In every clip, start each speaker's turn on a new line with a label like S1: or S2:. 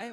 S1: 哎，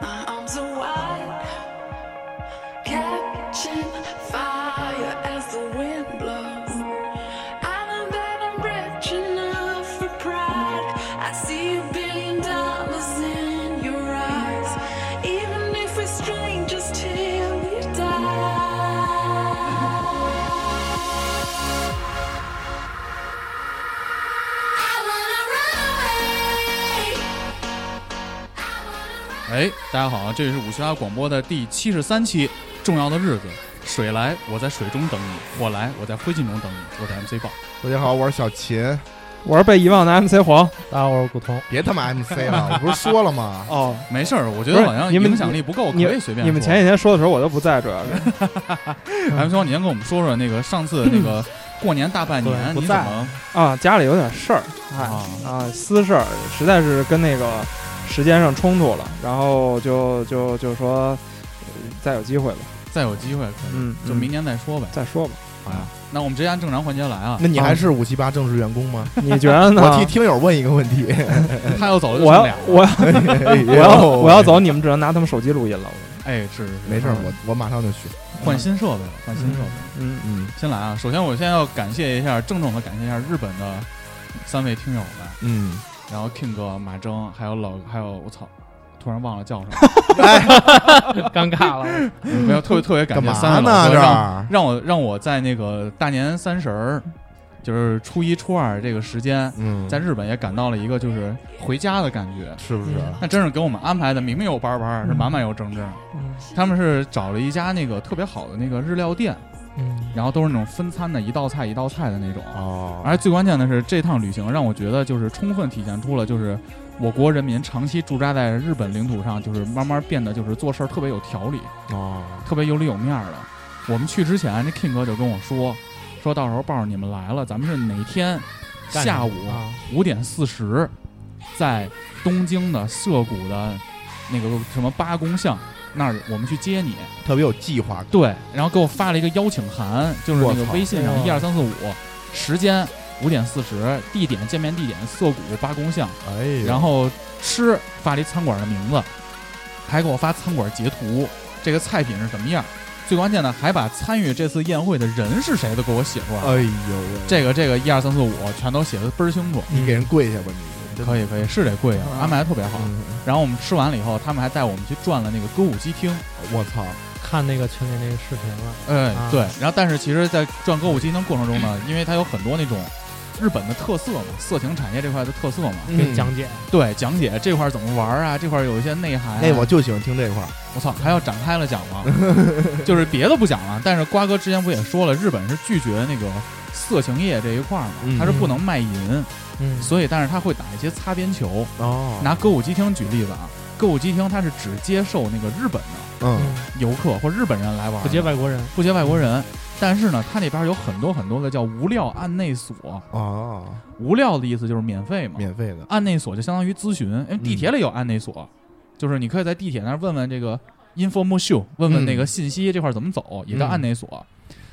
S2: My arms are wide, catching fire as the wind blows. I know that I'm rich enough for pride. I see a billion dollars in your eyes. Even if we're strangers till we die. I wanna run away. I wanna run
S3: 哎，大家好啊，这里是五七八广播的第七十三期，重要的日子，水来我在水中等你，火来我在灰烬中等你，我是 MC 豹。
S4: 大家好，我是小秦。
S1: 我是被遗忘的 MC 黄
S5: 大家好，我是古潼。
S4: 别他妈 MC 了，我不是说了吗？
S1: 哦，
S3: 没事儿，我觉得好像
S1: 你们
S3: 影响力不够，可以随便说。
S1: 你们前几天说的时候我都不在，主要是 嗯
S3: MC 黄，你先跟我们说说那个上次那 个过年大半年
S5: 对不
S3: 你怎
S5: 在
S3: 么
S1: 啊，家里有点事儿，哎
S3: 啊
S1: 啊私事儿，实在是跟那个时间上冲突了，然后就就就说呃再有机会吧，
S3: 再有机会可以
S1: 嗯，
S3: 就明年再说呗。
S1: 再说吧。
S3: 啊，那我们直接按正常环节来啊。
S4: 那你还是五七八正式员工吗？
S1: 你觉得呢？
S4: 我替听友问一个问题。哎
S3: 他要走了就
S1: 我
S3: 剩
S1: 要
S3: 俩。
S1: 我要
S4: 我
S1: 我要我要，走，你们只能拿他们手机录音了。我
S3: 哎，是是是
S4: 没事儿，我我马上就去。
S3: 换新设备了，换新设备。
S1: 嗯，
S4: 嗯
S3: 先来啊，首先我先要感谢一下，郑重的感谢一下日本的三位听友们，
S4: 嗯，
S3: 然后 King 哥、马征，还有老，还有我操，突然忘了叫什 么。
S5: 尴尬了，
S3: 没有，特别特别感
S4: 干
S3: 谢
S4: 嘛
S3: 三位老
S4: 呢？
S3: 哥
S4: 这
S3: 让
S4: 儿
S3: 让我让我在那个大年三十儿，就是初一初二这个时间，
S4: 嗯，
S3: 在日本也感到了一个就是回家的感觉。
S4: 是不是？
S3: 那真是给我们安排的，明明有班班，是满满有正正。
S4: 嗯
S3: 他们是找了一家那个特别好的那个日料店，
S5: 嗯，
S3: 然后都是那种分餐的，一道菜一道菜的那种。
S4: 哦，
S3: 而最关键的是，这趟旅行让我觉得就是充分体现出了就是我国人民长期驻扎在日本领土上，就是慢慢变得就是做事儿特别有条理。
S4: 哦，
S3: 特别有里有面儿的。我们去之前，这 King 哥就跟我说，说到时候抱着你们来了，咱们是哪天
S5: 干
S3: 下午
S5: 啊
S3: 五点四十，在东京的涩谷的那个什么八公巷那儿，我们去接你。
S4: 特别有计划感。
S3: 对，然后给我发了一个邀请函，就是那个
S4: 我哎操
S3: 微信上
S5: 哇
S3: 一二三四五，时间五点四十，地点见面地点涩谷八公巷，
S4: 哎呦，
S3: 然后吃发了一餐馆的名字，还给我发餐馆截图，这个菜品是什么样儿？最关键的还把参与这次宴会的人是谁都给我写出来了。
S4: 哎呦喂，
S3: 这个这个一二三四五全都写的倍儿清楚。
S4: 你给人跪下吧，你
S3: 可以可以，是得贵啊，
S1: 啊
S3: 安排的特别好。
S4: 嗯
S3: 然后我们吃完了以后，他们还带我们去转了那个歌舞伎厅。
S4: 我操，
S5: 看那个群里那个视频了，
S3: 哎，
S5: 啊
S3: 对。然后但是其实，在转歌舞伎厅过程中呢，因为它有很多那种日本的特色嘛，色情产业这块的特色嘛，
S5: 给你讲解，
S3: 对，讲解这块儿怎么玩儿啊，这块儿有一些内涵、啊。
S4: 哎，我就喜欢听这块儿。
S3: 我操，还要展开了讲 吗？就是别的不讲了，但是瓜哥之前不也说了，日本是拒绝那个色情业这一块儿嘛，
S4: 嗯
S3: 他是不能卖淫，
S5: 嗯，
S3: 所以但是他会打一些擦边球。
S4: 哦
S3: 拿歌舞伎厅举例子啊，歌舞伎厅它是只接受那个日本的
S4: 嗯
S5: 嗯
S3: 游客或日本人来玩儿
S5: 不
S3: 的，
S5: 接外国人，
S3: 不接外国人。但是呢，它里边有很多很多个叫无料案内所，
S4: 哦，
S3: 无料的意思就是免费嘛，
S4: 免嗯费的。
S3: 按内所就相当于咨询，因为地铁里有按内所，就是你可以在地铁那儿问问这个 inform show，问问那
S4: 嗯
S3: 个信息这块儿怎么走，也叫按内所。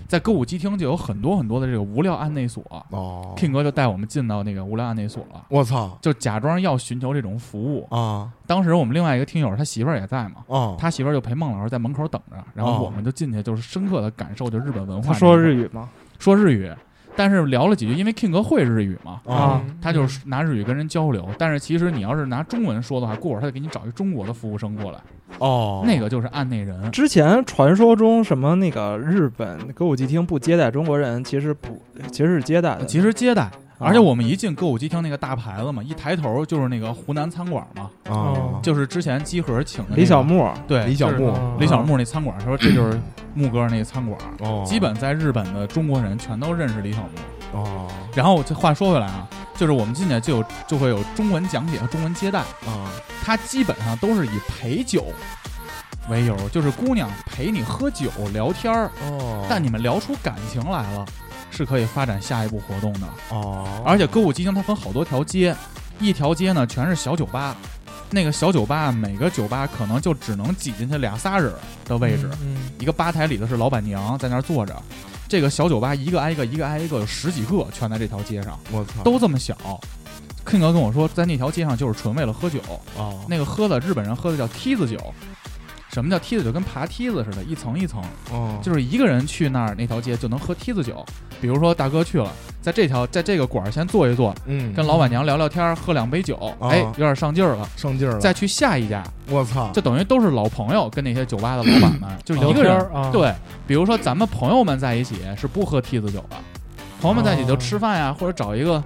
S3: 在歌舞伎厅就有很多很多的这个无料按内所、
S4: 哦
S3: k i n g 哥就带我们进到那个无料按内所了，
S4: 我操
S3: 就假装要寻求这种服务。
S4: 啊
S3: 当时我们另外一个听友他媳妇儿也在嘛。
S4: 哦，
S3: 他媳妇儿就陪孟老师在门口等着，然后
S4: 哦
S3: 我们就进去，就是深刻的感受就日本文化。
S1: 他说日，语吗？
S3: 说日语，但是聊了几句，因为 King 哥会日语嘛，
S4: 啊
S1: 嗯
S3: 他就是拿日语跟人交流，但是其实你要是拿中文说的话，过会儿他就给你找一中国的服务生过来，
S4: 哦，
S3: 那个就是案内人。
S1: 之前传说中什么那个日本歌舞伎厅不接待中国人，其实不，其实是接待的。
S3: 呃其实接待，而且我们一进歌舞伎厅那个大牌子嘛，一抬头就是那个湖南餐馆嘛，
S4: 哦，
S3: 就是之前集合请的、
S1: 李小，牧，
S3: 对，
S4: 李小
S3: 就是
S4: 牧
S5: 嗯
S3: 李小牧那餐馆，说这就是牧哥那个餐馆。
S4: 哦，
S3: 基本在日本的中国人全都认识李小牧。
S4: 哦
S3: 然后这话说回来啊，就是我们进去就有就会有中文讲解和中文接待，
S4: 啊
S3: 他基本上都是以陪酒为由，就是姑娘陪你喝酒聊天儿，
S4: 哦
S3: 嗯但你们聊出感情来了，是可以发展下一步活动的。
S4: 哦，
S3: 而且歌舞伎町它分好多条街，一条街呢全是小酒吧，那个小酒吧每个酒吧可能就只能挤进去俩仨人儿的位置，
S5: 嗯，
S3: 一个吧台里头是老板娘在那儿坐着，这个小酒吧一个挨一个，一个挨一个，有十几个全在这条街上，
S4: 我操，
S3: 都这么小。King 哥跟我说，在那条街上就是纯为了喝酒，
S4: 哦
S3: 那个喝的日本人喝的叫梯子酒。什么叫梯子酒？跟爬梯子似的，一层一层。
S4: 哦，
S3: 就是一个人去那儿那条街就能喝梯子酒。比如说大哥去了，在这条在这个馆儿先坐一坐，
S4: 嗯，
S3: 跟老板娘聊聊天儿，喝两杯酒，
S4: 哦
S3: 哎，有点上劲儿了。
S4: 上劲儿了，
S3: 再去下一家，
S4: 我操，
S3: 就等于都是老朋友，跟那些酒吧的老板 们，就一个
S5: 聊天
S3: 人
S5: 儿。啊，，
S3: 对，比如说咱们朋友们在一起是不喝梯子酒的，朋友们在一起就吃饭呀，或者找一个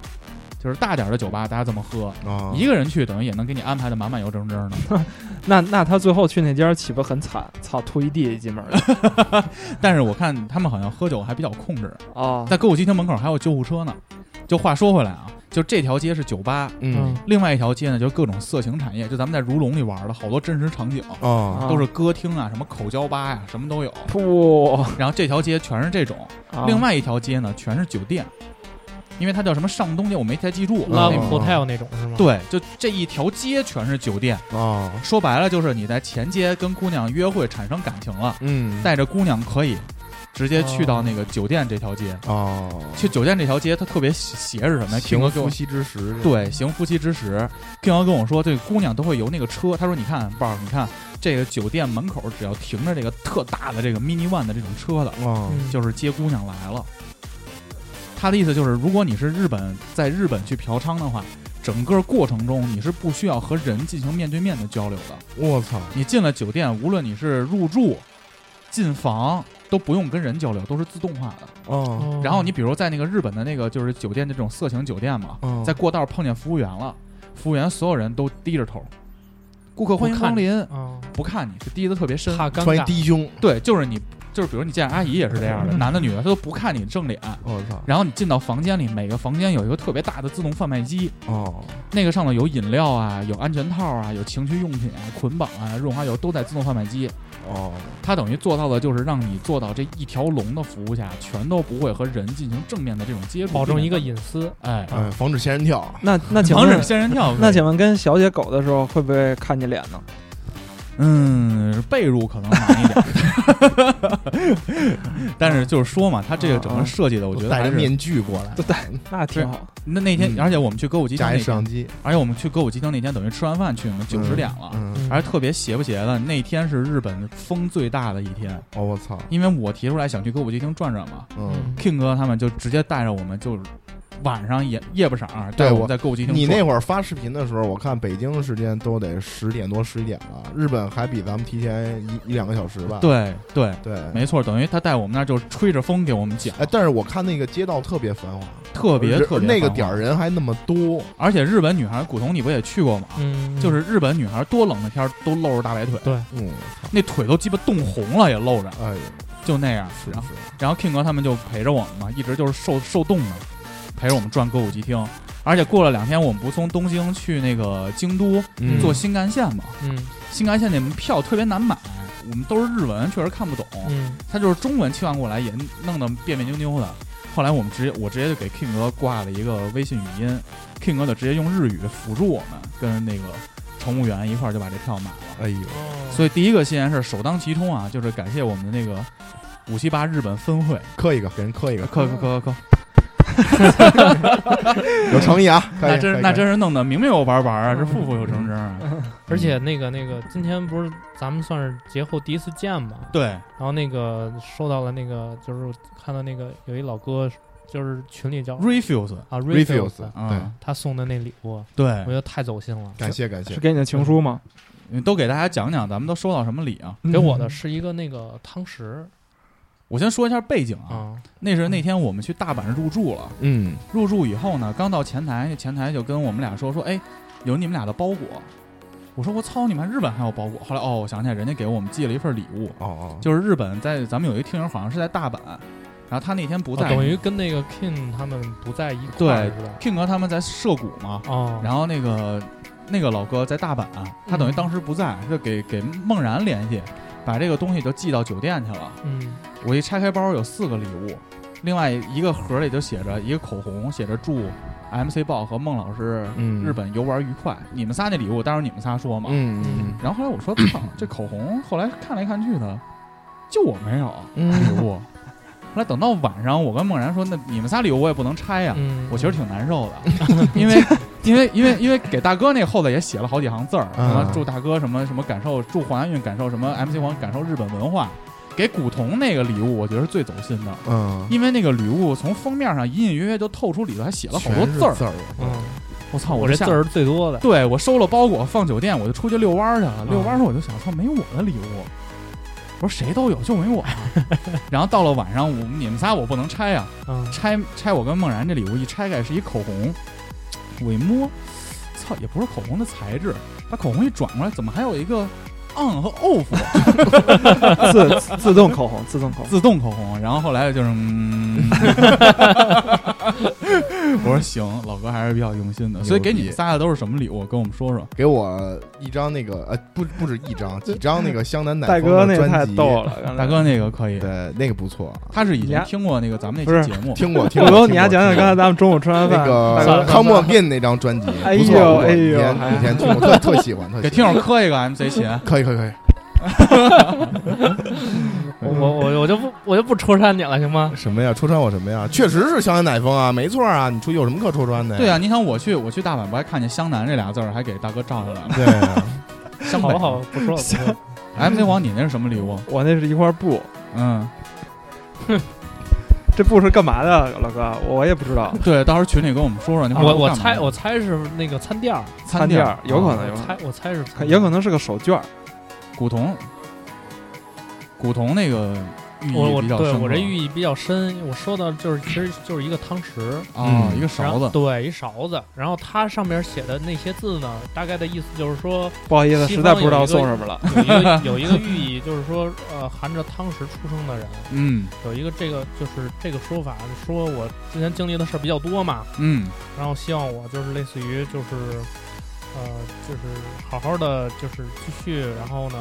S3: 就是大点儿的酒吧，大家这么
S5: 啊
S3: 喝。
S4: 哦
S3: 一个人去等于也能给你安排的满满油蒸蒸的。
S1: 那那他最后去那家岂不很惨？操，吐一地一进门儿
S3: 但是我看他们好像喝酒还比较控
S5: 啊
S3: 制，
S1: 哦，
S3: 在歌舞伎町门口还有救护车呢。就话说回来啊，就这条街是酒吧，
S4: 嗯
S5: 嗯，
S3: 另外一条街呢就是各种色情产业，就咱们在如龙里玩的好多真实场景，
S4: 哦
S1: 啊
S3: 都是歌厅啊，什么口交吧呀、什么 都有。
S1: 噗，
S3: 然后这条街全是这种，
S1: 啊
S3: 另外一条街呢全是酒店，因为它叫什么上东街，我没太记
S1: 啊嗯
S3: 住。
S4: 那
S5: Love
S3: 那个
S5: Hotel 那种是吗？，
S3: 啊对，就这一条街全是酒店。
S4: 哦，
S3: 说白了就是你在前街跟姑娘约会产生感情了，
S4: 嗯，
S3: 带着姑娘可以直接去到那个酒店这条街。
S4: 哦，
S3: 去酒店这条街，它特别邪是什么呀？听
S4: 行
S3: 哥给我
S4: 夫妻之实，
S3: 对，行夫妻之实。King 哥跟我说，这个姑娘都会游那个车。他说：“你看，豹儿，你看这个酒店门口只要停着这个特大的这个 mini one 的这种车的，
S4: 哦，
S5: 嗯
S3: 就是接姑娘来了。”他的意思就是，如果你是日本，在日本去嫖娼的话，整个过程中你是不需要和人进行面对面的交流的。
S4: 我操，
S3: 你进了酒店，无论你是入住、进房，都不用跟人交流，都是自动化的。
S4: 哦，
S1: 嗯
S3: 然后你比如在那个日本的那个就是酒店这种色情酒店嘛，
S4: 哦
S3: 嗯在过道碰见服务员了，服务员所有人都低着头，顾客欢迎
S5: 不看
S3: 光
S5: 你
S3: 临，
S5: 啊，
S3: 不看你是低的特别深。
S5: 怕尴
S4: 穿一
S5: 尬，
S4: 低胸，
S3: 对，就是你，就是比如你见阿姨也是这样的，男的女的他都不看你正脸。
S4: 我操，
S3: 然后你进到房间里，每个房间有一个特别大的自动贩卖机，
S4: 哦，
S3: 那个上头有饮料啊，有安全套啊，有情趣用品啊、捆绑啊、润滑油都在自动贩卖机。
S4: 哦，
S3: 它等于做到的就是让你做到这一条龙的服务下，全都不会和人进行正面的这种接触，
S5: 保证一个
S3: 避免
S5: 隐私。
S3: 哎，
S4: 哎，防止仙人跳，
S1: 那那请
S3: 防
S1: 问
S3: 止仙人跳。
S1: 那请问跟小姐狗的时候会不会看你脸呢？
S3: 嗯，被褥可能难一点， 但是就是说嘛，它这个整个设计的，我觉得
S4: 戴
S3: 还
S4: 着
S3: 是
S4: 面具过来，
S1: 对那挺好。
S3: 那那天，
S4: 嗯
S3: 而且我们去歌舞伎町
S4: 加
S3: 那
S4: 一摄像
S3: 天，
S4: 机，
S3: 而且我们去歌舞伎町那天，等于吃完饭去嘛，九十点了，
S4: 嗯，
S5: 嗯
S3: 而且特别邪不邪的，那天是日本风最大的一天，
S4: 哦，我操，
S3: 因为我提出来想去歌舞伎町转转嘛
S4: 嗯，
S3: ，King 哥他们就直接带着我们，就是晚上也夜不晌儿带
S4: 对
S3: 我们
S4: 我
S3: 在歌舞伎町
S4: 你那
S3: 转。
S4: 会儿发视频的时候，我看北京时间都得十点多十一点了，日本还比咱们提前一一两个小时吧？
S3: 对对，
S4: 对，
S3: 没错，等于他带我们那儿就吹着风给我们讲，
S4: 哎，但是我看那个街道特别繁华，
S3: 特别
S4: 人
S3: 特别
S4: 那个
S3: 繁华
S4: 点儿人还那么多，
S3: 而且日本女孩，古潼你不也去过吗？
S5: 嗯，
S3: 就是日本女孩多冷的天儿都露着大白腿，
S5: 对
S4: 嗯，操，
S3: 那腿都鸡巴冻红了也露着，
S4: 哎呀，
S3: 就那样。
S4: 是
S3: 然后
S4: 是，
S3: 然后 King 哥他们就陪着我们嘛，一直就是受受冻的，陪着我们转歌舞伎町。而且过了两天，我们不从东京去那个京都
S4: 嗯
S3: 坐新干线嘛？
S5: 嗯
S3: 新干线那门票特别难买，我们都是日文，确实看不懂。
S5: 嗯，
S3: 他就是中文切换过来也弄得别别扭扭的。后来我们直接我直接就给 King 哥挂了一个微信语音，King 哥就直接用日语辅助我们跟那个乘务员一块儿就把这票买了。
S4: 哎呦，
S3: 所以第一个新鲜事儿首当其冲啊，就是感谢我们的那个五七八日本分会，
S4: 磕一个，给人磕一 个，
S3: 磕磕磕磕磕，
S4: 有诚意 啊，可以
S3: 那真那，真
S4: 可以
S3: 是弄得明明有白白啊，是富富有整整啊。
S5: 而且那个那个，今天不是咱们算是节后第一次见嘛，
S3: 嗯对，
S5: 然后那个收到了那个，就是我看到那个有一老哥，就是群里叫
S3: refuse
S5: 啊
S4: 可以 refuse，
S5: Raphaels，
S3: 啊，
S5: 他送的那礼物，
S3: 对
S5: 我觉，得太走心了
S4: 对，。感谢感谢
S1: 是，给你的情书吗？
S3: 你都给大家讲讲咱们都收到什么礼啊？
S5: 给我
S6: 嗯
S5: 的是一个那个汤匙
S3: 我先说一下背景啊，
S5: 啊，
S3: 那是那天我们去大阪入住了，
S4: 嗯，
S3: 入住以后呢，刚到前台，那前台就跟我们俩说说，哎，有你们俩的包裹。我说我操，你们日本还有包裹？后来哦，我想起来，人家给我们寄了一份礼物，
S4: 哦哦，
S3: 就是日本在咱们有一听友好像是在大阪，然后他那天不
S5: 哦
S3: 在，
S5: 等于跟那个 King 他们不在一块
S3: 对
S5: 儿是吧？
S3: King 哥他们在涉谷嘛，
S6: 啊
S5: 哦，
S3: 然后那个那个老哥在大阪，他等于当时不在，就给给梦然联系，把这个东西就寄到酒店去了。
S6: 嗯
S3: 我一拆开包，有四个礼物，另外一个盒里就写着一个口红，写着祝 MC 豹和孟老师
S4: 嗯
S3: 日本游玩愉快。你们仨那礼物，待会儿你们仨说嘛。
S4: 嗯
S6: 嗯
S3: 然后后来我说， 操，这口红，后来看来看去的，就我没有
S4: 嗯
S3: 礼物。后来等到晚上，我跟孟然说，那你们仨礼物我也不能拆呀、
S6: 嗯，
S3: 我其实挺难受 的，因为因为因为因为给大哥那后头也写了好几行字儿，什么
S4: 啊
S3: 祝大哥什么什么感受，祝黄安运感受什么 MC 黄感受日本文化，给古潼那个礼物，我觉得是最走心的，
S4: 嗯，
S3: 因为那个礼物从封面上隐隐约约就透出里头还写了好多
S4: 全是
S3: 字儿，啊
S4: 字儿，啊
S6: 嗯，
S3: 我操，
S6: 我
S3: 这
S6: 这字儿是最多的，
S3: 对我收了包裹放酒店，我就出去遛弯儿去了。遛弯儿时候我就想，操，没有我的礼物。我说谁都有，就没我。啊 然后到了晚上，我们你们仨我不能拆啊，
S6: 嗯
S3: 拆拆我跟梦然这礼物一拆开是一口红，我一摸，操，也不是口红的材质，把口红一转过来，怎么还有一个 on 和 off
S1: 自自自动口红，自动口红。
S3: 自动口红？啊然后后来就是，嗯、 我说行，老哥还是比较用心的。所以给你们仨的都是什么礼物？跟我们说说。
S4: 给我一张那个呃，不不止 一张，几张那个湘南乃
S1: 大
S4: 风
S1: 哥那
S4: 的
S1: 个
S4: 专
S1: 太
S4: 辑，
S1: 逗了，刚才
S3: 大哥，那个可以，
S4: 对，那个不错，
S3: 他是已
S1: 你
S3: 经
S1: 还
S3: 听过那个咱们
S1: 不
S3: 那
S1: 是
S3: 期节目，
S4: 听过听
S1: 我
S4: 过。
S1: 说
S4: 听
S1: 你还
S4: 过
S1: 讲讲
S4: 听过
S1: 刚才咱们中午吃完
S4: 那
S1: 饭，大
S4: 个《
S1: 哥
S4: Come On Again》那张专辑，
S1: 哎
S4: 不错
S1: 呦
S4: 不错
S1: 哎
S4: 以
S1: 呦
S4: 前以前听我特特喜欢，特
S3: 给
S4: 喜
S3: 听
S4: 欢
S3: 友磕一个 MC 琴。
S4: 可以可以可以，
S6: 我我我我就不我就不戳穿你了，行吗？
S4: 什么呀？戳穿我什么呀？确实是湘南乃风啊，没错啊，你出去有什么可戳穿的呀？
S3: 对啊，你想我去我去大阪不还看见湘南这俩字儿，还给大哥照下 来了。
S4: 对啊，
S3: 湘
S6: 好
S3: 北
S6: 不好？不说了，不说了
S3: MC 黄，你那是什么礼物？
S1: 我那是一块布，
S3: 嗯，
S1: 这布是干嘛的，老哥？我也不知道。
S3: 对，到时候群里跟我们说说。你
S6: 我我猜我猜是那个餐垫儿，
S3: 餐
S1: 店
S3: 垫
S1: 儿有可能，有
S6: 我
S1: 可
S6: 猜
S1: 能
S6: 我猜是
S1: 可，也可能是个手绢儿。
S3: 古潼，古潼那个寓
S6: 我
S3: 意
S6: 我
S3: 比较
S6: 对
S3: 深刻。
S6: 我这寓意比较深，我收到就是其实就是一个汤匙，
S3: 啊，
S4: 嗯
S3: 一个
S6: 然
S3: 勺
S6: 后
S3: 子。
S6: 对，一勺子，然后它上面写的那些字呢，大概的意思就是说
S1: 不好意思，
S6: 西
S1: 实在
S6: 方
S1: 不知
S6: 有
S1: 道
S6: 一个
S1: 送什么了。
S6: 有一个有一个寓意，就是说呃含着汤匙出生的人，
S3: 嗯
S6: 有一个这个就是这个说法，说我之前经历的事儿比较多嘛，
S3: 嗯，
S6: 然后希望我就是类似于就是，呃，就是好好的就是继续，然后呢，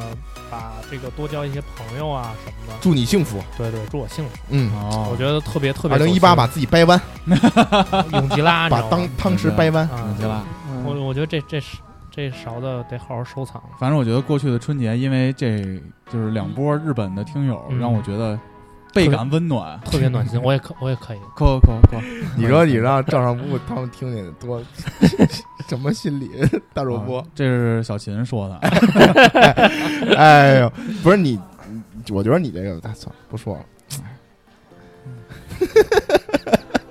S6: 把这个多交一些朋友啊什么的。
S4: 祝你幸福。
S6: 对对，祝我幸福。
S4: 嗯，
S3: 哦，
S6: 我觉得特别特别。
S4: 二零一八把自己掰弯，
S6: 永吉拉，你知
S4: 把
S6: 道
S4: 当
S6: 吗
S4: 汤匙掰弯。
S6: 啊
S3: 你去了。
S1: 嗯
S6: 我我觉得这这是这勺子得好好收 藏。
S3: 反正我觉得过去的春节，因为这就是两波日本的听友，
S6: 嗯
S3: 让我觉得倍感温暖。
S6: 特别暖心，我也可我也可以，
S3: 可可可，
S4: 你说你让赵尚武他们听见多什么心理？大主播
S3: 啊，这是小秦说的。
S4: 哎呦，不是你，我觉得你这个，哎算了，不说了。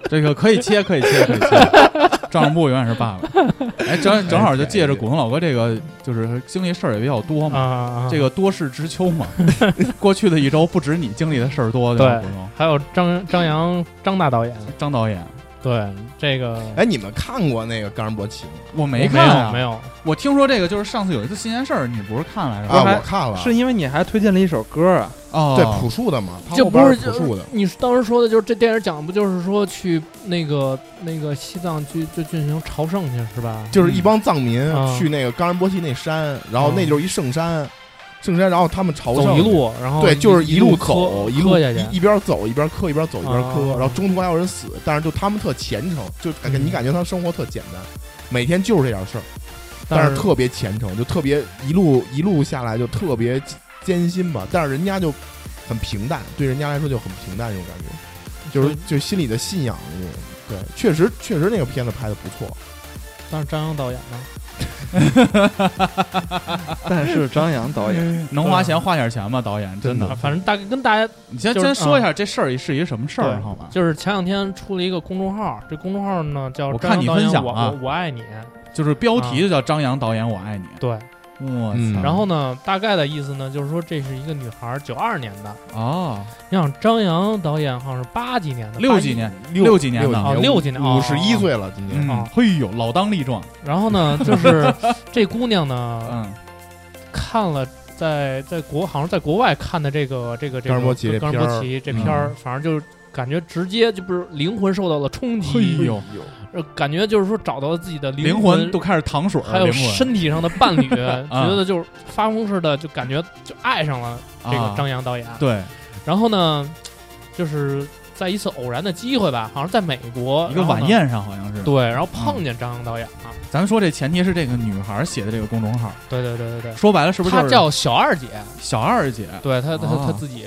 S3: 这个可以切，可以切，可以 切。赵尚部永远是爸爸。哎，正正好就借着古潼老哥这个，就是经历事儿也比较多
S6: 啊
S3: 嘛，
S6: 啊，啊
S3: 这个多事之秋嘛。 过去的一周，不止你经历的事儿多，吧？
S6: 对
S3: 古潼，
S6: 还有张张扬张大导演，
S3: 张导演，
S6: 对这个
S4: 哎，你们看过那个《冈仁波齐》吗？
S3: 我
S6: 我
S3: 没
S6: 没
S3: 看啊
S6: 有没有，
S3: 我听说这个就是上次有一次新鲜事儿，你不是看来着？
S1: 我还
S4: 啊，我看了，
S1: 是因为你还推荐了一首歌 啊？
S3: 哦，
S4: 对朴树的嘛，
S6: 这
S4: 后
S6: 不
S4: 边
S6: 是
S4: 朴树的。
S6: 你当时说的就是这电影讲的不就是说去那个那个西藏去就进行朝圣去是吧？
S4: 就是一帮藏民
S6: 啊
S4: 去那个冈仁波齐那山，然后那就是一圣山，圣山，然后他们朝
S6: 走
S4: 圣
S6: 一，路，然后
S4: 对，就是
S6: 一
S4: 路
S6: 磕
S4: 走，一路
S6: 磕下去，
S4: 一一边走一边磕，一边走一边磕，
S6: 啊
S4: 然后中途还有人死，但是就他们特虔诚，就感觉
S6: 嗯
S4: 你感觉他们生活特简单，每天就是这点事儿，但
S6: 但
S4: 是特别虔诚，就特别一路一路下来就特别艰辛吧，但是人家就很平淡，对人家来说就很平淡那种感觉，就是
S6: 嗯
S4: 就心里的信仰那种。对，确实确实那个片子拍的不错，
S6: 但是张扬导演呢？
S1: 但是张扬导 演，
S3: 能花钱花点钱吧，导演真
S6: 啊
S3: 的。
S6: 反正大概跟大家
S3: 你先
S6: 就是啊
S3: 先说一下这事儿是一什么事儿，
S6: 对
S3: 好吧？
S6: 就是前两天出了一个公众号，这公众号呢叫
S3: 我
S6: 张
S3: 看
S6: 扬
S3: 你
S6: 导演
S3: 分享
S6: 我
S3: 啊
S6: 我我爱你，
S3: 就是标题就叫张扬导演我爱你。
S6: 对，
S3: 我
S4: 嗯
S3: 操！
S6: 然后呢，大概的意思呢就是说这是一个女孩，九二年的，
S3: 哦，
S6: 你想张扬导演好像是八几年的，
S3: 六几
S6: 81
S3: 年，
S4: 六
S3: 几年的
S6: 哦六几年
S4: 五
S6: 哦
S4: 十一岁了，今年。
S3: 嗯，
S6: 哦
S3: 嘿呦，老当益壮，
S6: 然后呢，就是 这姑娘呢，
S3: 嗯，
S6: 看了在在国好像在国外看的这个这个这
S4: 冈仁
S6: 个
S4: 波齐这
S6: 冈仁
S4: 片儿
S3: 嗯
S6: 波齐这片儿，反正就是感觉直接就不是灵魂受到了冲击，
S3: 哎呦，
S6: 呃感觉就是说找到了自己的
S3: 灵
S6: 魂
S3: 魂都开始淌水了，
S6: 还有
S3: 灵魂啊
S6: 身体上的 伴侣，觉得就是发疯似的，就感觉就爱上了这个
S3: 啊
S6: 张扬导演。
S3: 对
S6: 然后呢，就是在一次偶然的机会吧，好像在美国
S3: 一个晚，宴嗯上好像是
S6: 然后呢。对，然后碰见张扬导演啊了。
S3: 咱们说这前提是这个女孩写的这个公众号，
S6: 对对对对对，
S3: 说白了是不是
S6: 她
S3: 就是
S6: 叫小二姐，
S3: 小二姐？
S6: 对她她她
S3: 哦
S6: 自己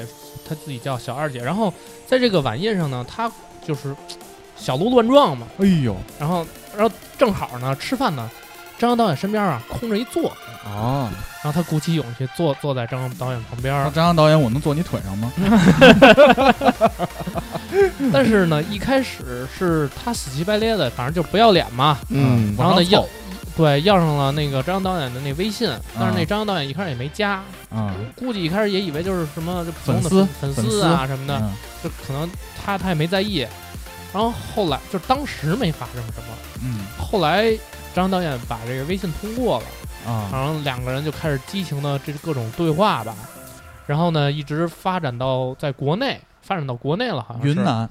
S6: 她自己叫小二姐。然后在这个晚宴上呢，她就是小鹿乱撞嘛。
S3: 哎呦，
S6: 然后然后正好呢吃饭呢，张扬导演身边啊空着一座，
S3: 哦，
S6: 然后她鼓起勇气坐坐在张扬导演旁边儿
S3: 那。张扬导演，我能坐你腿上吗？
S6: 嗯但是呢，一开始是他死乞白赖的，反正就不要脸嘛。
S4: 嗯
S6: 然
S3: 往
S6: 后呢
S3: 上
S6: 要
S3: 凑，
S6: 对要上了那个张扬导演的那微信，但是那
S3: 啊
S6: 张扬导演一开始也没加，
S3: 啊，
S6: 估计一开始也以为就是什么就普通
S3: 粉
S6: 的
S3: 丝
S6: 粉
S3: 粉
S6: 丝啊什么的，
S3: 嗯
S6: 就可能他他也没在意。然后后来就当时没发生什么，
S3: 嗯
S6: 后来张扬导演把这个微信通过了，
S3: 啊，
S6: 然后两个人就开始激情的这各种对话吧，然后呢一直发展到在国内，发展到国内了，好像是
S3: 云南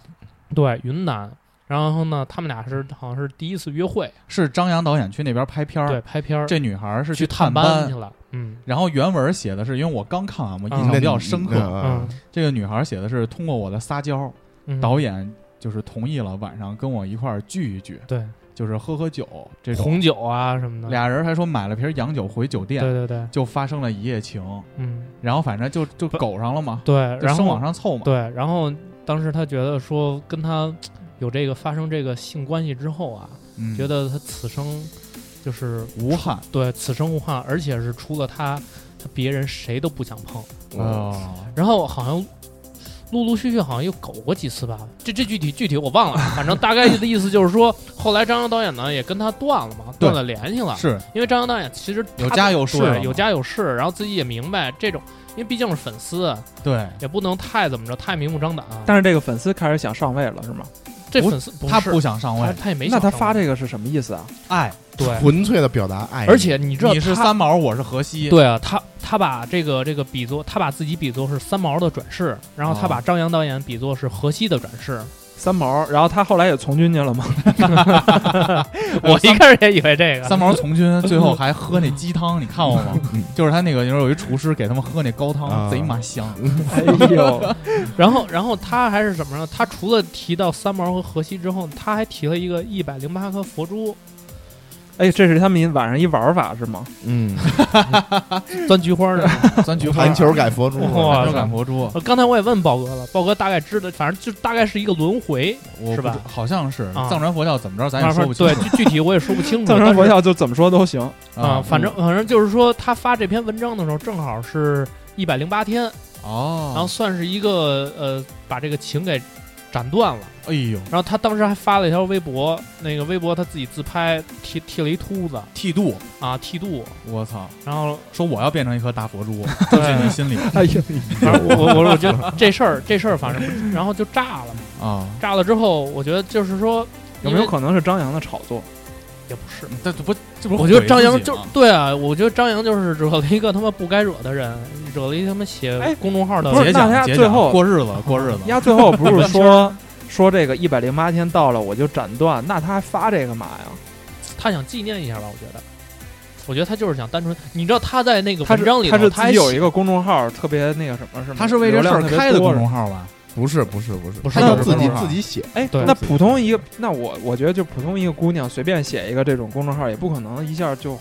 S6: 对，云南。然后呢，他们俩是好像是第一次约会，
S3: 是张扬导演去那边拍片
S6: 对，
S3: 儿，
S6: 拍片儿，
S3: 啊这女孩是
S6: 去
S3: 探
S6: 班去了。嗯
S3: 然后原文写的是，因为我刚看完，我印象
S6: 嗯
S3: 比较深刻。
S4: 嗯
S6: 嗯，
S3: 这个女孩写的是通过我的撒娇，
S6: 嗯
S3: 导演就是同意了晚上跟我一块儿聚一聚，
S6: 对
S3: 就是喝喝酒这种。
S6: 红酒啊什么的，
S3: 俩人还说买了瓶洋酒回酒店，
S6: 对对对，
S3: 就发生了一夜情，
S6: 嗯
S3: 然后反正就就
S6: 不
S3: 狗上了嘛，
S6: 对，
S3: 就
S6: 然
S3: 生往
S6: 后
S3: 上凑嘛。
S6: 对，然后当时他觉得说跟他有这个发生这个性关系之后啊，
S3: 嗯
S6: 觉得他此生就是
S3: 无憾
S6: 对此生无憾，而且是除了他，他别人谁都不想碰。
S3: 哦，
S6: 然后好像陆陆续续好像又搞过几次吧，这这具体具体我忘了， 反正大概的意思就是说，后来张扬导演呢也跟他断了嘛，
S3: 对
S6: 断了联系了，
S3: 是
S6: 因为张扬导演其实他
S3: 有家有室啊了嘛
S6: 对有家有室，然后自己也明白这种，因为毕竟是粉丝，
S3: 对。
S6: 也不能太怎么着，太明目张胆。啊
S1: 但是这个粉丝开始想上位了，是吗？
S6: 这
S3: 不
S6: 粉丝不
S3: 他
S6: 是
S3: 不哎想上
S6: 他
S3: 位，
S6: 他也没
S1: 那
S6: 想
S1: 他
S6: 上
S1: 发
S6: 网
S1: 这个是什么意思啊？
S3: 爱
S6: 对，
S4: 纯粹的表达爱意，
S6: 而且你知道
S3: 你是
S6: 他
S3: 三毛，我是荷西，
S6: 对啊，他他把这个这个比作他把自己比作是三毛的转世，然后他
S3: 哦
S6: 把张扬导演比作是荷西的转 世。
S1: 三毛，然后他后来也从军去了吗？
S6: 我一开始也以为这个
S3: 三毛从 军，最后还喝那鸡汤，你看过吗？
S6: 嗯
S3: 就是他那个，你说有一厨师给他们喝那高汤，
S4: 啊
S3: 贼妈 香。
S1: 哎呦，
S6: 然后，然后他还是什么呢？他除了提到三毛和荷西之后，他还提了一个一百零八颗佛珠
S1: 哎，这是他们一晚上一玩法是吗？
S4: 嗯，
S3: 嗯
S6: 钻菊 花的。
S3: 咱菊花
S4: 盘球改佛珠，
S6: 哇
S3: 就赶佛珠，
S6: 呃刚才我也问豹哥了，豹哥大概知道，反正就大概是一个轮回，
S3: 我
S6: 是吧
S3: 不知好像是
S6: 啊
S3: 藏传佛教怎么着，咱
S6: 反
S3: 也说
S6: 正
S3: 不清
S6: 对
S3: 楚
S6: 具 具体我也说不清楚。
S1: 藏传佛
S6: 但是
S1: 教就怎么说都行。
S3: 嗯
S6: 啊，反正反正就是说，他发这篇文章的时候，正好是一百零八天，
S3: 哦，
S6: 然后算是一个呃，把这个情给斩断了。
S3: 哎呦，
S6: 然后他当时还发了一条微博，那个微博他自己自拍剃剃了一秃子
S3: 剃度，
S6: 啊，剃度，
S3: 我操，
S6: 然后
S3: 说我要变成一颗大佛珠，就进你心里
S1: 哎呦，
S6: 反正我我我觉得这事儿这事儿反正不，然后就炸了嘛，
S3: 啊，
S6: 炸了之后，我觉得就是说
S1: 有没有
S6: 因为
S1: 可能是张扬的炒作？
S6: 也不是，
S3: 这这不这不是
S6: 我觉得
S3: 毁
S6: 张扬
S3: 自己
S6: 就
S3: 吗
S6: 对啊，我觉得张扬就是惹了一个他妈不该惹的人，惹了一他妈
S1: 哎
S6: 写公众号的
S1: 不是
S3: 节
S1: 那
S3: 俭
S1: 他
S3: 节
S1: 最
S3: 俭
S1: 后
S3: 过日子过日子，
S1: 丫最后不 是说说这个一百零八天到了我就斩断，那他还发这个嘛呀？
S6: 他想纪念一下吧，我觉得。我觉得他就是想单纯，你知道他在那个
S1: 他
S6: 文
S1: 是
S6: 章里头，
S1: 他是
S6: 他
S1: 自
S6: 还
S1: 己有一
S6: 写
S1: 个公众号，特别那个什么是吗？
S3: 他是为这事儿
S1: 流量特别
S3: 开的
S1: 多
S3: 公
S1: 是吗
S3: 众号吧？
S4: 不是不是不是，
S6: 不是
S4: 他要
S6: 不是
S4: 自己
S3: 不是
S4: 自己写，
S1: 哎，
S6: 对
S1: 那普通一个，那我我觉得就普通一个姑娘随便写一个这种公众号，也不可能一下就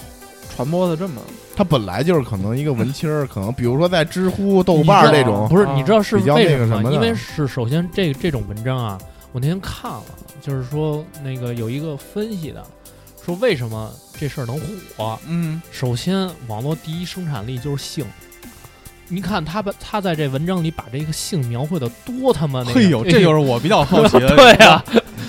S1: 传播的这么
S4: 他本来就是可能一个文青儿，可能比如说在知乎、豆瓣儿
S6: 你知
S4: 这
S6: 道
S4: 种，
S6: 不是
S1: 啊
S6: 你知道是
S4: 比较
S6: 为
S4: 那个
S6: 什么
S4: 什
S6: 吗？
S4: 么的
S6: 因为是首先这这种文章啊，我那天看了，就是说那个有一个分析的，说为什么这事儿能火，
S3: 嗯，
S6: 首先，网络第一生产力就是性。你看他把他在这文章里把这个性描绘的多他妈那个，哎
S3: 嘿哎呦，这就是我比较好 奇的。
S6: 对呀、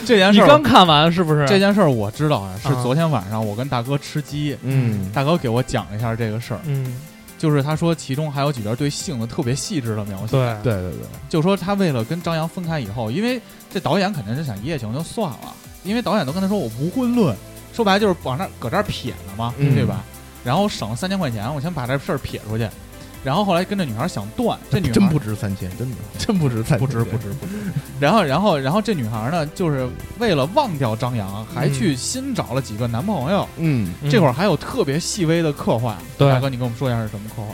S3: 这件
S6: 你
S3: 事儿
S6: 刚看完是不是？
S3: 这件事儿我知道啊，是
S6: 啊
S3: 昨天晚上我跟大哥吃鸡，
S4: 嗯，
S3: 大哥给我讲了一下这个事儿，
S6: 嗯，
S3: 就是他说其中还有几段对性的特别细致的描写，
S6: 对
S4: 对对对，
S3: 就说他为了跟张扬分开以后，因为这导演肯定是想一夜情就算了，因为导演都跟他说我无婚论，说白了就是往那儿搁这儿撇呢嘛，
S4: 嗯
S3: 对吧？然后省了三千块钱，我先把这事儿撇出去。然后后来跟这女孩想断，这女孩
S4: 真不值三千，真的真不值三千，
S3: 不值不值不值。然后然后然后这女孩呢，就是为了忘掉张扬，还去新找了几个男朋友。
S4: 嗯，
S3: 这会儿还有特别细微的刻画，
S6: 对
S3: 大哥，你跟我们说一下是什么刻画？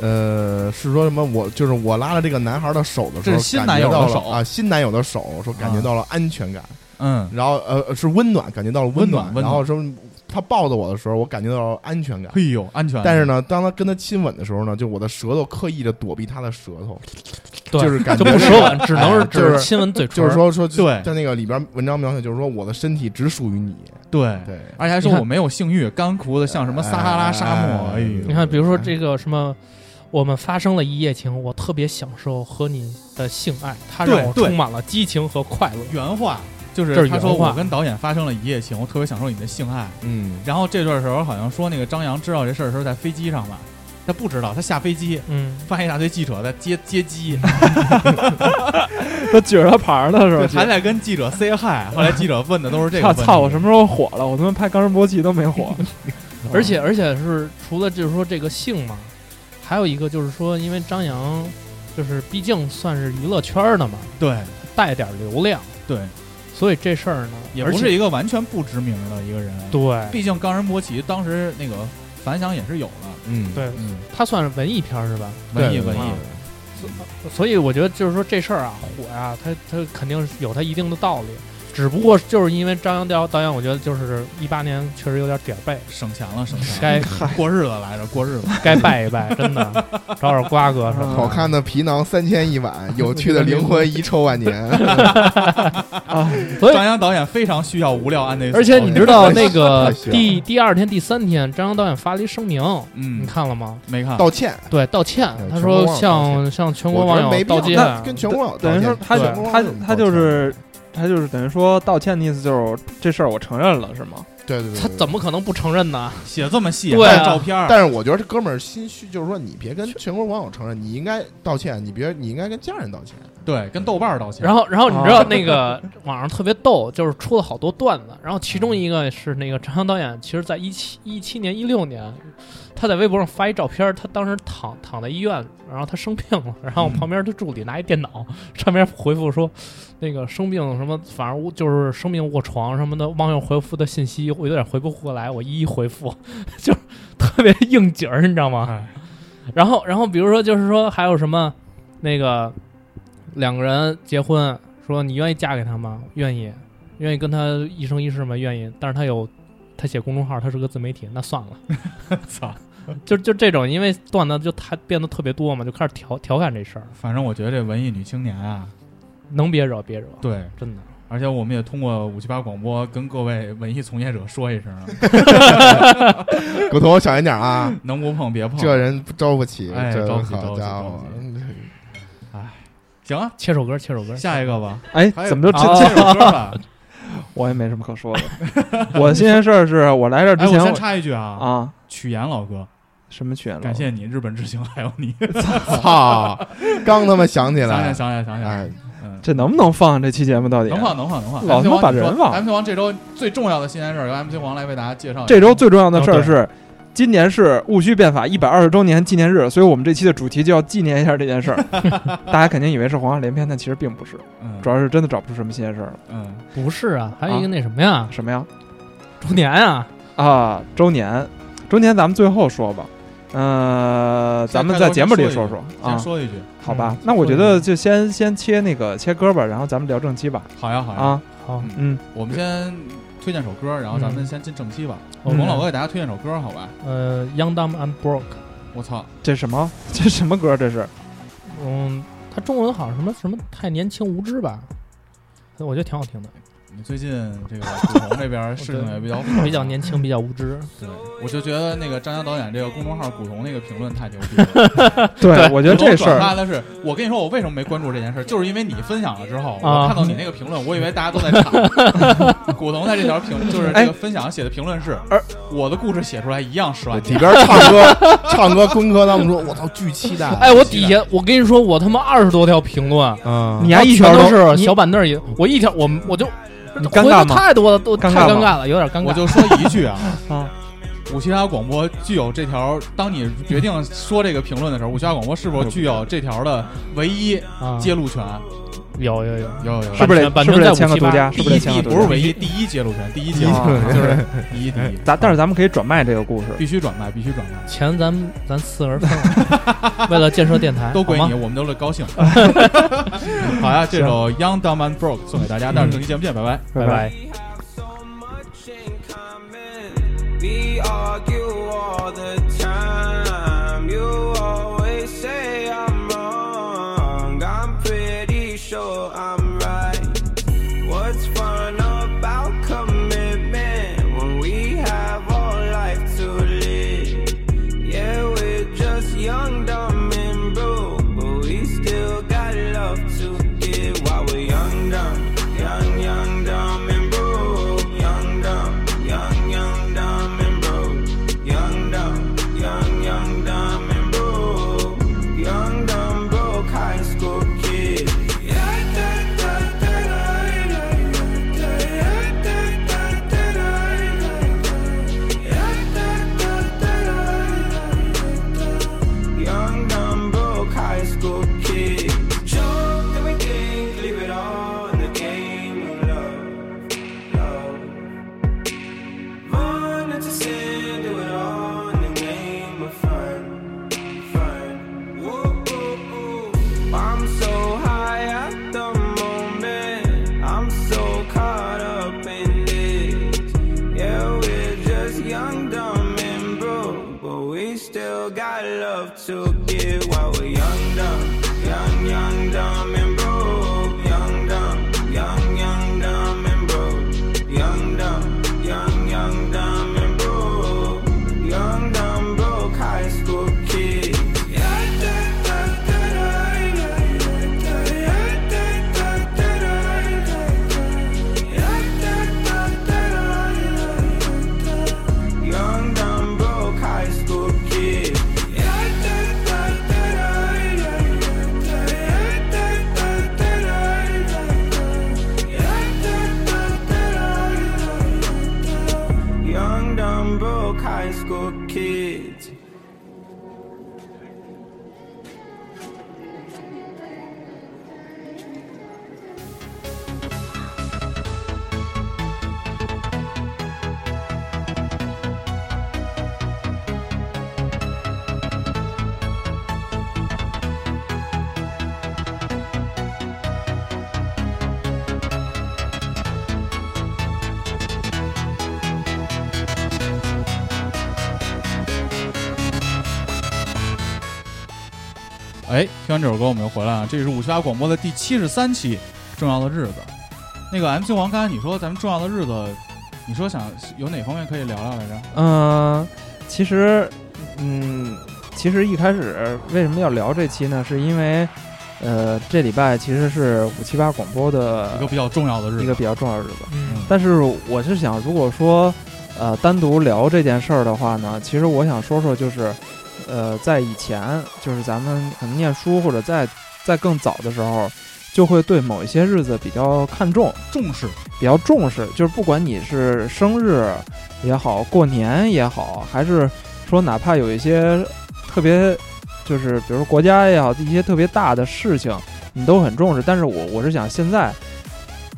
S4: 呃，是说什么？我就是我拉了这个男孩的手的时
S3: 这
S4: 候，
S3: 是新
S4: 感
S3: 男
S4: 觉
S3: 友的
S4: 到了
S3: 手啊
S4: 啊，新男友的手，说感觉到了安全感，
S3: 嗯，
S4: 然后呃呃是温暖，感觉到了暖，
S3: 温暖温暖
S4: 然后说他抱着我的时候，我感觉到了安全感。
S3: 嘿呦，安全。
S4: 但是，呢，当他跟他亲吻的时候呢，就我的舌头刻意的躲避他的舌头，
S6: 对
S4: 就是感
S6: 就
S4: 觉
S6: 不舌吻，只能
S4: 哎
S6: 是只
S4: 就是
S6: 是亲吻嘴唇，
S4: 就是说说
S3: 对哎
S4: 在那个里边文章描写就是说我的身体只属于你，
S3: 对，
S4: 对，
S3: 而且还说
S6: 你看
S3: 我没有性欲，干枯的像什么撒哈拉沙漠。
S4: 哎
S3: 哎呦，
S6: 你看，比如说这个什么，我们发生了一夜情，我特别享受和你的性爱，它让
S3: 对
S6: 我
S3: 对
S6: 充满了激情和快乐。
S3: 原话就
S6: 这
S3: 是
S6: 是
S3: 他说
S6: 原话
S3: 我跟导演发生了一夜情，我特别享受你的性爱。
S4: 嗯，
S3: 然后这段时候好像说那个张扬知道这事儿的时候在飞机上吧，他不知道，他下飞机
S6: 嗯，
S3: 发现一大堆记者在 接接机，
S1: 他举着他牌儿呢，是吧？
S3: 还在跟记者 say hi。后来记者问的都是这个
S1: 操
S3: 问题。
S1: 操！我什么时候火了？我他妈拍《冈仁波齐》都 没火。
S6: 嗯而
S3: 哦
S6: 且而且是除了就是说这个性嘛，还有一个就是说，因为张扬就是毕竟算是娱乐圈的嘛，
S3: 对
S6: 带点流量，
S3: 对，
S6: 所以这事儿呢，
S3: 也
S6: 而
S3: 不
S6: 且
S3: 是一个完全不知名的一个人。，
S6: 对
S3: 毕竟冈仁波齐当时那个反响也是有的。
S4: 嗯，
S5: 对
S3: 嗯，
S6: 他算是文艺片儿是吧？
S4: 对
S3: 文艺文艺，
S6: 所以我觉得就是说这事儿啊火呀、它它肯定是有它一定的道理，只不过就是因为张扬导导演，我觉得就是一八年确实有点点儿背，
S3: 省钱了，省钱
S6: 该
S3: 了。过日子来着，过日子。
S6: 该拜一拜，真的 找点瓜葛什么
S4: 好看的皮囊三千一晚，有趣的灵魂遗臭万 年。
S1: 啊
S6: 对
S3: 张扬导演非常需要无聊安内。
S6: 而且你知道那
S4: 哦
S6: 个
S4: 太虚了
S6: 呃第第二天、第三天，张扬导演发了一声明，
S3: 嗯
S6: 你看了吗？
S3: 没看？
S4: 道歉，
S6: 对，道歉
S4: 对，
S6: 他说
S4: 哎全国网友
S6: 向向全国
S4: 我觉得
S6: 网
S4: 没
S6: 友
S4: 必要
S6: 道歉啊
S4: 那，跟全国网友
S1: 等于说他
S4: 道
S1: 就
S4: 歉
S1: 他他就是他就是等于说道歉的意思就是这事儿我承认了是吗？
S4: 对对对，
S6: 他
S4: 对
S6: 怎？么可能不承认 呢？
S3: 写这么细，
S6: 对
S3: 还
S6: 啊
S3: 有照片儿，
S4: 但是我觉得这哥们儿心虚，就是说你别跟全国网友承认，你应该道歉，你别你应该跟家人道歉。
S3: 对，跟豆瓣儿道歉。
S6: 然后，然后你知道那个 网上特别逗，就是出了好多段子。然后其中一个是那个张扬导演，其实在一七一七年、一六年，他在微博上发一照片，他当时躺躺在医院，然后他生病了，然后旁边他助理拿一电脑，上面回复说，那个生病什么，反正我就是生病卧床什么的，忘了回复的信息，我有点回不过来，我一一回复， 就是特别应景儿，你知道吗？然后，然后比如说就是说还有什么那个。两个人结婚，说你愿意嫁给他吗？愿意，愿意跟他一生一世吗？愿意。但是他有，他写公众号，他是个自媒体，那算了。
S3: 操，
S6: 就就这种，因为段子就他变得特别多嘛，就开始调调侃这事儿，
S3: 反正我觉得这文艺女青年啊，
S6: 能别惹别惹，
S3: 对，
S6: 真的。
S3: 而且我们也通过五七八广播跟各位文艺从业者说一声啊，
S4: 狗头小心点啊，
S3: 能不碰别碰。
S4: 这人招不起，
S3: 嗯哎
S4: 这
S3: 招不起
S4: 好
S3: 招不起
S4: 家
S3: 招
S4: 伙
S3: 不起，行啊，
S6: 切首歌，切首歌。
S3: 下一个吧。
S1: 哎
S3: 还，有
S1: 怎么就
S3: 啊
S1: 这？
S3: 这首歌 吧？
S1: 我也没什么可说的。 我新鲜事儿是我来这儿
S3: 哎，
S1: 之
S3: 我
S1: 前
S3: 先
S1: 我
S3: 插一句啊，
S1: 啊
S3: 曲岩老哥，
S1: 什么啊选了？
S3: 感谢你，日本之行还有 你。
S4: 嗯操！刚他妈想起
S3: 想想
S4: 来，
S3: 想想想想，
S4: 哎，
S3: 嗯，
S1: 这能不能放这期节目？到底啊
S3: 能放能放能放。
S1: 老
S3: MC
S1: 他妈
S3: 王
S1: 把
S3: 你
S1: 人
S3: 说
S1: 忘了
S3: MC 王这周最重要的新鲜事儿由 MC 王来为大家介绍一下。
S1: 这周最重要的事
S6: 哦
S1: 儿是。今年是戊戌变法一百二十周年纪念日，所以我们这期的主题就要纪念一下这 件事儿。大家肯定以为是黄话连篇，但其实并不是，
S3: 嗯
S1: 主要是真的找不出什么新鲜事儿了。
S3: 嗯
S6: 不是啊，还有一个那什么呀，
S1: 什么呀？
S6: 周年啊，
S1: 啊，周年，周年咱们最后说吧。呃，咱们在节目里说说
S3: 先
S1: 啊，
S3: 说一句，
S1: 好吧
S6: 嗯？
S1: 那我觉得就先先切那个切歌吧，然后咱们聊正题吧。
S3: 好呀好呀。
S1: 啊，
S6: 好，
S1: 嗯，
S3: 我们先推荐首歌，然后咱们先进正题吧。
S1: 哦
S6: 嗯
S3: 冯老哥给大家推荐首歌，好吧？
S6: 呃，Young Dumb and Broke，
S3: 我操，
S1: 这什么？ 这什么歌？这是
S6: 嗯，他中文好像什么什么太年轻无知吧，我觉得挺好听的，
S3: 你最近这个古潼这边事情也比 较
S6: 比较年轻，比较无知。
S1: 嗯
S3: 对，我就觉得那个张扬导演这个公众号古潼那个评论太牛逼了。
S1: 对， 我觉得这
S3: 我
S1: 事
S3: 转发
S1: 儿
S3: 的是，我跟你说，我为什么没关注这件事，就是因为你分享了之后，
S6: 啊
S3: 我看到你那个评 论，我以为大家都在吵。 古潼在这条评就是这
S1: 哎
S3: 个分享写的评论是，
S1: 而
S3: 我的故事写出来一样十万
S4: 里
S3: 加。
S4: 边唱歌唱歌，坤哥他们说，我操，巨期待。
S6: 哎，我底下我跟你说，我他妈二十多条评论，
S4: 嗯，
S1: 你还一条
S6: 全
S1: 都
S6: 都是
S1: 你
S6: 小板凳儿也，我一条我我就
S1: 你尴尬吗
S6: 回复太多了，都
S1: 尴尬
S6: 太
S1: 吗
S6: 尴尬了，有点尴
S3: 我
S6: 尬。
S3: 就说一句啊，
S1: 啊，
S3: 五七八广播具有这条，当你决定说这个评论的时候，五七八广播是否具有这条的唯一
S6: 啊，
S3: 揭露权？
S6: 有有有，
S3: 有有有，
S1: 是不是
S6: 版权
S1: 得是
S6: 版权
S1: 不是
S6: 在
S1: 得签
S3: 第一第一
S1: 个独家？是不是得签个
S6: 578
S1: 独
S3: 不是
S1: 家？
S3: 唯一，第一揭露权，第一揭露
S1: 啊
S3: 权就是第一第一，
S1: 咱但是咱们可以转卖这个故事，
S3: 必须转卖，必须转卖，
S6: 钱咱们咱四个人分了， 为了建设电台，
S3: 都归
S6: 哎好
S3: 你，
S6: 吗。
S3: 我们都乐高兴。嗯好呀，这首《Young Dumb and Broke》送给大家，但是整期节目见，拜拜。啊
S1: 拜
S6: 拜拜。
S7: We have so much in common. We argue all the time. You always say I'm wrong. I'm pretty sure I'm right. What's fun about commitment when we have all life to live? Yeah, we're just young, dumb, and broke, but we still got love to give while we're young, dumb, young, young, dumb, and broke. Young, dumb, young, young, dumb, and broke. Young, dumb, young, young, dumb, and broke. Young, dumb, broke high school kid. Yeah, da, da, da, Young, dumb, broke high school kid. Joke that we think, leave it all in the game of love. Love. Run into sin, do it all in the name of fun fine. Whoop, ooh, ooh. I'm so high at the moment. I'm so caught up in it. Yeah, we're just young, dumb, and broke. But we still got love to give while we're young, dumb. Young, young, dumb, and broke. Young, dumb, young, young, dumb, and broke. Young, dumb, young, young, dumb, and broke. Young, dumb, broke high school kid. Young, dumb, broke high school kid. Young, dumb, broke high school kids.
S3: 哎，听完这首歌我们又回来了，这是五七八广播的第七十三期《重要的日子》。那个 MC 王，刚才你说咱们重要的日子，你说想有哪方面可以聊聊来着？
S1: 嗯，其实，嗯，其实一开始为什么要聊这期呢？是因为，呃，这礼拜其实是五七八广播的
S3: 一啊个比较重要的日子，
S1: 一个比较重要的日子。
S6: 嗯，
S1: 但是我是想，如果说，呃，单独聊这件事儿的话呢，其实我想说说就是，呃，在以前，就是咱们可能念书或者在在更早的时候，就会对某一些日子比较看重。
S3: 重视，
S1: 比较重视，就是不管你是生日也好，过年也好，还是说哪怕有一些特别，就是比如说国家也好，一些特别大的事情，你都很重视。但是我我是想现在，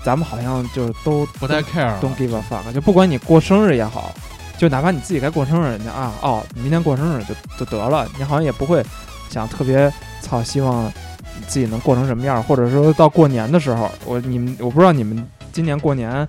S1: 咱们好像就是都
S3: 不太 care 了
S1: don't give a fuck，就不管你过生日也好，就哪怕你自己该过生日，你啊哦，你明天过生日就就得了，你好像也不会想特别操，希望你自己能过成什么样，或者说到过年的时候，我你们我不知道你们今年过年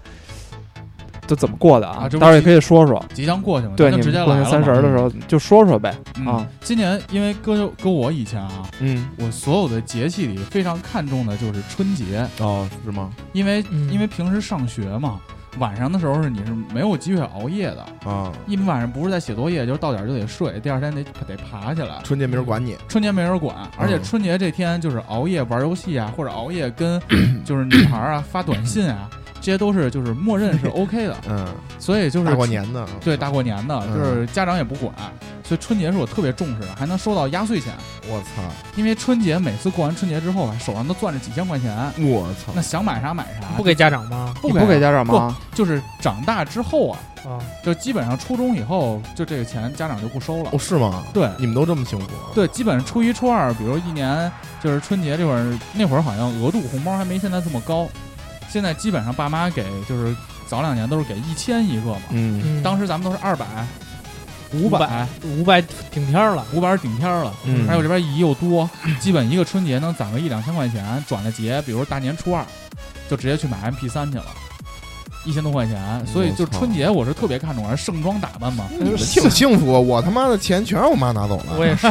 S1: 都怎么过的啊，
S3: 啊这不
S1: 到时候也可以说说，
S3: 即将过去嘛，
S1: 对
S3: 那
S1: 你
S3: 就直接
S1: 们
S3: 来
S1: 过年
S3: 了
S1: 三十
S3: 嘛
S1: 儿的时候就说说呗，
S3: 嗯
S1: 啊，
S3: 今年因为搁搁我以前啊，
S1: 嗯，
S3: 我所有的节气里非常看重的就是春节，
S4: 哦，是吗？
S3: 因为、
S6: 嗯
S3: 因为平时上学嘛，晚上的时候是你是没有机会熬夜的，
S4: 啊，
S3: 一晚上不是在写作业，就是到点儿就得睡，第二天得得爬起来。
S4: 春节没人管你，
S3: 春节没人管，而且春节这天就是熬夜玩游戏啊，或者熬夜跟就是女孩啊发短信啊，这些都是就是默认是 OK 的，
S4: 嗯，
S3: 所以就是
S4: 大过年的，啊
S3: 对大过年的，
S4: 嗯
S3: 就是家长也不管，所以春节是我特别重视的，还能收到压岁钱。
S4: 我操，
S3: 因为春节每次过完春节之后吧，啊手上都攥着几千块钱，
S4: 我操
S3: 那，想买啥买啥，
S6: 不给家长吗？
S3: 不
S1: 你
S3: 给
S1: 不给
S3: 家
S1: 家长吗？
S3: 就是长大之后啊，
S5: 啊，
S3: 就基本上初中以后，就这个钱家长就不收了
S4: 哦。是吗？
S3: 对
S4: 你们都这么幸福？，啊
S3: 对，基本上初一、初二，比如一年就是春节这会儿，那会儿好像额度红包还没现在这么高，现在基本上爸妈给就是早两年都是给一千一个嘛，
S4: 嗯
S6: 嗯
S3: 当时咱们都是二百、
S6: 五
S3: 百、啊
S6: 五百顶天儿了，
S3: 五百是顶天儿了。
S4: 嗯
S3: 还有这边姨又多，基本一个春节能攒个一两千块钱，转了节，比如大年初二，就直接去买 MP 三去了，一千多块钱。所以就
S4: 我操嗯
S3: 春节我是特别看重，而盛装打扮嘛，
S4: 你们挺幸福，啊我他妈的钱全让我妈拿走
S3: 啊
S4: 了。
S6: 我也是，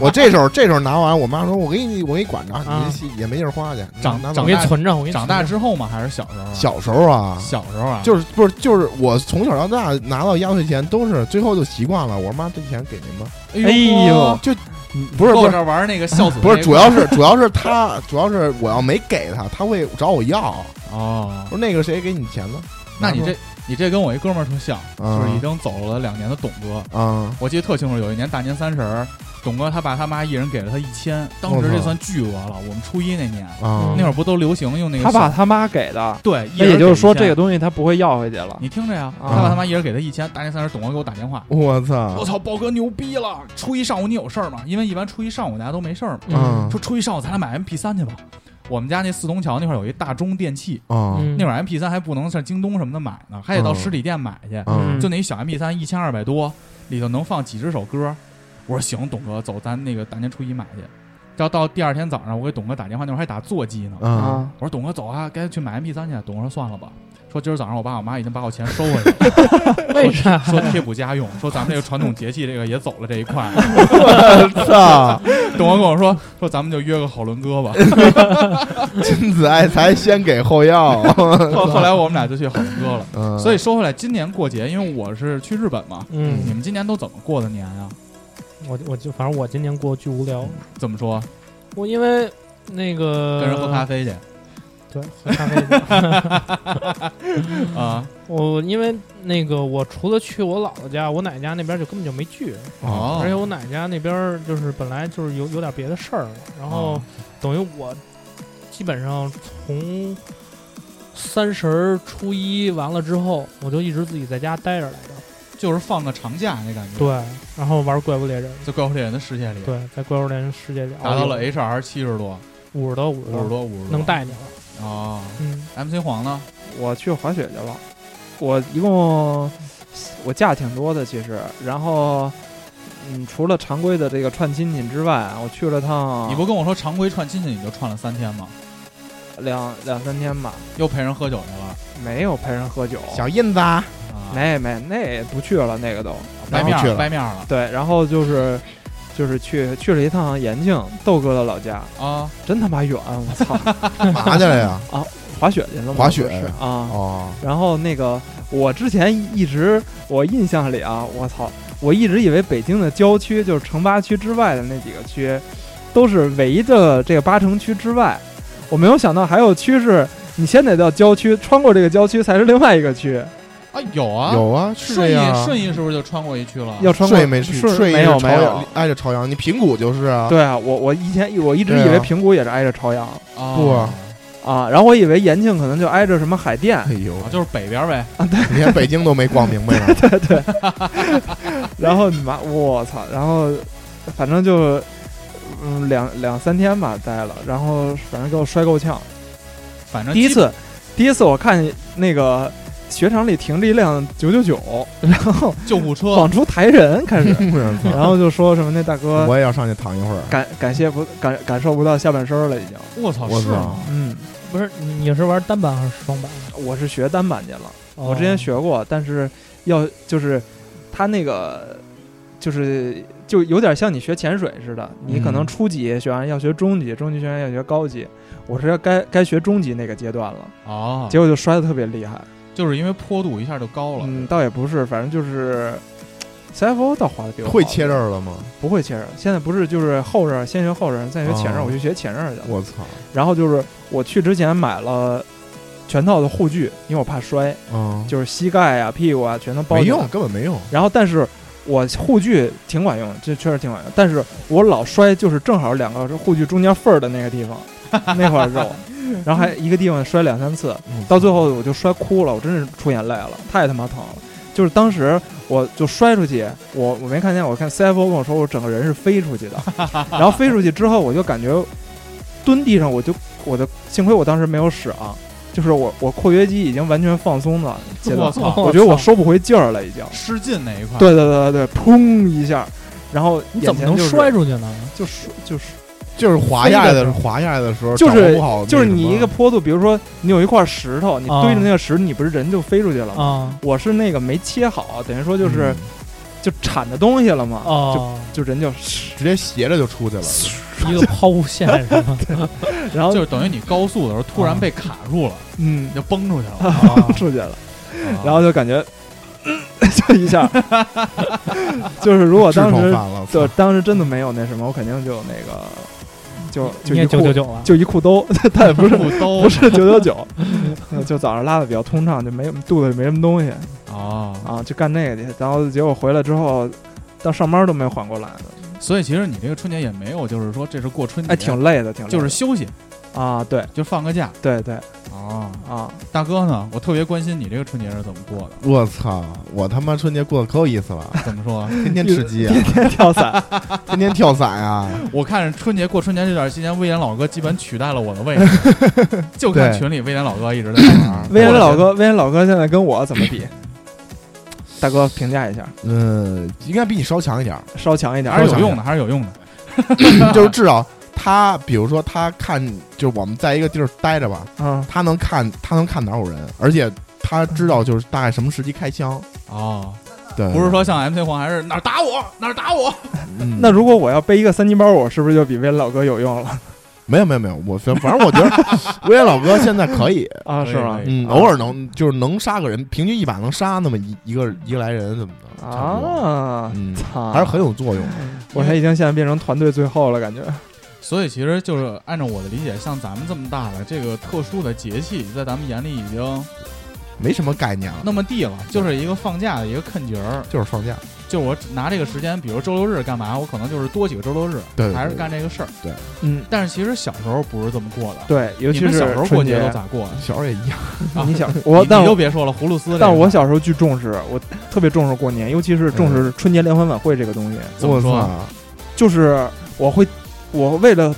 S4: 我这手这手拿完，我妈说：“我给你，我给你管着，
S6: 啊
S4: 你也没地儿花去。拿”
S3: 长
S4: 拿
S6: 我
S4: 走
S3: 长
S6: 给
S3: 大
S6: 你存着，我给你
S3: 长
S6: 存
S3: 大
S6: 着
S3: 之后嘛，还是小时候啊？
S4: 小时候啊，
S3: 小时候啊，
S4: 就是不是就是我从小到大拿到压岁钱都是最后就习惯了。我说妈，这钱给您吧。
S1: 哎呦，
S4: 就不是不
S3: 够
S4: 是
S3: 着玩那个孝子那个，
S4: 不是，主要是主要是他，主要是我要没给他，他会找我要。
S3: 哦
S4: 我。说那个谁给你钱了？
S3: 那你这你这跟我一哥们儿特像，
S4: 嗯
S3: 就是已经走了两年的董哥，
S4: 啊，
S3: 我记得特清楚，有一年大年三十儿，董哥他爸他妈一人给了他一千，当时这算巨额了。我们初一那年，
S4: 啊，
S3: 那会儿不都流行用那个
S1: 他
S3: 小
S1: 爸他妈给的，
S3: 对，一
S1: 那
S3: 人
S1: 也就是说
S3: 给一千
S1: 这个东西他不会要回去了。
S3: 你听着呀，
S1: 啊
S3: 他爸他妈一人给他一千，大年三十董哥给我打电话。
S4: 我
S3: 我
S4: 操，
S3: 操，豹哥牛逼了！初一上午你有事儿吗？因为一般初一上午大家都没事儿嘛。
S4: 嗯
S3: 说初一上午咱俩买 MP 三去吧。我们家那四通桥那块儿有一大中电器，
S4: 啊
S6: 嗯
S3: 那会儿 MP 3还不能上京东什么的买呢，还得到实体店买去。
S6: 哦
S4: 啊
S3: 就那一小 MP 3一千二百多，里头能放几十首歌。我说行，董哥，走，咱那个大年初一买去。要到第二天早上，我给董哥打电话，那会儿还打座机呢。
S6: 嗯
S4: 啊！
S1: 啊，
S3: 我说董哥，走啊，该去买 MP 3去。董哥说算了吧，说今儿早上我爸我妈已经把我钱收回去了，
S6: 为啥？
S3: 说贴补家用，说咱们这个传统节气这个也走了这一块。
S4: 我
S1: 啊
S4: 操，
S3: 董哥跟我说，说咱们就约个好伦哥 吧。
S4: 君子爱财，先给后 要。
S3: 后后来我们俩就去好伦哥了。
S4: 嗯
S3: 所以说回来，今年过节，因为我是去日本嘛，你
S6: 嗯，
S3: 们今年都怎么过的年啊？
S5: 我我就反正我今年过得巨无聊，
S3: 怎么说？
S6: 我因为那个
S3: 跟人喝咖啡去
S5: 对，喝咖啡。
S3: 啊？
S6: 我因为那个我除了去我姥姥家，我奶奶家那边就根本就没聚，而且
S3: 哦，
S6: 我奶奶家那边儿就是本来就是有有点别的事儿了，然后
S3: 哦
S6: 等于我基本上从三十儿初一完了之后，我就一直自己在家待着来着。
S3: 就是放个长假那感觉。
S6: 对，，然后玩怪物猎人，
S3: 在怪物猎人的世界里，
S6: 对，在怪物猎人世界里
S3: 嗯
S6: 哦
S3: 达到了 HR 七十多、
S6: 五十多五
S3: 五十多、五十多，
S6: 能带你了。
S3: 啊。
S6: 嗯
S3: MC 黄呢？
S1: 我去滑雪去了，我一共我假挺多的其实，然后嗯，除了常规的这个串亲戚之外，啊我去了趟
S3: 你不跟我说常规串亲戚你就串了三天吗？
S1: 两两三天吧，
S3: 又陪人喝酒去了
S1: 没有陪人喝酒，
S4: 小印子啊，
S3: 啊？
S1: 没没那也不去了那个都
S3: 掰
S4: 然
S3: 面
S4: 后去
S3: 儿
S4: 了
S3: 掰面儿了
S1: 对，然后就是就是去去了一趟延庆豆哥的老家，
S3: 啊！
S1: 真他妈远，我操，
S4: 干嘛去了呀？
S1: 滑雪去了吗，
S4: 滑雪
S1: 不是啊。
S4: 哦，
S1: 然后那个，我之前一直我印象里啊，我操，我一直以为北京的郊区，就是城八区之外的那几个区，都是围着这个八城区之外。我没有想到还有区是，你先得到郊区，穿过这个郊区才是另外一个区，
S3: 啊，有啊，
S4: 有啊，是
S3: 顺
S4: 这样啊
S3: 义，顺义是不是就穿过一区了？
S1: 要穿过
S4: 顺义没去，
S1: 顺
S4: 顺义
S1: 没
S4: 是
S1: 有
S4: 朝
S1: 没有
S4: 阳，，挨着朝阳。你平谷就是啊，
S1: 对啊，我我以前我一直
S4: 对啊
S1: 以为平谷也是挨着朝阳
S3: 啊
S4: 不啊
S1: 啊，然后我以为延庆可能就挨着什么海淀，
S4: 哎呦，
S3: 啊，就是北边呗。
S4: 你 连北京都没逛明白 呢。，
S1: 然后你妈，我操！然后反正就嗯两两三天吧待了，然后反正给我摔够呛。
S3: 反正
S1: 第一
S3: 啊基本
S1: 次，第一次我看那个雪场里停着一辆九九九，然后
S3: 救护车
S1: 往出抬人开 始
S4: 我
S1: 然后就说什么那大哥
S4: 也要上去躺一会儿。
S1: 感感谢不感感受不到下半身了已经。
S3: 我操，
S4: 我
S3: 是
S4: 操
S3: 吗
S1: 嗯，
S6: 不是你你是玩单板还是双板？
S1: 我是学单板去了，我
S6: 哦
S1: 之前学过，但是要就是他那个就是就有点像你学潜水似的，你可能
S3: 嗯
S1: 初级学完要学中级，中级学完要学高级，我是要该该学中级那个阶段了，
S3: 哦，
S1: 结果就摔得特别厉害。
S3: 就是因为坡度一下就高了。
S1: 嗯，倒也不是，反正就是。CFO 倒滑的比我好
S4: 会切，刃了吗？
S1: 不会切刃。现在不是就是后刃，先学后刃，再学前刃，
S4: 哦
S1: 我去学前刃去了。
S4: 我操！
S1: 然后就是我去之前买了全套的护具，因为我怕摔，
S4: 嗯，
S1: 就是膝盖啊、屁股啊全都包
S4: 没
S1: 起来
S4: 用，根本没用。
S1: 然后，但是我护具挺管用，这确实挺管用。但是我老摔，就是正好两个护具中间缝儿的那个地方，那块儿 肉，然后还一个地方摔两三次，嗯
S4: 嗯
S1: 到最后我就摔哭了，我真是出眼泪了，太他妈疼了。就是当时我就摔出去，我我没看见，我看 CFO 跟我说我整个人是飞出去的， 然后飞出去之后我就感觉蹲地上，我就我的幸亏我当时没有使啊，就是我我括约肌已经完全放松了，解到
S3: 我操，
S1: 我觉得我收不回劲儿了已经。
S3: 失禁那一块，，
S1: 对对对对对，砰一下，然后
S6: 啊哦你怎么能摔？出去呢？
S1: 就是就是
S4: 就是滑下来的
S6: 飞
S4: 滑下来的时候，
S1: 就是
S4: 掌握不好
S1: 就是
S4: 哦那
S1: 你
S4: 什么
S1: 一个坡度，比如说你有一块石头，你
S6: 啊
S1: 堆着那个石，你不是人就飞出去了吗？
S6: 啊
S1: 我是那个没切好，啊等于说就是
S4: 嗯
S1: 就铲的东西了嘛，
S6: 哦，
S1: 就人 就，
S4: 直接斜着就出去了，
S6: 一个抛物线是吗？
S1: 然后
S3: 就是等于你高速的时候突然被卡住了，
S1: 嗯
S3: 你就崩 出去了，啊
S1: 出去
S6: 啊
S1: 了，然后就感觉。 嗯就一下， 就是如果
S4: 痔
S1: 当
S4: 疮犯
S1: 时
S4: 了，
S1: 就
S4: 操
S1: 当时真的没有那什么，我肯定就那个就 就
S6: 你也
S1: 一
S6: 九
S1: 裤
S6: 九九了，
S1: 就一裤兜， 他也不 是
S3: 不兜
S1: 不是九九九，呃就早上拉的比较通畅，就没肚子里没什么东西
S3: 哦，
S1: 啊，就干那个去。然后结果回来之后，到上班都没缓过来呢，
S3: 所以其实你这个春节也没有，就是说这是过春节，
S1: 哎，挺累的，挺累的
S3: 就是休息，
S1: 啊，对
S3: 就放个假
S1: 对对
S3: 哦。
S1: 啊，
S3: 大哥呢？我特别关心你这个春节是怎么过 的？
S4: 我操！我他妈春节过得可有意思 了，
S3: 怎么说？
S4: 天天吃鸡啊，
S1: 天天跳伞，
S4: 天天跳伞 啊，
S3: 我看春节过春节这段期间，威廉老哥基本取代了我的位置， 就看
S4: 对
S3: 群里威廉老哥一直在玩儿。
S1: 威廉老哥，威廉老哥现在跟我怎么比？大哥评价一下，
S4: 嗯，应该比你稍强一点 儿，
S1: 稍强一点，
S3: 还是有
S1: 稍强一
S3: 用
S1: 点
S3: 的，还是有用的。
S4: 就是至少他，比如说他看，就是我们在一个地儿待着吧，
S1: 嗯，
S4: 他能看，他能看哪有人，而且他知道就是大概什么时机开枪，
S3: 哦，
S4: 对，
S3: 不是说像 MC 黄，还是哪儿打我哪儿打我。
S4: 嗯
S1: 那如果我要背一个三级包，我是不是就比威廉老哥有用了
S4: 没有没有没有，我反反正我觉 得威廉老哥现在可以，
S1: 啊？
S3: 可以
S1: 是吗
S3: 可？以
S4: 嗯，偶尔能就是能杀个人，平均一把能杀那么一一个一个来人怎么的，差不多
S1: 啊，
S4: 嗯，
S1: 操，
S4: 还是很有作用的，
S1: 我才已经现在变成团队最后了，感觉
S3: 所以其实就是按照我的理解，像咱们这么大的这个特殊的节气，在咱们眼里已经
S4: 没什么概念了，
S3: 那么地了，就是一个放假的一个啃节儿。
S4: 就是放假，
S3: 就是我拿这个时间，比如周六日干嘛，我可能就是多几个周六日，
S4: 对对
S3: 还是干这个事儿。
S1: 嗯。
S3: 但是其实小时候不是这么过的。
S1: 对，尤
S3: 你
S1: 其
S3: 们
S1: 是
S3: 小时候过
S1: 春
S3: 节
S1: 节
S3: 都咋过的？
S4: 小时候也一样，
S3: 啊
S1: 你想
S3: 你
S1: 我，但
S3: 你就
S1: 我
S3: 别说了，葫芦丝这个。嗯
S1: 但我小时候巨重视，我特别重视过年，尤其是重视春节联欢晚会这个东西。
S3: 怎么
S4: 我
S3: 说
S4: 操，
S1: 就是我会，我为了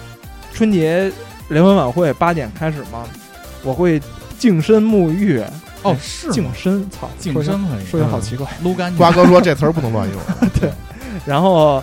S1: 春节联欢晚会八点开始嘛，我会净身沐浴。
S3: 哦是吗
S1: 净身，操，
S3: 净
S1: 说起来
S3: 身可以
S1: 说的好嗯奇怪。
S3: 撸干净。
S4: 瓜哥说这词儿不能乱用，
S1: 然后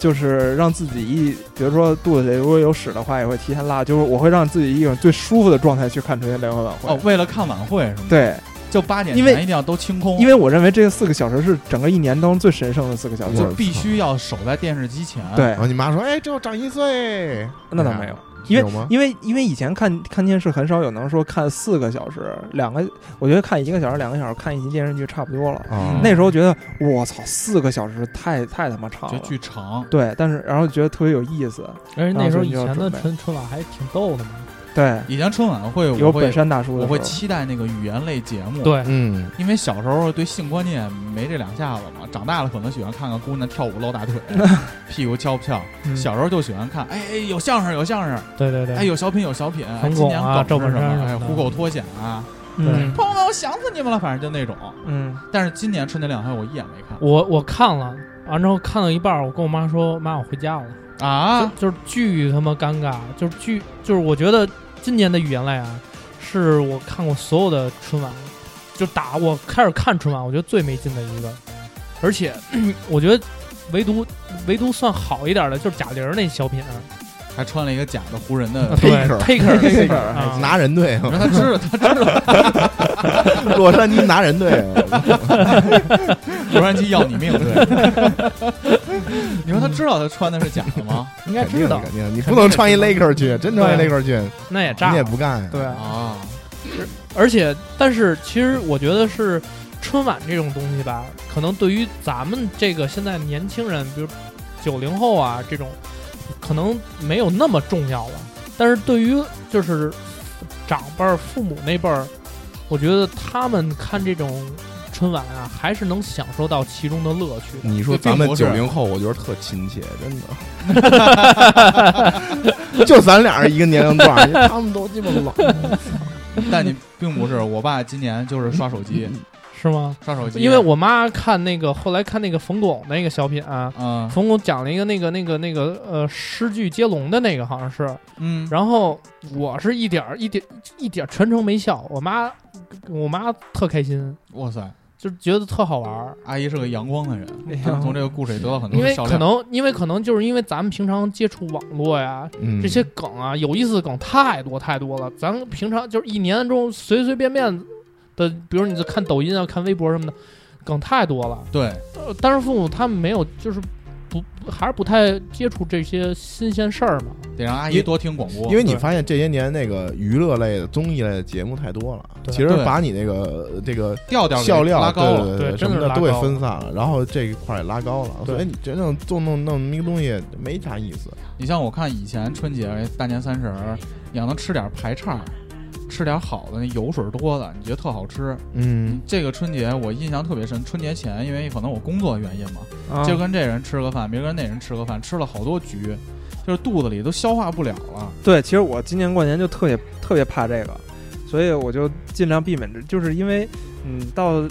S1: 就是让自己一，比如说肚子里如果有屎的话，也会提前拉，就是我会让自己一种最舒服的状态去看春节联欢晚会。
S3: 哦，为了看晚会是吗？，
S1: 对，
S3: 就八点
S1: 因为
S3: 前一定要都清空，
S1: 因为我认为这四个小时是整个一年当中最神圣的四个小时。
S3: 就啊必须要守在电视机前。，
S1: 对
S4: 然，后你妈说，哎，这我长一岁，
S1: 那
S3: 哎
S1: 倒没有，
S3: 啊
S1: 因
S4: 有吗？
S1: 因为因为以前看看电视很少有能说看四个小时，两个，我觉得看一个小时、两个小时看一集电视剧差不多了。
S3: 嗯
S4: 啊，
S1: 那时候觉得我操，四个小时太太他妈长
S3: 就
S1: 了。
S3: 巨长。
S1: 对，但是然后觉得特别有意思。
S6: 而且那时候以
S1: 然后
S6: 前
S1: 就要
S6: 的
S1: 准备
S6: 春春晚还挺逗的嘛。
S1: 对，
S3: 以前春晚会我
S1: 有本
S3: 会
S1: 山大叔
S3: 我
S1: 的
S3: 会
S1: 时
S3: 期待那个语言类节目，，
S6: 对，
S4: 嗯，。
S3: 因为小时候对性观念没这两下子嘛，长大了可能喜欢看看姑娘跳舞露大腿， 屁股翘不翘。
S1: 候，嗯
S3: 小时候就喜欢看，哎，哎有相声有相声，
S6: 对对对，
S3: 哎有小品有小品，哎
S6: 冯
S3: 今年
S6: 巩啊
S3: 梗
S6: 赵
S3: 是
S6: 本
S3: 什
S6: 山
S3: 么？
S6: 什
S3: 哎，
S6: 么的
S3: 虎口脱险啊，
S1: 嗯
S3: 朋友们我想死你们了，反正就那种。
S1: 嗯
S3: 但是今年春节两会我一眼没看
S6: 我我看了，完之后看到一半儿，我跟我妈说：“妈，我回家了。
S3: 啊，
S6: 就就是巨他妈尴尬，就是巨就是我觉得今年的语言类啊，是我看过所有的春晚，就打我开始看春晚，我觉得最没劲的一个，而且 我觉得唯独唯独算好一点的就是贾玲儿那小品儿，啊
S3: 还穿了一个假的湖人的
S4: Taker
S6: 对 Taker
S1: 这个
S6: 啊，
S4: 拿人队，
S3: 你说他知道， 他知道
S4: 洛杉矶拿人队，
S3: 洛杉矶要你命，对。你说他知道他穿的是假的吗？
S6: 应该
S4: 肯定
S6: 知
S4: 的
S6: 道
S4: 肯，定的，你不能穿一 Laker 去，真穿一 Laker 去，
S6: 那也炸
S4: 你也
S6: 了。
S4: 不干呀，
S1: 对，
S3: 啊，
S6: 而且，但是其实我觉得是春晚这种东西吧，可能对于咱们这个现在年轻人，比如九零后啊这种，可能没有那么重要了。但是对于就是长辈儿、父母那辈儿，我觉得他们看这种春晚啊，还是能享受到其中的乐趣的。
S4: 你说咱们
S3: 这并不是
S4: 九零后，我觉得特亲切，真的。 就咱俩是一个年龄段儿，他们都鸡巴老。
S3: 但你并不是，我爸今年就是刷手机，
S6: 是吗？
S3: 刷手机，
S6: 嗯因为我妈看那个后来看那个冯巩那个小品啊，
S3: 啊，
S6: 冯巩讲了一个那个那个那个呃诗句接龙的那个好像是，
S3: 嗯，
S6: 然后我是一点儿一点一点儿全程没笑，我妈我妈特开心，
S3: 哇塞，
S6: 就觉得特好玩儿，
S3: 阿姨是个阳光的人，
S1: 哎呀
S3: 她从这个故事也得到很多
S6: 嗯因
S3: 的
S6: 为
S3: 嗯笑
S6: 可
S3: 料。
S6: 能因为可能就是因为咱们平常接触网络呀，
S4: 嗯
S6: 这些梗啊，有意思的梗太多太多了。咱平常就是一年中随随便便的，比如你就看抖音啊、看微博什么的，梗太多了。
S3: 对，
S6: 呃但是父母他们没有，就是不还是不太接触这些新鲜事儿嘛。
S3: 得让阿
S4: 因
S3: 姨
S4: 为
S3: 多听广播，
S4: 因为你
S6: 对
S4: 发现这些年那个娱乐类的、综艺类的节目太多了，
S6: 对
S4: 其实
S3: 对
S4: 把你那个这个
S3: 调调给
S4: 笑料
S3: 拉高了。
S4: 对
S6: 对
S4: 什么
S6: 真的是
S4: 的
S6: 拉
S4: 都给
S6: 高了
S4: 分散了，然后这一块儿也拉高了，
S6: 对
S4: 所以你真正做弄弄那么一个东西没啥意思。
S3: 你像我看以前春节、哎大年三十儿，你要能吃点排叉儿，吃点好的那油水多的，你觉得特好吃。
S4: 嗯，
S3: 这个春节我印象特别深，春节前因为可能我工作的原因嘛，
S1: 啊
S3: 今儿跟这人吃个饭，明儿跟那人吃个饭，吃了好多局，就是肚子里都消化不了了。
S1: 对，其实我今年过年就特别特别怕这个，所以我就尽量避免这，就是因为嗯，到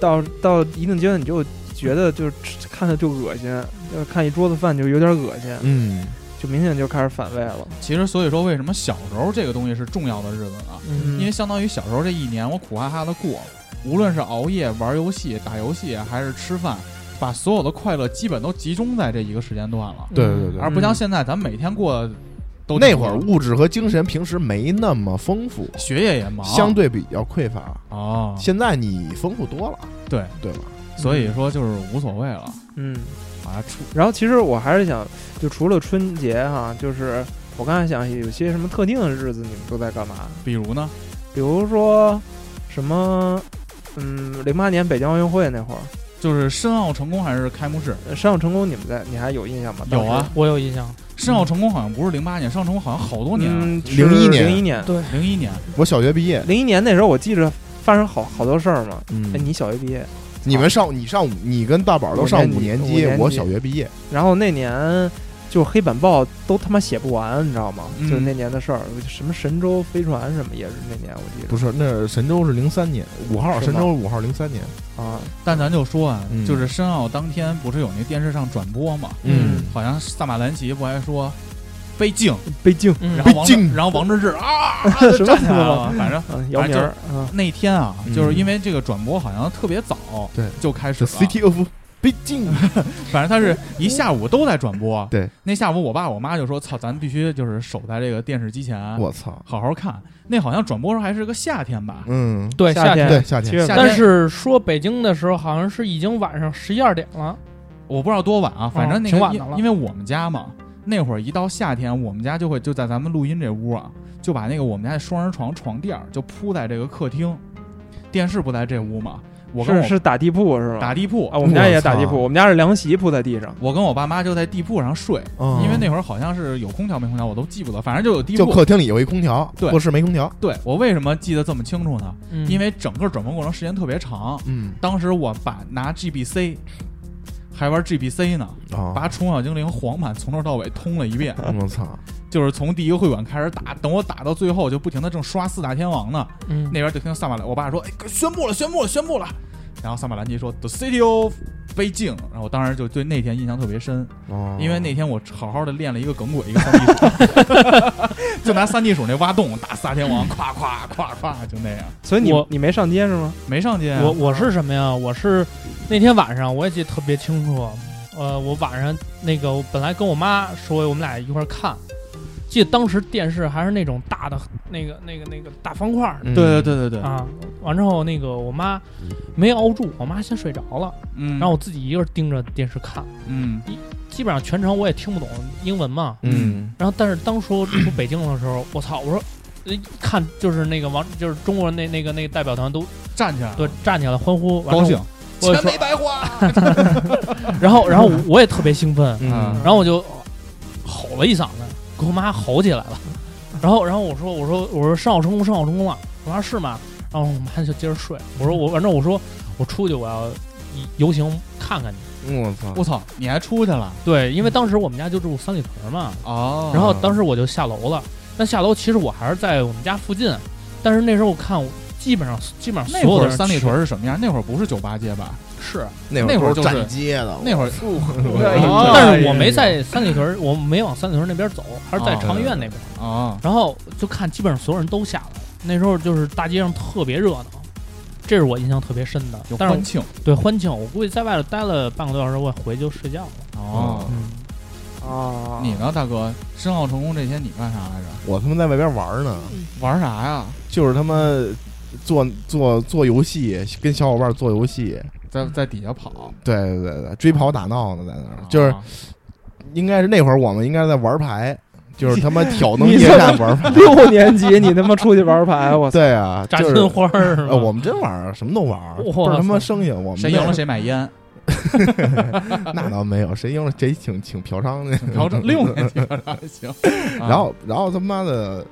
S1: 到到一定阶段，你就觉得就是吃看着就恶心，就是看一桌子饭就有点恶心，
S4: 嗯，
S1: 就明显就开始反胃了。
S3: 其实所以说，为什么小时候这个东西是重要的日子呢？
S1: 嗯
S3: 因为相当于小时候这一年我苦哈哈的过，无论是熬夜、玩游戏、打游戏，还是吃饭，把所有的快乐基本都集中在这一个时间段了，
S4: 对对对
S3: 而不像现在咱们每天过都
S4: 嗯那会儿物质和精神平时没那么丰富，
S3: 学业也忙，
S4: 相对比较匮乏。
S3: 哦，
S4: 现在你丰富多了，
S3: 对，
S4: 啊对吧？
S3: 所以说就是无所谓了。
S1: 嗯，
S3: 啊，出
S1: 然后其实我还是想，就除了春节哈，就是我刚才想有些什么特定的日子你们都在干嘛？
S3: 比如呢，
S1: 比如说什么，嗯，零八年北京奥运会那会儿，
S3: 就是申奥成功还是开幕式？
S1: 呃申奥成功，你们在你还有印象吗？
S3: 有
S4: 嗯
S3: 啊，
S6: 我有印象，
S3: 申奥成功好像不是零八年，申奥成功好像好多
S1: 当时，
S3: 年啊，
S1: 嗯，
S4: 01年
S1: 零一年，
S6: 对，
S3: 零一年
S4: 我小学毕业，
S1: 零一年那时候我记着发生好好多事儿嘛。
S4: 嗯
S1: 哎，你小学毕业，
S4: 你们上你上五你跟大宝都上五年
S1: 五
S4: 级
S1: 年，级
S4: 我小学毕业，
S1: 然后那年就黑板报都他妈写不完，你知道吗？
S3: 嗯
S1: 就是那年的事儿，什么神舟飞船什么也是那年，我记
S4: 不
S1: 着
S4: 是那神舟是零三年五号，
S1: 是吗
S4: 神舟五号零三年，
S1: 啊，
S3: 但咱就说啊，
S4: 嗯
S3: 就是申奥当天不是有那电视上转播嘛，
S1: 嗯
S3: 好像萨马兰奇不还说被禁，
S1: 北京
S6: 嗯
S3: 然后
S4: 被
S3: 王
S4: 禁
S3: 然后王治郅啊 就站起来了，反正。
S1: 啊，姚明儿啊，
S3: 那天啊，
S4: 嗯
S3: 就是因为这个转播好像特别早，
S4: 对
S3: 就开始
S4: 是
S3: 了。
S4: City of 北 京，
S3: 反正他是一下午都在转播。
S4: 对，
S3: 那下午我爸我妈就说：“操，咱必须就是守在这个电视机前，
S4: 我操，
S3: 好好看。”那好像转播时候还是个夏天吧？
S4: 嗯，
S6: 对
S1: 夏天
S4: 对，夏
S1: 七
S4: 天
S1: 月份
S3: 夏
S6: 但
S3: 天
S6: 是说北京的时候，好像是已经晚上十一二点了。
S3: 我不知道多晚啊，反正那个、
S6: 哦挺晚的
S3: 因
S6: 了
S3: 因为我们家嘛，那会儿一到夏天，我们家就会就在咱们录音这屋啊，就把那个我们家的双人床床垫儿就铺在这个客厅，电视不在这屋嘛，我跟我
S1: 是是打地铺是吗？
S3: 打地铺，
S6: 哦
S1: 啊，我们家也打地
S4: 我
S1: 铺，
S4: 操
S1: 我们家是凉席铺在地上，
S3: 我跟我爸妈就在地铺上睡，
S6: 哦
S4: 嗯
S3: 因为那会儿好像是有空调没空调我都记不得，反正就有地
S4: 就
S3: 铺。
S4: 客厅里有一空调，
S3: 对
S4: 卧室没空调，
S3: 对我为什么记得这么清楚呢？
S6: 嗯
S3: 因为整个转播过程时间特别长，
S4: 嗯
S3: 当时我把拿 GBC，还玩 GBC 呢，
S4: 啊，
S6: 哦
S3: 把《宠物小精灵》黄版从头到尾通了一遍。
S4: 我操，
S3: 就是从第一个会馆开始打，等我打到最后就不停的正刷四大天王呢，
S6: 嗯
S3: 那边就听萨马兰，我爸说，哎，宣布了，宣布了，宣布了。然后萨马兰奇说，The City of 北京。然后我当时就对那天印象特别深，
S4: 哦
S3: 因为那天我好好的练了一个耿鬼，一个三地鼠， 就拿三地鼠那挖洞打四大天王，咵咵咵咵，就那样，
S1: 所以你
S6: 我
S1: 你没上街是吗？
S3: 没上街啊。
S6: 我我是什么呀？我是那天晚上我也记得特别清楚，呃，我晚上那个我本来跟我妈说我们俩一块儿看，记得当时电视还是那种大的那个那个那个大方块儿
S4: 嗯
S3: 对对对对对，
S6: 啊，完之后那个我妈没熬住，我妈先睡着了，
S3: 嗯，
S6: 然后我自己一个人盯着电视看，
S3: 嗯
S6: 基本上全程我也听不懂英文嘛，
S4: 嗯
S6: 然后但是当说出北京的时候， 我操，我说。呃看，就是那个王，就是中国人那那个那个代表团都
S3: 站起来了，
S6: 都站起来欢呼，完之后
S3: 高兴，
S6: 我说
S3: 白 花。
S6: 然后，然后我也特别兴奋，
S3: 嗯
S6: 然后我就吼了一嗓子，给我妈吼起来了。然后，然后我说，我说，我说上好成功，上好成功了。我妈是吗？然后我妈就接着睡。我说我，反正我说我出去我要游行看看你。
S4: 我操！
S3: 我操，你还出去了
S6: 对，因为当时我们家就住三里屯嘛，
S3: 哦
S6: 然后当时我就下楼了。那下楼其实我还是在我们家附近，但是那时候我看我基本上基本上
S3: 那
S6: 所有
S3: 会
S6: 的
S3: 儿
S6: 人
S3: 三里
S6: 去
S3: 屯是什么样？那会儿不是酒吧街吧？
S6: 是，
S4: 那
S3: 那会
S4: 会
S3: 儿
S4: 儿
S3: 就
S4: 都
S3: 是
S4: 站街的，
S3: 那会儿 哎
S1: 哦
S6: 但是我没在三里屯，我没往三里屯那边走，还是在
S3: 哦
S6: 长院那边。
S3: 啊，
S6: 然后就看基本上所有人都下来了，那时候就是大街上特别热闹，这是我印象特别深的
S3: 有。
S6: 但是
S3: 欢庆
S6: 对欢庆，我估计在外头待了半个多小时，我回去就睡觉了。
S3: 哦。
S6: 嗯，
S1: 啊，
S3: 你呢，大哥？申奥成功这些你干啥来着？
S4: 我他妈在外边玩呢，
S3: 玩啥呀？
S4: 就是他妈做做做游戏，跟小伙伴做游戏，
S3: 在在底下跑，
S4: 对对对对，追跑打闹呢，在那
S3: 啊
S4: 儿，就是
S3: 哦
S4: 应该是那会儿我们应该是在玩牌，就 是他妈挑灯
S1: 你
S4: 夜
S1: 这，
S4: 战玩牌
S1: 六 年级你他妈出去玩牌，我操！
S4: 对啊，
S6: 炸
S4: 就是
S6: 金花儿是吧
S4: 呃，我们真玩儿，什么都玩儿，
S6: 哇
S4: 倍儿他妈生性。我们
S3: 谁赢了谁买烟，
S4: 那？那倒没有，谁赢了谁请请嫖娼去。
S3: 调整六年级了 行。啊
S4: 然后，然后他妈的，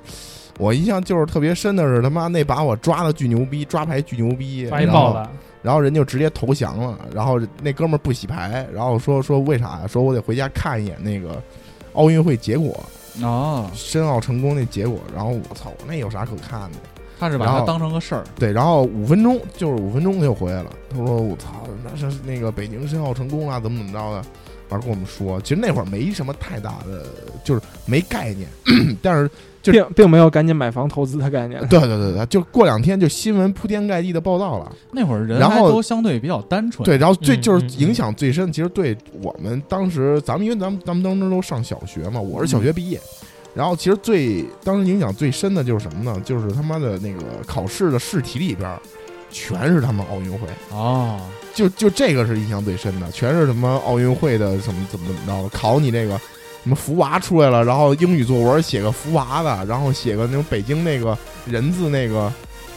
S4: 我印象就是特别深的是他妈那把我抓的巨牛逼，抓牌巨牛逼，
S6: 抓一
S4: 然
S6: 豹
S4: 后
S6: 子，
S4: 然后人就直接投降了。然后那哥们儿不洗牌，然后说说为啥呀？说我得回家看一眼那个奥运会结果，
S3: 哦，
S4: 申奥成功那结果。然后我操，我那有啥可看的？
S3: 他是把
S4: 然
S3: 它
S4: 后
S3: 当成个事儿，
S4: 对，然后五分钟就是五分钟就回来了。他说：“我操，那是那个北京申奥成功了，啊怎么怎么着的。”完跟我们说，其实那会儿没什么太大的，就是没概念， 但是就
S1: 并并没有赶紧买房投资的概念。
S4: 对对对对，就过两天就新闻铺天盖地的报道了。
S3: 那会儿人
S4: 然
S3: 还
S4: 后
S3: 都相对比较单纯，
S4: 对，然后最
S6: 嗯
S4: 就是
S6: 嗯嗯
S4: 影响最深，其实对我们当时，咱们因为咱们咱们当时都上小学嘛，我是
S6: 嗯
S4: 小学毕业，然后其实最当时影响最深的就是什么呢？就是他妈的那个考试的试题里边儿，全是他们奥运会。
S3: 哦，
S4: 就就这个是印象最深的，全是什么奥运会的什么怎么怎么着的，考你那个什么福娃出来了，然后英语作文写个福娃的，然后写个那种北京那个人字那个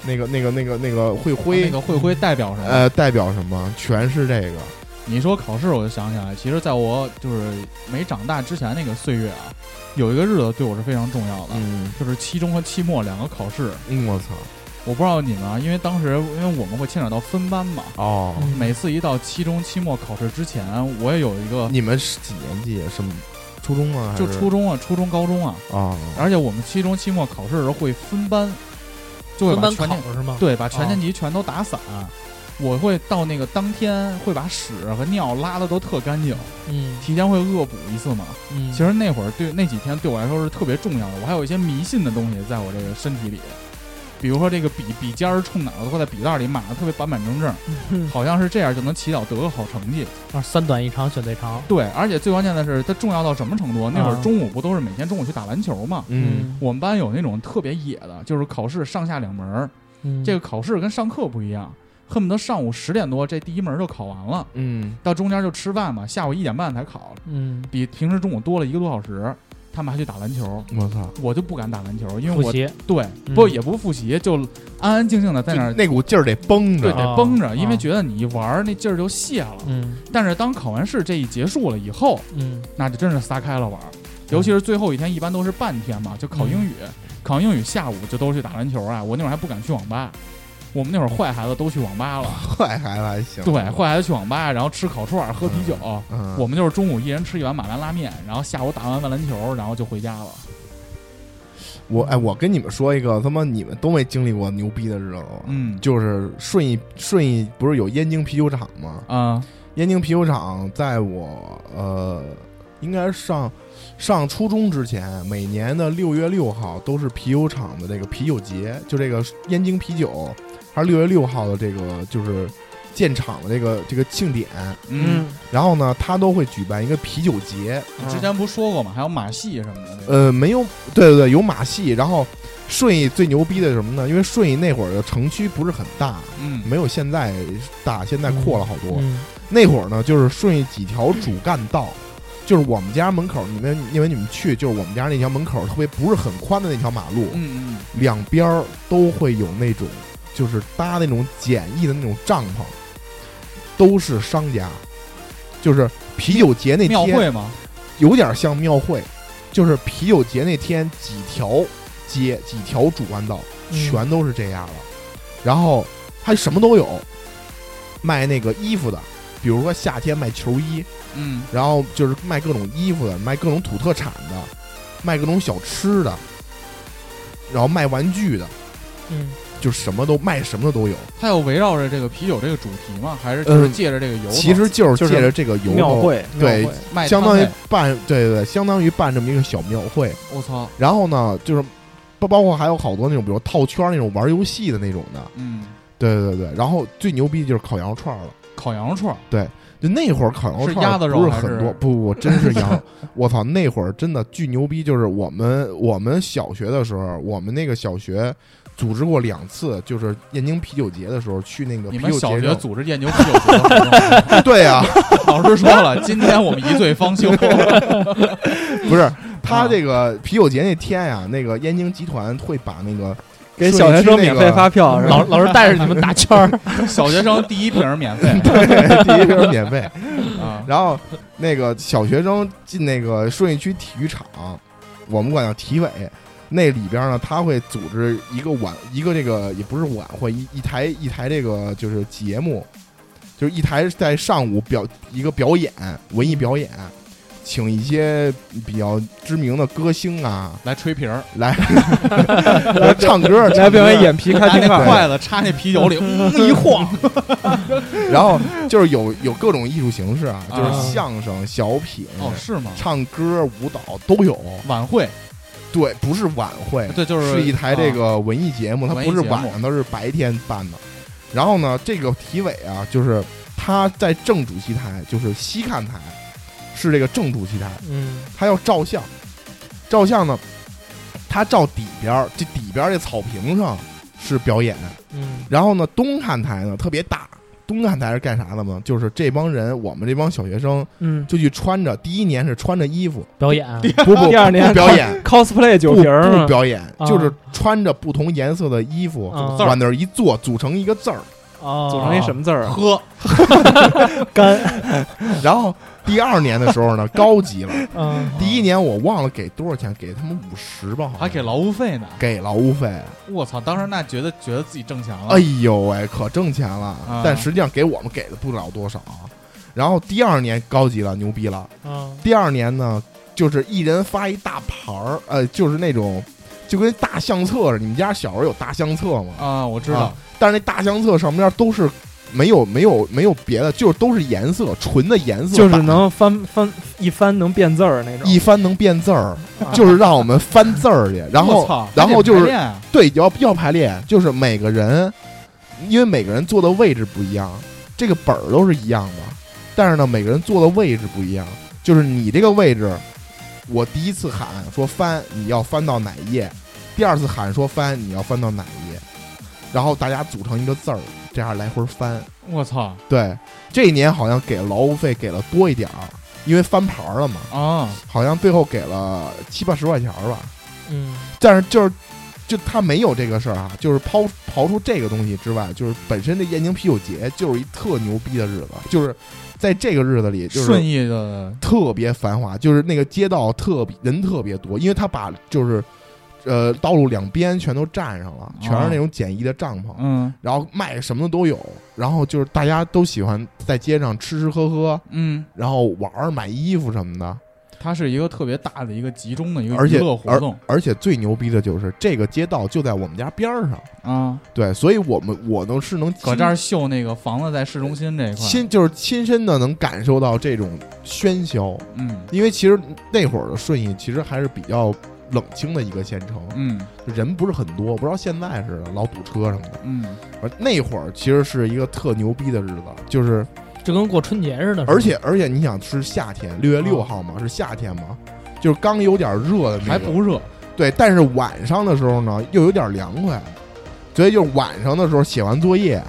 S4: 那个那个那个那个会
S3: 他啊那
S4: 徽，
S3: 个会徽代表什么？
S4: 呃，代表什么？全是这个。
S3: 你说考试，我就想起来，其实在我就是没长大之前那个岁月啊，有一个日子对我是非常重要的，
S4: 嗯，
S3: 就是期中和期末两个考试。
S4: 我操，
S3: 我不知道你们啊，因为当时因为我们会牵扯到分班嘛，
S4: 哦，
S6: 嗯
S3: 每次一到期中、期末考试之前，我也有一个，
S4: 你们是几年级？什么初中吗？还
S3: 嗯就是初中啊、初中、高中啊，
S4: 啊，
S3: 而且我们期中、期末考试的时候会分班，就会
S6: 分
S3: 把
S6: 班
S3: 全
S6: 考
S3: 年
S6: 是吗？
S3: 对把全年级全都打散。我会到那个当天会把屎和尿拉的都特干净，
S6: 嗯
S3: 提前会恶补一次嘛。
S6: 嗯，
S3: 其实那会儿对那几天对我来说是特别重要的，我还有一些迷信的东西在我这个身体里，比如说这个笔笔尖儿冲哪儿都会在笔袋里码的特别板板正正，好像是这样就能祈祷得个好成绩。
S6: 啊三短一长选最长。
S3: 对，而且最关键的是它重要到什么程度？那会儿
S6: 啊
S3: 中午不都是每天中午去打篮球嘛？
S4: 嗯，
S3: 我们班有那种特别野的，就是考试上下两门儿，
S6: 嗯，
S3: 这个考试跟上课不一样，恨不得上午十点多这第一门儿就考完了，
S4: 嗯，
S3: 到中间就吃饭嘛，下午一点半才考，
S6: 嗯，
S3: 比平时中午多了一个多小时。他们还去打篮球，
S4: 我操，
S3: 我就不敢打篮球，因
S6: 复
S3: 为我
S6: 习
S3: 对
S6: 嗯
S3: 不也不复习，就安安静静的在那儿
S4: 就那股劲儿得绷
S3: 对
S4: 着。
S3: 得绷着，
S6: 啊
S3: 因为觉得你一玩儿那劲儿就泄了。
S6: 嗯
S3: 但是当考完试这一结束了以后，
S6: 嗯
S3: 那就真是撒开了玩儿，尤其是最后一天，一般都是半天嘛，就考英语，考英语下午就都去打篮球啊。我那会儿还不敢去网吧，我们那会儿坏孩子都去网吧 了，
S4: 坏孩子还行。
S3: 对，坏孩子去网吧，然后吃烤串儿、喝啤酒。
S4: 嗯，
S3: 我们就是中午一人吃一碗马兰拉面，然后下午打完完篮球，然后就回家了。
S4: 我哎，我跟你们说一个，他妈你们都没经历过牛逼的日子吗？
S3: 嗯
S4: 就是顺义顺义不是有燕京啤酒厂吗？
S3: 啊、
S4: 燕京啤酒厂在我呃，应该是上上初中之前，每年的六月六号都是啤酒厂的这个啤酒节，就这个燕京啤酒，还是六月六号的这个就是建厂的这个这个庆典。
S3: 嗯，
S4: 然后呢，他都会举办一个啤酒节，
S1: 啊
S3: 你之前不是说过吗？还有马戏什么的。对吧
S4: 呃，没有，对对对，有马戏。然后顺义最牛逼的是什么呢？因为顺义那会儿的城区不是很大，
S3: 嗯
S4: 没有现在大，现在扩了好多。
S6: 嗯
S4: 那会儿呢，就是顺义几条主干道，就是我们家门口，你们因为你们去，就是我们家那条门口特别不是很宽的那条马路，
S3: 嗯嗯，
S4: 两边儿都会有那种就是搭那种简易的那种帐篷，都是商家，就是啤酒节那
S3: 庙
S4: 天
S3: 会吗？
S4: 有点像庙会，就是啤酒节那天几条街几条主干道
S6: 嗯
S4: 全都是这样了，然后它什么都有，卖那个衣服的，比如说夏天卖球衣，
S3: 嗯
S4: 然后就是卖各种衣服的，卖各种土特产的，卖各种小吃的，然后卖玩具的，
S6: 嗯，
S4: 就什么都卖什么的都有。
S3: 它有围绕着这个啤酒这个主题吗？还是就是
S4: 嗯
S3: 借着这个由头？
S4: 其实就是
S1: 就是
S4: 借着这个由
S1: 庙
S4: 头，
S1: 会，
S4: 对
S1: 庙会
S3: 卖
S4: 相当于
S3: 摊
S4: 办，对对对，相当于办这么一个小庙会。
S3: 位我操，
S4: 然后呢，就是包包括还有好多那种，比如套圈儿那种玩游戏的那种的，
S3: 嗯，
S4: 对对对对。然后最牛逼就是烤羊肉串儿了。
S3: 烤羊肉串儿，
S4: 就那会儿烤羊肉
S3: 是
S4: 串
S3: 鸭
S4: 儿
S3: 子肉
S4: 不是
S3: 还
S4: 很
S3: 是
S4: 多，不不不，真是羊 肉。我操，那会儿真的巨牛逼！就是我们我们小学的时候，我们那个小学组织过两次，就是燕京啤酒节的时候去那个
S3: 你
S4: 啤
S3: 们
S4: 酒
S3: 小
S4: 节
S3: 学
S4: 上。
S3: 组织研究啤酒节的活动，
S4: 对啊呀、
S3: 老师说了，今天我们一醉方休。
S4: 不 是他这个啤酒节那天呀、那个燕京集团会把那个
S1: 给小学生免费发票，是吧
S6: 老老师带着你们打圈儿，
S3: 小学生第一瓶免费
S4: 对第一瓶免费，
S3: 啊，
S4: 然后那个小学生进那个顺义区体育场，我们管叫体委，那里边呢，他会组织一个晚一个这个也不是晚会，一一台一台这个就是节目，就是一台在上午表一个表演文艺表演，请一些比较知名的歌星 啊
S3: 来吹瓶儿，
S4: 来来唱歌，
S1: 来
S4: 唱
S1: 表
S4: 歌
S1: 演眼皮开
S3: 拿
S1: 金
S3: 那
S1: 块，
S3: 筷子插那啤酒里，嗯一 晃，
S4: 然后就是有有各种艺术形式啊，就
S3: 啊
S4: 是相声、小品、
S3: 哦，是吗？
S4: 唱歌、舞蹈都有。
S3: 晚会，
S4: 对，不是晚会，
S3: 对就是啊
S4: 一台这个文艺节目，它
S3: 文艺
S4: 不是
S3: 节
S4: 晚
S3: 目
S4: 上，它是白天办的。然后呢，这个体委啊，就是他在正主席台，就是西看台，是这个正主席台，
S6: 嗯，
S4: 他要照相，照相呢，他照底边儿，这底边儿这草坪上是表演，
S6: 嗯，
S4: 然后呢，东看台呢特别大。东看台是干啥的呢？就是这帮人，我们这帮小学生
S1: 嗯，
S4: 就去穿着，第一年是穿着衣服，
S6: 表演，啊
S4: 不不，
S1: 哦第二年
S4: 不表演，
S1: cosplay 酒
S4: 不
S1: 瓶儿
S4: 不
S1: 嘛，
S4: 表演，
S6: 啊
S4: 就是穿着不同颜色的衣服
S6: 啊
S4: 往那儿一坐，组成一个字儿。
S6: 哦，
S1: 组成一什么字儿啊？
S3: 喝，
S1: 干
S4: 然后第二年的时候呢，高级了。
S6: 嗯，
S4: 第一年我忘了给多少钱，给他们五十吧，好像
S3: 还给劳务费呢。
S4: 给劳务费。
S3: 我操，当时那觉得觉得自己挣钱了
S4: 哎，呦喂，可挣钱了！
S3: 啊
S4: 但实际上给我们给的不了多少。啊然后第二年高级了，牛逼了。
S6: 嗯，
S4: 第二年呢，就是一人发一大牌儿，呃，就是那种就跟大相册似的。你们家小时候有大相册吗？
S3: 啊，我知道
S4: 啊，但是那大相册上面都是没有没有没有别的，就是都是颜色，纯的颜色，
S1: 就是能翻翻一翻能变字儿那种，
S4: 一翻能变字 儿，就是让我们翻字儿去。然
S3: 我
S4: 后
S3: 操
S4: 然后就
S3: 还得排
S4: 是
S3: 练啊
S4: 对要要排列，就是每个人，因为每个人坐的位置不一样，这个本儿都是一样的，但是呢，每个人坐的位置不一样，就是你这个位置，我第一次喊说翻，你要翻到哪一页；第二次喊说翻，你要翻到哪一页。然后大家组成一个字儿，这样来回翻。
S3: 我操
S4: 对，这一年好像给劳务费给了多一点儿，因为翻牌儿了嘛，
S3: 啊！
S4: 好像最后给了七八十块钱儿吧。
S6: 嗯，
S4: 但是就是就他没有这个事儿啊，就是抛刨出这个东西之外，就是本身这燕京啤酒节就是一特牛逼的日子，就是在这个日子里就
S3: 顺
S4: 是
S3: 义的
S4: 特别繁华，就是那个街道特别人特别多，因为他把就是呃道路两边全都占上了，全是那种简易的帐篷。
S3: 哦嗯
S4: 然后卖什么的都有，然后就是大家都喜欢在街上吃吃喝喝，
S3: 嗯，
S4: 然后玩儿、买衣服什么的。
S3: 它是一个特别大的一个集中的一个
S4: 而且
S3: 娱乐活动
S4: 而且最牛逼的就是这个街道就在我们家边儿上，
S3: 啊，
S4: 对，所以我们我能是能
S3: 搁
S4: 亲
S3: 这儿秀那个房子在市中心这一块，
S4: 亲就是亲身的能感受到这种喧嚣，
S3: 嗯
S4: 因为其实那会儿的顺义其实还是比较冷清的一个县城，
S3: 嗯
S4: 人不是很多，不知道现在似的老堵车什么的。
S3: 嗯，
S4: 而那会儿其实是一个特牛逼的日子，就是
S6: 就跟过春节似的，
S4: 而且而且你想是夏天，六月六号嘛，是夏天嘛，就是刚有点热的那个，
S3: 还不热，
S4: 对，但是晚上的时候呢，又有点凉快，所以就是晚上的时候写完作业，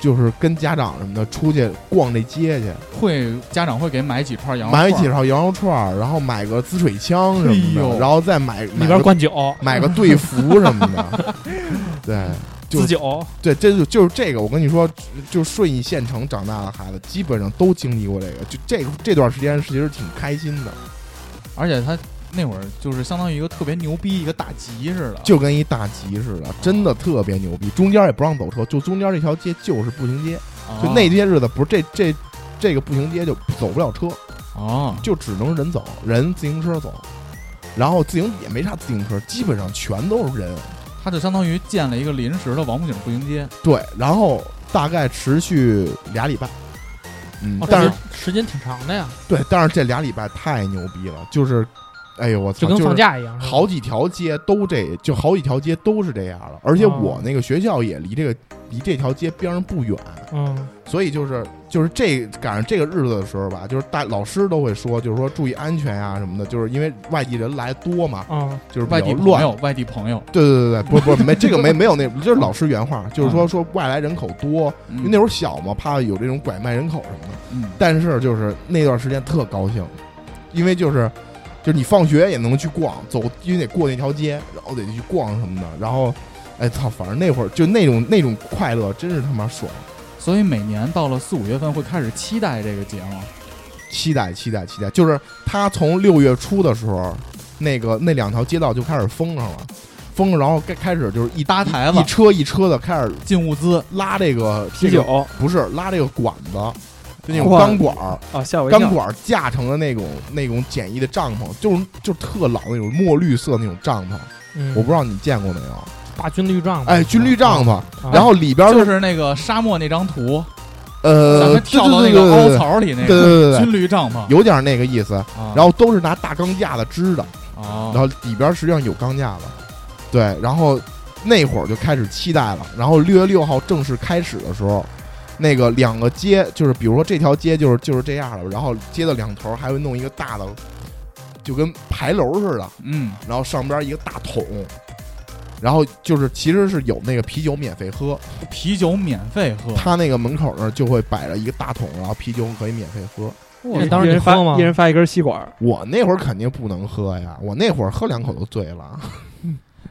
S4: 就是跟家长什么的出去逛那街去，
S3: 会家长会给买几串羊肉
S4: 买几
S3: 串
S4: 条羊肉串儿，然后买个滋水枪什么
S3: 哎呦
S4: 的，然后再买
S6: 里
S4: 买
S6: 边
S4: 个
S6: 灌酒，
S4: 买个队服什么的， 对。就
S6: 自酒，哦
S4: 对，这就就是这个。我跟你说，就顺义县城长大的孩子，基本上都经历过这个。就这个这段时间，其实挺开心的，
S3: 而且他那会儿就是相当于一个特别牛逼一个大集似的，
S4: 就跟一大集似的，真的特别牛逼。中间也不让走车，就中间这条街就是步行街。
S3: 啊
S6: 哦
S4: 就那些日子不是这这这个步行街就走不了车，
S3: 哦，
S4: 就只能人走，人自行车走，然后自行也没啥自行车，基本上全都是人。
S3: 他就相当于建了一个临时的王府井步行街，
S4: 对，然后大概持续俩礼拜，嗯，
S6: 哦
S4: 但是啊
S6: 时间时间挺长的呀，
S4: 对，但是这俩礼拜太牛逼了，就是，哎呦我操，
S6: 就跟
S4: 是
S6: 放假一样。是吧
S4: 好几条街都这，就好几条街都是这样了。而
S6: 哦
S4: 且我那个学校也离这个离这条街边上不远，
S6: 嗯，
S4: 所以就是就是这赶上这个日子的时候吧，就是大老师都会说，就是说注意安全呀、什么的，就是因为外地人来多嘛，
S6: 嗯，
S4: 就是比较
S3: 外地朋
S4: 乱。
S3: 友，外地朋友，
S4: 对对对对，不不没这个没没有那，就是老师原话，就是说说外来人口多，因为
S3: 会
S4: 那会儿小嘛，怕有这种拐卖人口什么的。
S3: 嗯
S4: 但是就是那段时间特高兴，因为就是就是你放学也能去逛，走因为得过那条街，然后得去逛什么的，然后哎操，反正那会儿就那种那种快乐真是他妈爽，
S3: 所以每年到了四五月份会开始期待这个节目，
S4: 期待期待期待，就是他从六月初的时候，那个那两条街道就开始封上了。封上，然后开开始就是一
S3: 搭台子
S4: 一车一车的开始
S3: 进物资，
S4: 拉这个
S1: 啤，
S4: 这个
S1: 酒
S4: 不是拉这个管子，就那种
S1: 哇
S4: 钢管儿，
S1: 啊，吓我一
S4: 钢
S1: 跳！
S4: 管架成了那种那种简易的帐篷，就是就是特老那种墨绿色那种帐篷，
S6: 嗯
S4: 我不知道你见过没有？
S6: 大军绿帐嘛，
S4: 哎，军绿帐篷，
S6: 啊，
S4: 然后里边
S3: 就
S4: 儿
S3: 是那个沙漠那张图，咱
S4: 呃，
S3: 们跳到那个凹槽里那个
S4: 对，对对对对对，
S3: 军旅帐篷，
S4: 有点那个意思。
S3: 啊
S4: 然后都是拿大钢架子支的，然
S3: 哦，
S4: 后里边实际上有钢架子，对，然后那会儿就开始期待了。然后六月六号正式开始的时候，那个两个街就是，比如说这条街就是就是这样了，然后街的两头儿还会弄一个大的，就跟牌楼似的。
S3: 嗯，
S4: 然后上边一个大桶，然后就是其实是有那个啤酒免费喝，
S3: 啤酒免费喝，
S4: 他那个门口那儿就会摆着一个大桶，然后啤酒可以免费喝。
S6: 那当
S1: 一
S6: 时你
S1: 人
S6: 喝
S1: 发
S6: 吗
S1: 一？人发一根吸管儿，
S4: 我那会儿肯定不能喝呀，我那会儿喝两口就醉了，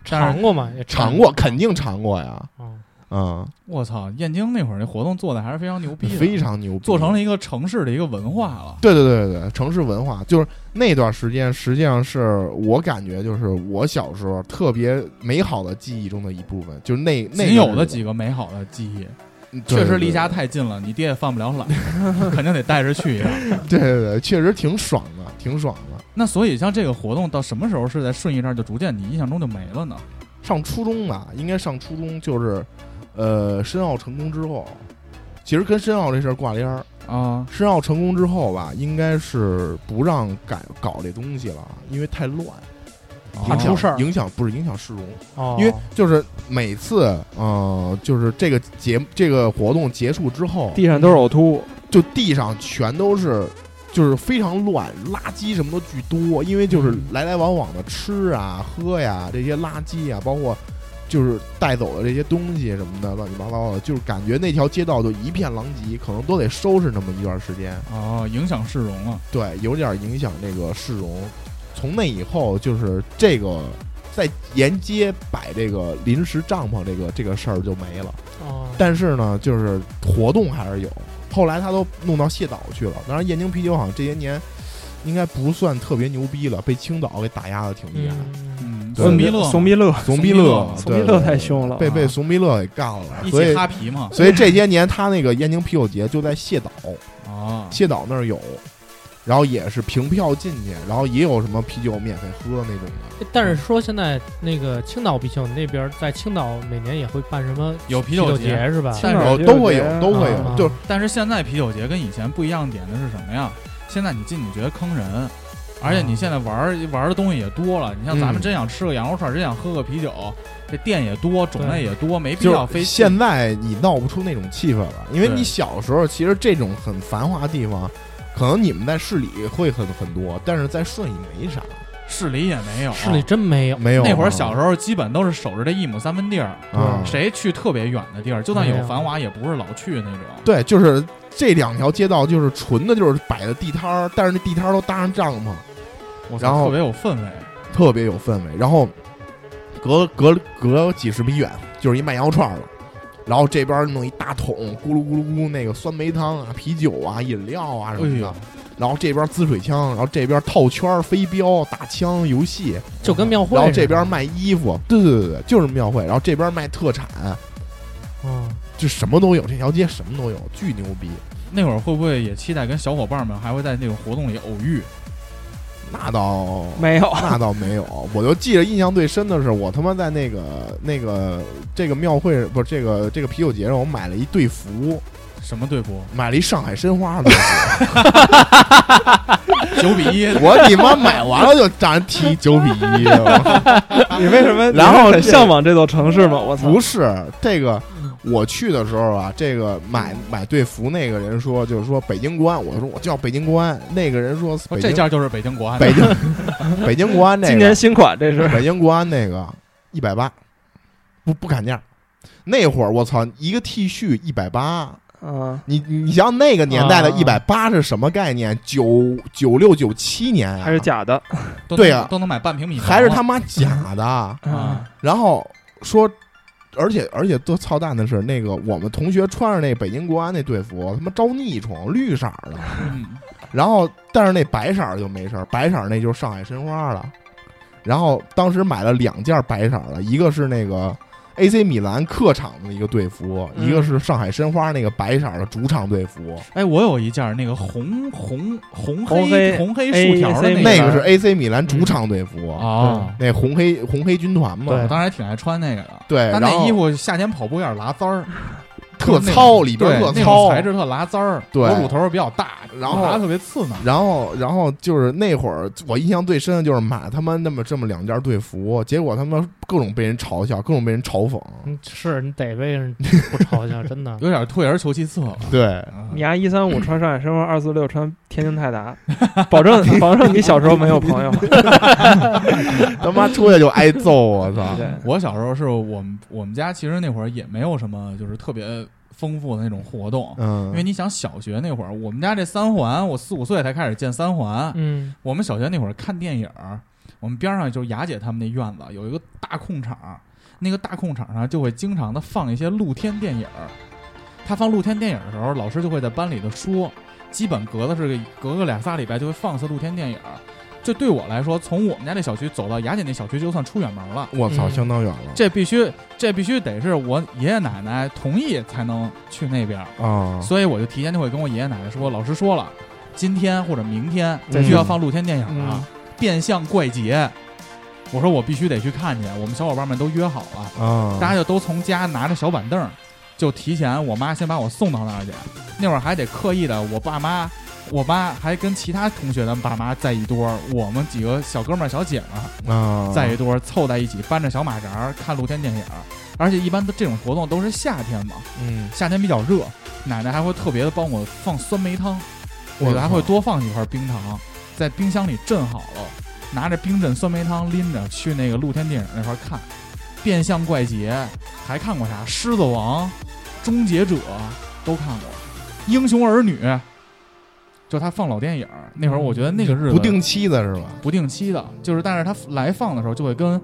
S3: 但
S6: 尝
S3: 是
S6: 过吗？也
S4: 尝。
S3: 嗯
S4: 过肯定尝过呀，
S6: 嗯
S4: 嗯，
S3: 我操，燕京那会儿那活动做的还是非常牛逼的，
S4: 非常牛逼，
S3: 做成了一个城市的一个文化了。
S4: 对对对对对，城市文化就是那段时间，实际上是我感觉就是我小时候特别美好的记忆中的一部分，就是那那
S3: 仅有的
S4: 几
S3: 几个美好的记忆，
S4: 确
S3: 确实离家太近了，你爹也犯不了 懒，肯定得带着去一趟。
S4: 对对对，确实挺爽的，挺爽的。
S3: 那所以像这个活动到什么时候是在顺义这儿就逐渐你印象中就没了呢？
S4: 上初中吧，应该上初中就是，呃，申奥成功之后，其实跟申奥这事儿挂边儿。
S3: 啊，
S4: 申奥成功之后吧，应该是不让改搞这东西了，因为太乱，
S3: 怕
S4: 影响
S3: 出事儿。
S4: 影响不是影响市容，
S6: 哦，
S4: 因为就是每次，呃，就是这个节这个活动结束之后，
S1: 地上都是呕吐，
S4: 就地上全都是。就是非常乱，垃圾什么都巨多，因为就是来来往往的吃啊、喝呀这些垃圾啊，包括就是带走的这些东西什么的，乱七八糟的，就是感觉那条街道就一片狼藉，可能都得收拾那么一段时间。
S3: 哦，影响市容了。
S4: 对，有点影响这个市容。从那以后，就是这个在沿街摆这个临时帐篷这个这个事儿就没了。
S6: 哦
S4: 但是呢，就是活动还是有。后来他都弄到蟹岛去了，当然燕京啤酒好像这些年应该不算特别牛逼了，被青岛给打压的挺厉害。
S6: 嗯，
S3: 嗯，
S4: 对
S3: 怂逼乐，
S1: 怂逼乐，
S4: 怂
S3: 逼
S4: 逼
S3: 乐
S4: 乐，
S1: 怂
S4: 对
S1: 逼乐
S4: 对
S1: 太
S4: 对
S1: 凶了
S4: 被被
S3: 啊
S4: 怂逼乐给干了，
S3: 一
S4: 所
S3: 起
S4: 以
S3: 哈皮嘛。
S4: 所以这些年他那个燕京啤酒节就在蟹岛，
S3: 啊，
S4: 蟹岛那儿有，然后也是凭票进去，然后也有什么啤酒免费喝那种的。
S6: 但是说现在那个青岛比丘那边，在青岛每年也会办什么
S3: 有啤
S6: 啤
S3: 酒
S6: 酒
S3: 节，
S6: 是吧？
S3: 但是
S1: 青岛
S4: 有
S1: 啤酒
S4: 都会
S1: 节
S4: 有，都会有，
S6: 啊
S4: 就是
S3: 但是现在啤酒节跟以前不一样的点的是什么呀？现在你进去觉得坑
S4: 啊
S3: 人，而且你现在玩儿玩儿的东西也多了。你像咱们
S4: 嗯
S3: 真想吃个羊肉串儿，真想喝个啤酒，这店也多，种类也多，没必要
S4: 就
S3: 非
S4: 是现在你闹不出那种气氛了，因为
S3: 对
S4: 你小时候其实这种很繁华的地方，可能你们在市里会很很多，但是在顺义没啥，
S3: 市里也没有。
S6: 市里真没有，
S4: 没有
S3: 那会儿小时候基本都是守着这一亩三分地儿，
S4: 候啊，
S3: 谁去特别远的地儿，就算
S6: 没
S3: 有
S6: 有
S3: 繁华，也不是老去那种。
S4: 对，就是这两条街道就是纯的就是摆的地摊儿，但是那地摊儿都搭上帐篷，
S3: 我
S4: 然
S3: 操，
S4: 后
S3: 特别有氛围。
S4: 特别有氛围。然后隔隔隔几十米远就是一卖羊肉串儿的，然后这边弄一大桶咕噜咕噜咕噜那个酸梅汤啊、啤酒啊、饮料啊什
S3: 哎
S4: 么
S3: 呦
S4: 的，，然后这边滋水枪，然后这边套圈儿、飞镖、打枪游戏，
S6: 就跟庙会似的。
S4: 然
S3: 啊啊
S4: 后这边卖衣服，对对对对，就是庙会，然后这边卖特产，
S6: 嗯，
S4: 就什么都有，这条街什么都有，巨牛逼。
S3: 那会儿会不会也期待跟小伙伴们还会在那种活动里偶遇？
S4: 那倒
S1: 没 有，
S4: 那倒没有，我就记得印象最深的是，我他妈在那个那个这个庙会不是这个这个啤酒节上，我买了一队服，
S3: 什么队 服？
S4: 买了一上海申花的队服，
S3: 九比一，
S4: 我你妈买完了就让人踢九比一，我
S1: 你为什么？
S4: 然后这
S1: 你是很向往这座城市吗？我操！
S4: 不是这个。我去的时候啊，这个买买队服那个人说，就是说北京国安，我说我叫北京国安，那个人说
S3: 我
S4: 北
S3: 这
S4: 京
S3: 家就是北京国安的。
S4: 北京北京国安那个，
S1: 哦今年新款这是
S4: 北京国安那个一百八，不不砍价。那会儿我操，一个 T 恤一百八，
S1: 啊，
S4: 你你想那个年代的
S1: 啊
S4: 一百八是什么概念？九九六九七年啊
S1: 还是假的
S3: 都能
S4: 对啊
S3: 都能买半平米房了，
S4: 还是他妈假的？
S1: 啊？
S4: 然后说，而且而且多操蛋的是，那个我们同学穿着那北京国安那队服，他妈招腻虫，绿色儿的。
S3: 嗯
S4: 然后但是那白色儿就没事儿，白色儿那就是上海申花了。然后当时买了两件白色儿的，一个是那个 AC 米兰客场的一个队服，
S1: 嗯
S4: 一个是上海申花那个白色儿的主场队服。
S3: 哎，我有一件那个红红红
S1: 红黑
S3: 红黑竖条的
S1: AAC
S3: 那嗯
S4: 那个是 AC 米兰主场队服，
S3: 啊，
S4: 那红黑红黑军团嘛
S3: 我，当时还挺爱穿那个的。
S4: 对，
S3: 但
S4: 哎然
S3: 那
S4: 后
S3: 衣服夏天跑步有点拉腮儿，
S4: 特
S3: 就是那
S4: 糙，
S3: 种
S4: 里边
S3: 对
S4: 特
S3: 那
S4: 糙
S3: 种，材质特拉腮儿，
S4: 对哦
S3: 我乳头儿比较大，
S4: 然后
S3: 拉特别刺挠。
S4: 然后，然后就是那会儿，我印象最深的就是买他妈那么这么两件队服，结果他妈各种被人嘲笑，各种被人嘲讽。
S6: 嗯是你得被人不 嘲笑，真的。
S3: 有点退而求其次了。
S4: 对，
S3: 啊
S1: 你丫一三 五穿上海申花，二四六穿天津泰达，保证 保证你小时候没有 朋友。
S4: 他妈出去就挨揍，我 操！
S1: 对，
S3: 我小时候是我们我们家其实那会儿也没有什么就是特别丰富的那种活动，
S4: 嗯，
S3: 因为你想小学那会儿，我们家这三环，我四五岁才开始建三环。
S6: 嗯，
S3: 我们小学那会儿看电影儿，我们边上就是雅姐他们那院子有一个大空场，那个大空场上就会经常的放一些露天电影儿。他放露天电影儿的时候，老师就会在班里头说，基本隔的是隔个俩仨礼拜就会放一次露天电影儿。这对我来说，从我们家那小区走到雅姐那小区就算出远门了。
S4: 我操，
S6: 嗯
S4: 相当远了
S3: 这必须，这必须得是我爷爷奶奶同意才能去那边儿，
S4: 啊！
S3: 所以我就提前就会跟我爷爷奶奶说，老师说了，今天或者明天
S4: 再
S3: 就
S4: 去
S3: 要放露天电影了，变相怪杰》，我说我必须得去看去，我们小伙伴们都约好了，
S4: 啊，
S3: 大家就都从家拿着小板凳儿，就提前我妈先把我送到那儿去，那会儿还得刻意的，我爸妈，我妈还跟其他同学的爸妈在一桌儿，我们几个小哥们儿小姐们儿。
S4: 啊，
S3: 在一堆凑在一起，搬着小马扎儿看露天电影儿，而且一般都这种活动都是夏天嘛，
S4: 嗯，
S3: 夏天比较热，奶奶还会特别的帮我放酸梅汤，
S4: 我
S3: 我还会
S4: 靠
S3: 多放几块冰糖，在冰箱里镇好了，拿着冰镇酸梅汤拎着去那个露天电影那块儿看，《变相怪杰》，还看过啥《狮子王》《终结者》都看过，《英雄儿女》，就他放老电影儿那会儿，我觉得那个日子
S4: 不定期的是吧？
S3: 不定期的，就是但是他来放的时候就会跟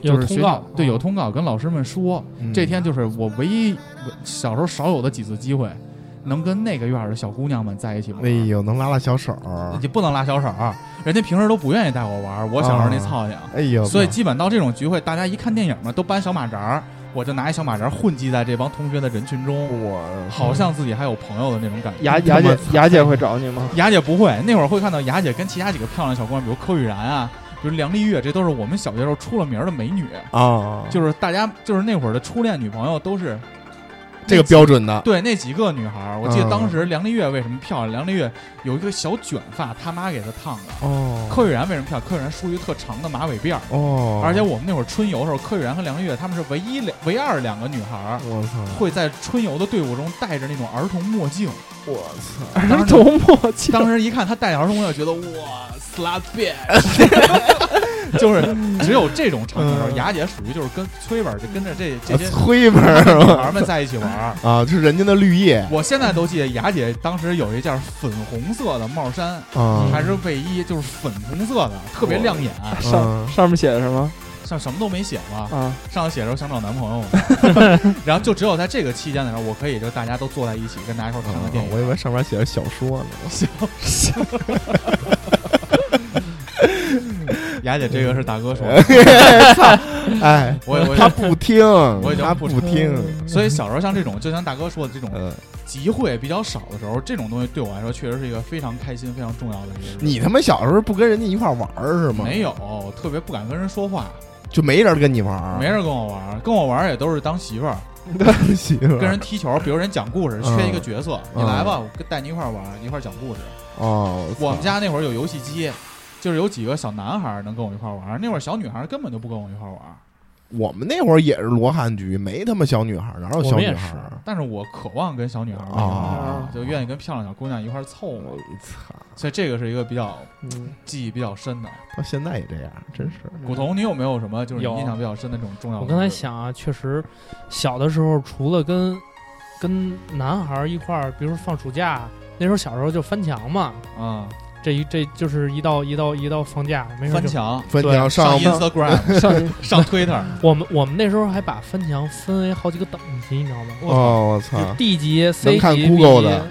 S6: 有
S3: 就是
S6: 通
S3: 学校
S6: 告，
S3: 对，
S6: 啊
S3: 有通告跟老师们说，
S4: 嗯
S3: 这天就是我唯一小时候少有的几次机会，能跟那个院儿的小姑娘们在一起玩
S4: 哎。呦，能拉拉小手儿，
S3: 你不能拉小手儿，人家平时都不愿意带我玩儿，我小时候那操性，
S4: 哎呦，
S3: 所以基本到这种聚会，大家一看电影嘛，都搬小马扎儿，我就拿一小马扎儿混迹在这帮同学的人群中，
S4: 我
S3: 好像自己还有朋友的那种感觉。
S1: 雅雅姐雅姐会找你 吗？
S3: 雅姐不会，那会儿会看到雅姐跟其他几个漂亮小姑娘，比如柯雨然啊，比如梁丽月，这都是我们小学时候出了名儿的美女。
S4: 啊，
S3: 就是大家就是那会儿的初恋女朋友都是
S4: 这个标准的，
S3: 对那几个女孩儿。我记得
S4: 嗯
S3: 当时梁丽月为什么漂亮？梁丽月有一个小卷发，她妈给她烫的。
S4: 哦
S3: 柯雨然为什么漂亮？柯雨然梳一个特长的马尾辫儿。
S4: 哦，
S3: 而且我们那会儿春游的时候，柯雨然和梁丽月她们是唯一两唯二两个女孩儿
S4: 我操，
S3: 会在春游的队伍中戴着那种儿童墨镜。
S4: 我操，
S1: 儿童墨镜，
S3: 当时一看她戴着儿童墨镜，觉得哇，slut bitch，就是只有这种场景的时候，
S4: 嗯啊
S3: 雅姐属于就是跟崔本儿就跟着这这些
S4: 崔本儿
S3: 女孩儿们在一起玩儿。
S4: 啊，就是人家的绿叶
S3: 我现在都记得雅姐当时有一件粉红色的帽衫，
S4: 啊，
S3: 嗯还是卫衣，就是粉红色的，特别亮眼。
S1: 上
S4: 嗯
S1: 上面写的什么
S3: 上什么都没写嘛，
S1: 啊？
S3: 上头写着想找男朋友嘛。 然后就只有在这个期间的时候，我可以就大家都坐在一起，跟大家一块儿看个电
S4: 啊我
S3: 影。
S4: 以为上面 写着小说呢。
S3: 雅姐，这个是大哥说的，
S4: 哎，
S3: 我我
S4: 他不听，
S3: 已经
S4: 他
S3: 不
S4: 不听，
S3: 所以小时候像这种，就像大哥说的这种
S4: 嗯，
S3: 集会比较少的时候，这种东西对我来说确实是一个非常开心、非常重要的一个日子。
S4: 你他妈小时候不跟人家一块玩儿是吗？
S3: 没有，特别不敢跟人说话，
S4: 就没人跟你玩儿，
S3: 没人跟我玩儿，跟我玩儿也都是当媳妇儿，
S4: 人媳妇儿，
S3: 跟人踢球，比如人讲故事，
S4: 嗯
S3: 缺一个角色，你来吧，我跟带你一块儿玩儿，一块儿讲故事。
S4: 哦，
S3: 我们家那会儿有游戏机，就是有几个小男孩儿能跟我一块儿玩儿，那会儿小女孩儿根本就不跟我一块儿玩儿。
S4: 我们那会儿也是罗汉局，没他妈小女孩儿，哪有小
S6: 我们
S4: 女
S6: 也
S4: 孩
S6: 是
S4: 儿？
S3: 但是我渴望跟小女孩儿玩儿
S6: 哦
S4: 啊
S3: 就愿意跟漂亮小姑娘一块儿凑嘛，
S4: 我操，
S3: 所以这个是一个比较
S6: 嗯，
S3: 记忆比较深的。
S4: 到现在也这样，真是
S3: 古潼，你有没有什么就是你
S6: 有
S3: 印象比较深的这种重要的
S6: 我
S3: 事？
S6: 刚才想啊，确实，小的时候除了跟跟男孩儿一块儿，比如说放暑假，那时候小时候就翻墙嘛，
S3: 啊，
S6: 这一这就是一到一到一到放假，没事
S3: 翻
S6: 就。
S3: 墙、
S4: 翻
S6: 对
S4: 墙
S3: 上
S4: 上
S3: Instagram、
S6: 上
S3: 上 Twitter，
S6: 我们我们那时候还把翻墙分为好几个等级，你知道吗？
S4: 哦，我
S6: 就
S3: 啊
S4: 操，
S6: D 级、C 级、
S4: 看
S6: B 级
S4: Google 的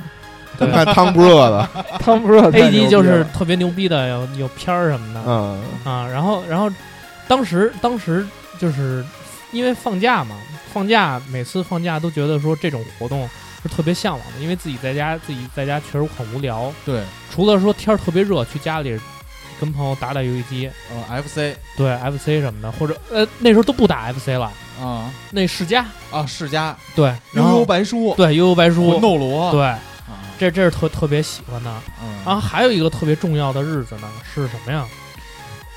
S4: 咱看汤不热的，
S1: 汤姆热太
S6: ，A 级
S1: 牛逼
S6: 就是
S1: 了
S6: 特别牛逼的，有有片儿什么的、
S4: 嗯，
S6: 啊。然后然后当时当时就是因为放假嘛，放假每次放假都觉得说这种活动是特别向往的，因为自己在家自己在家确实很无聊，
S3: 对，
S6: 除了说天儿特别热，去家里跟朋友打打游戏机，
S3: 呃，FC
S6: 对 FC 什么的，或者呃那时候都不打 FC 了，
S3: 啊
S6: 那世嘉
S3: 啊，世嘉、
S6: 对，
S3: 悠
S6: 然
S3: 悠
S6: 后
S3: 白书、
S6: 对悠悠白书
S3: 魂斗罗，
S6: 对。啊
S3: 啊，
S6: 这这是特特别喜欢的。
S3: 嗯
S6: 然后，还有一个特别重要的日子呢，是什么呀？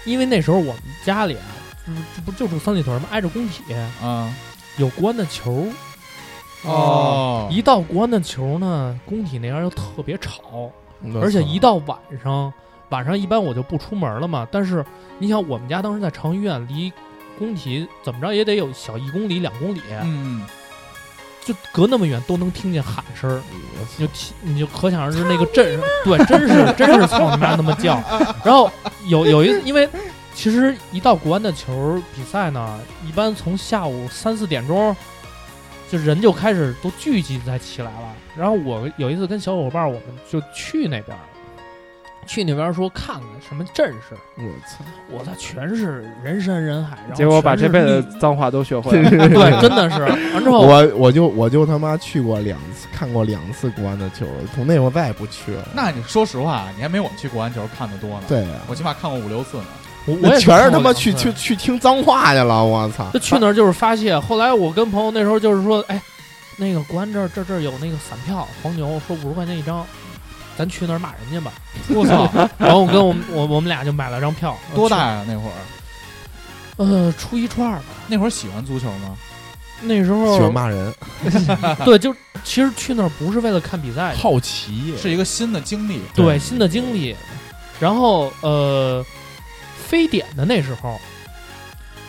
S6: 因为那时候我们家里啊，嗯这不就住三里屯吗？挨着工体，
S3: 啊，
S6: 有国安的球。
S3: 哦，
S6: 一到国安的球呢，工体那边又特别吵，
S4: 我
S6: 而且
S4: 操
S6: 一到晚上，晚上一般我就不出门了嘛。但是你想，我们家当时在长医院，离工体怎么着也得有小一公里、两公里，
S3: 嗯，
S6: 就隔那么远都能听见喊声儿。
S4: 我操
S6: 你就听，你就可想而知那个阵，对，真是真是操你妈那么叫。然后有有一，因为其实一到国安的球比赛呢，一般从下午三四点钟，就人就开始都聚集在起来了。然后我有一次跟小伙伴儿，我们就去那边儿，去那边儿说看看什么阵势。
S4: 我操，
S6: 我操，全是人山人海，然后
S1: 结果把
S6: 全是
S1: 这辈子
S6: 绿哎
S1: 脏话都学会 了。
S6: 对，真的是完之后，
S4: 我我就我就他妈去过两次，看过两次国安的球，从那会儿再也不去了。
S3: 那你说实话，你还没我去国安球看的多呢。，
S4: 对呀、
S3: 我起码看过五六次呢。
S6: 我我
S4: 那
S6: 也
S4: 全是他
S6: 看过
S4: 妈
S6: 两
S4: 去
S6: 次
S4: 去去听脏话去了，我操！
S6: 就去那儿就是发泄。后来我跟朋友那时候就是说，哎，那个国安这儿这这儿有那个散票黄牛，说五十块钱一张，咱去那儿骂人家吧。
S3: 我操，
S6: 然后我跟我们我我们俩就买了张 票。
S3: 多大呀？那会儿，
S6: 呃，初一初二吧。
S3: 那会儿喜欢足球吗？
S6: 那时
S4: 喜欢
S6: 候
S4: 骂人，
S6: 对，就其实去那儿不是为了看比赛，
S4: 好奇
S3: 是一个新的经历。
S6: 对新的经历。然后呃，非典的那时候。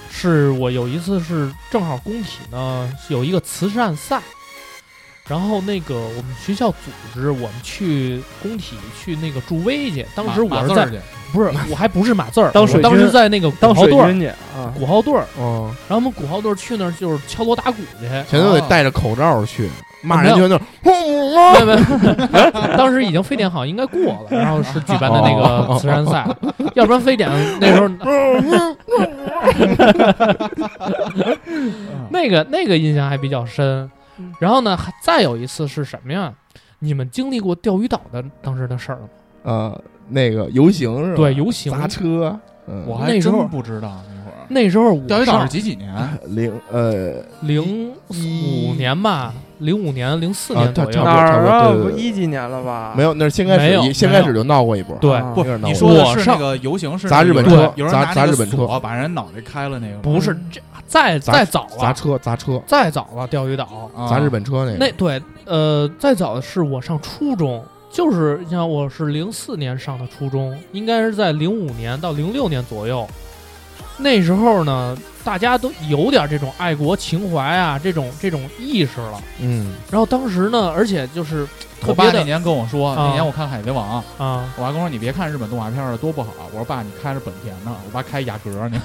S6: 是我有一次是正好工体呢有一个慈善赛，然后那个我们学校组织我们去工体去那个助威去，当时
S3: 马
S6: 我是
S3: 字
S6: 在
S3: 儿去
S6: 不是我还不是马字儿，
S1: 当
S6: 我
S1: 水
S6: 当时
S1: 军
S6: 在那个鼓
S1: 当
S6: 号
S1: 水
S6: 队儿，
S1: 军去啊！
S6: 鼓号队儿，
S4: 哦，
S6: 然后我们鼓号队儿去那儿就是敲锣打鼓去，
S4: 全都得戴着口罩去骂人，
S6: 哦没
S4: 全都是轰啊
S6: 没有没有，当时已经非典好像应该过了，然后是举办的那个慈善赛，要不然非典那时候， 那个那个印象还比较深。然后呢，还再有一次是什么呀？你们经历过钓鱼岛的当时的事儿吗？
S4: 呃，那个游行是吧？
S6: 对，游行。
S4: 砸车，嗯，
S3: 我还
S6: 那时候
S3: 真不知道那会儿。
S6: 那时候我
S3: 钓鱼岛是
S6: 上
S3: 几几年？
S4: 零呃
S6: 零五年吧，零五年、零四年
S4: 啊
S6: 左
S4: 差
S6: 右
S4: 不。
S1: 哪
S4: 多
S1: 儿啊？
S4: 差不多对对
S1: 不
S4: 对
S1: 一几年了吧？
S4: 没有，那是先开
S6: 啊没
S4: 始
S6: 有
S4: 一先开始就闹过一波，
S6: 对
S1: 啊
S4: 先开始闹
S3: 你
S4: 过
S3: 说
S4: 一波
S3: 的
S6: 我
S3: 是那
S6: 上
S3: 个游行是
S4: 砸
S3: 那
S4: 日
S3: 个
S4: 本
S6: 对
S4: 车
S3: 有，人
S4: 砸
S3: 拿
S4: 砸
S3: 那
S4: 日
S3: 个
S4: 本车，
S3: 锁把人脑袋开了那个吗，
S6: 不是这再
S4: 砸
S6: 再早了，
S4: 砸车砸车
S6: 再早了，钓鱼岛。
S3: 啊
S4: 砸日本车那
S6: 那
S4: 个，
S6: 对，呃，再早的是我上初中，就是你像我是零四年上的初中，应该是在零五年到零六年左右。那时候呢，大家都有点这种爱国情怀啊，这种这种意识了。
S4: 嗯，
S6: 然后当时呢，而且就是特
S3: 我爸
S6: 别
S3: 那
S6: 的
S3: 年跟我说，那
S6: 啊
S3: 年我看《海贼王》，
S6: 啊，
S3: 我爸跟我说你别看日本动画片了，多不好。我说爸，你开着本田呢，我爸开雅阁 呢。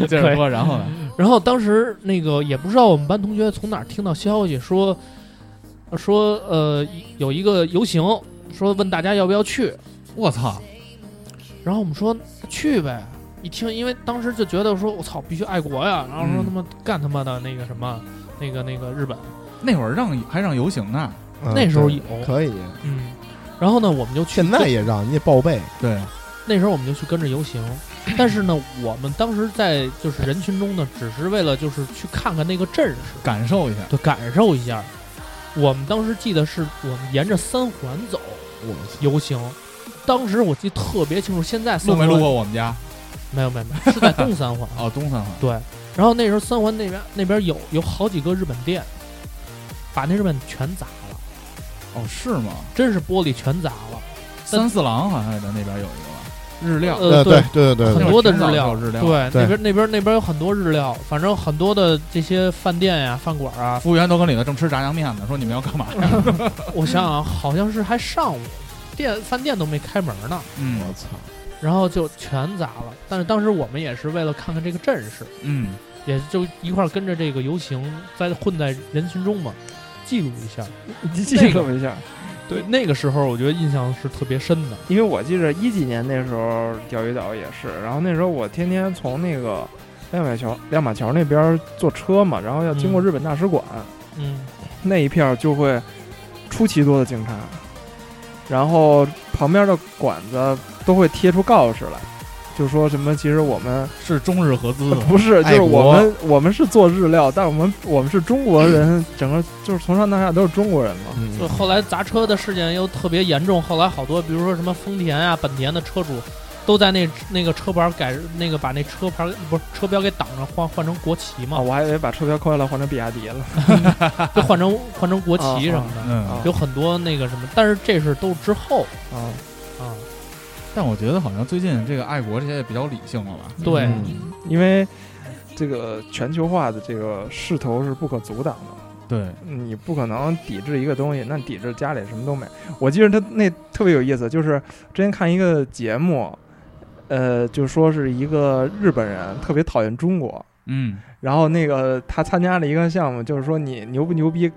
S3: 接着说，然后呢？
S6: 然后当时那个也不知道我们班同学从哪儿听到消息说，说呃有一个游行，说问大家要不要去，
S3: 我操，
S6: 然后我们说去呗，一听，因为当时就觉得说我操，必须爱国呀，然后说
S3: 嗯
S6: 他妈干他妈的那个什么，那个那个日本，
S3: 那会儿让还让游行呢，
S4: 嗯
S6: 那时候有，
S4: 对可以，啊
S6: 嗯，然后呢，我们就去
S4: 现在也让你得报备，
S3: 对，
S6: 那时候我们就去跟着游行，但是呢，我们当时在就是人群中呢，只是为了就是去看看那个阵势，
S3: 感受一下，
S6: 就感受一下。我们当时记得是我们沿着三环走
S4: 我操
S6: 游行，当时我记得特别清楚，现在三
S3: 路没
S6: 环
S3: 路过我们家？。
S6: 没有没有没有，是在东三环
S3: 哦，东三环，
S6: 对，然后那时候三环那边那边有有好几个日本店，把那日本全砸了，
S3: 哦，是吗？
S6: 真是玻璃全砸了。
S3: 三四郎好像也在那边有一个吧，日料，
S6: 呃，
S4: 对对对
S6: 很
S4: 对，
S6: 多的
S3: 那会儿
S6: 日
S3: 挺
S6: 料，
S3: 早就有日料
S4: 对
S6: 对，那边那边那边有很多日料，反正很多的这些饭店呀、饭馆 啊，
S3: 服务员都跟里头正吃炸酱面呢，说你们要干嘛呀？
S6: 我想想啊，好像是还上午，店饭店都没开门呢，
S3: 嗯
S4: 我操，
S6: 然后就全砸了。但是当时我们也是为了看看这个阵势，
S3: 嗯，
S6: 也就一块儿跟着这个游行，在混在人群中嘛，记录一下。
S1: 你记录一下，
S6: 对，那个时候我觉得印象是特别深的。
S1: 因为我记着一几年那时候钓鱼岛也是，然后那时候我天天从那个亮马桥亮马桥那边坐车嘛，然后要经过
S6: 嗯
S1: 日本大使馆、
S6: 嗯，
S1: 那一片儿就会出奇多的警察，然后旁边的馆子都会贴出告示来，就说什么其实我们
S3: 是中日合资的，
S1: 不是，就
S4: 嗯爱
S1: 是
S4: 国
S1: 我们我们是做日料，但我们我们是中国人，整个就是从上到下都是中国人嘛。
S4: 嗯
S6: 就后来砸车的事件又特别严重，后来好多，比如说什么丰田啊、本田的车主，都在那那个车牌改那个把那车牌不是车标给挡上，换换成国旗
S1: 啊，
S6: 嘛，
S1: 我还以为把车标扣下来换成比亚迪了。
S6: 就换成换成国旗什么的，
S3: 嗯
S1: 啊，
S6: 有很多那个什么，但是这是都是之后
S1: 啊，
S6: 啊，
S3: 但我觉得好像最近这个爱国这些也比较理性了吧？
S6: 对，
S4: 嗯
S1: 因为这个全球化的这个势头是不可阻挡的，
S3: 对，
S1: 你不可能抵制一个东西，那抵制家里什么都没。我记得他那特别有意思，就是之前看一个节目，呃，就说是一个日本人特别讨厌中国，
S3: 嗯，
S1: 然后那个他参加了一个项目，就是说你牛不牛逼，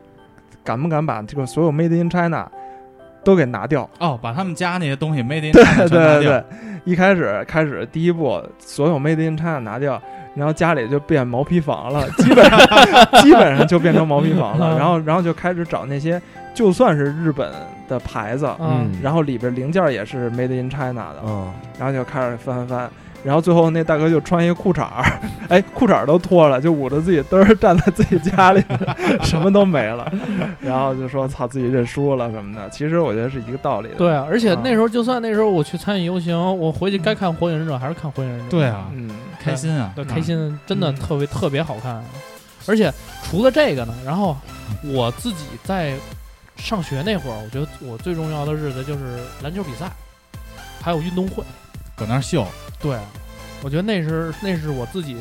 S1: 敢不敢把这个所有 Made in China 都给拿掉？
S3: 哦，把他们家那些东西 made in
S1: 对
S3: China 全拿掉
S1: 对对，一开始开始第一步，所有 Made in China 拿掉，然后家里就变毛坯房了， 基本上 基本上就变成毛坯房
S3: 嗯
S1: 了。然后然后就开始找那些就算是日本的牌子，
S6: 嗯，
S1: 然后里边零件也是 Made in China 的，
S4: 嗯，
S1: 然后就开始翻翻翻，然后最后那大哥就穿一个裤衩儿，哎，裤衩儿都脱了，就捂着自己嘚儿站在自己家里， 什么都没了，然后就说操自己认输了什么的。其实我觉得是一个道理的。
S6: 对，啊而且那时候就算那时候我去参与游行，我回去该看火影忍者还是看火影忍者，
S3: 对啊，
S1: 嗯，
S3: 开心啊，
S6: 对，
S3: 嗯
S6: 开，心真的
S1: 嗯
S6: 特别、特别好看。啊而且除了这个呢，然后我自己在上学那会儿，我觉得我最重要的日子就是篮球比赛，还有运动会。
S3: 搁那儿秀，
S6: 对，我觉得那是那是我自己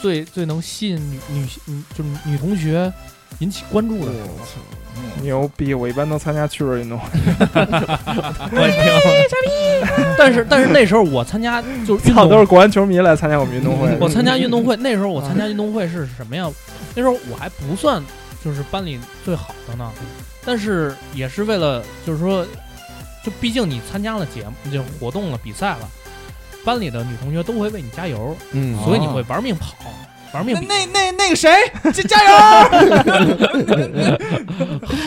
S6: 最最能吸引女女女就是女同学引起关注的时候。
S3: 嗯
S1: 牛逼！我一般都参加趣味运 动会，
S6: 但是但是那时候我参加就是运
S1: 操，
S6: 动
S1: 都是国安球迷来参加我们运动会。
S6: 我参加运动会，那时候我参加运动会是什么呀？那时候我还不算就是班里最好的呢，但是也是为了就是说，就毕竟你参加了节目就活动了比赛了，班里的女同学都会为你加油，
S4: 嗯
S6: 所以你会玩命跑，玩命
S3: 那
S6: 比，
S3: 那那那个谁， 加 加油！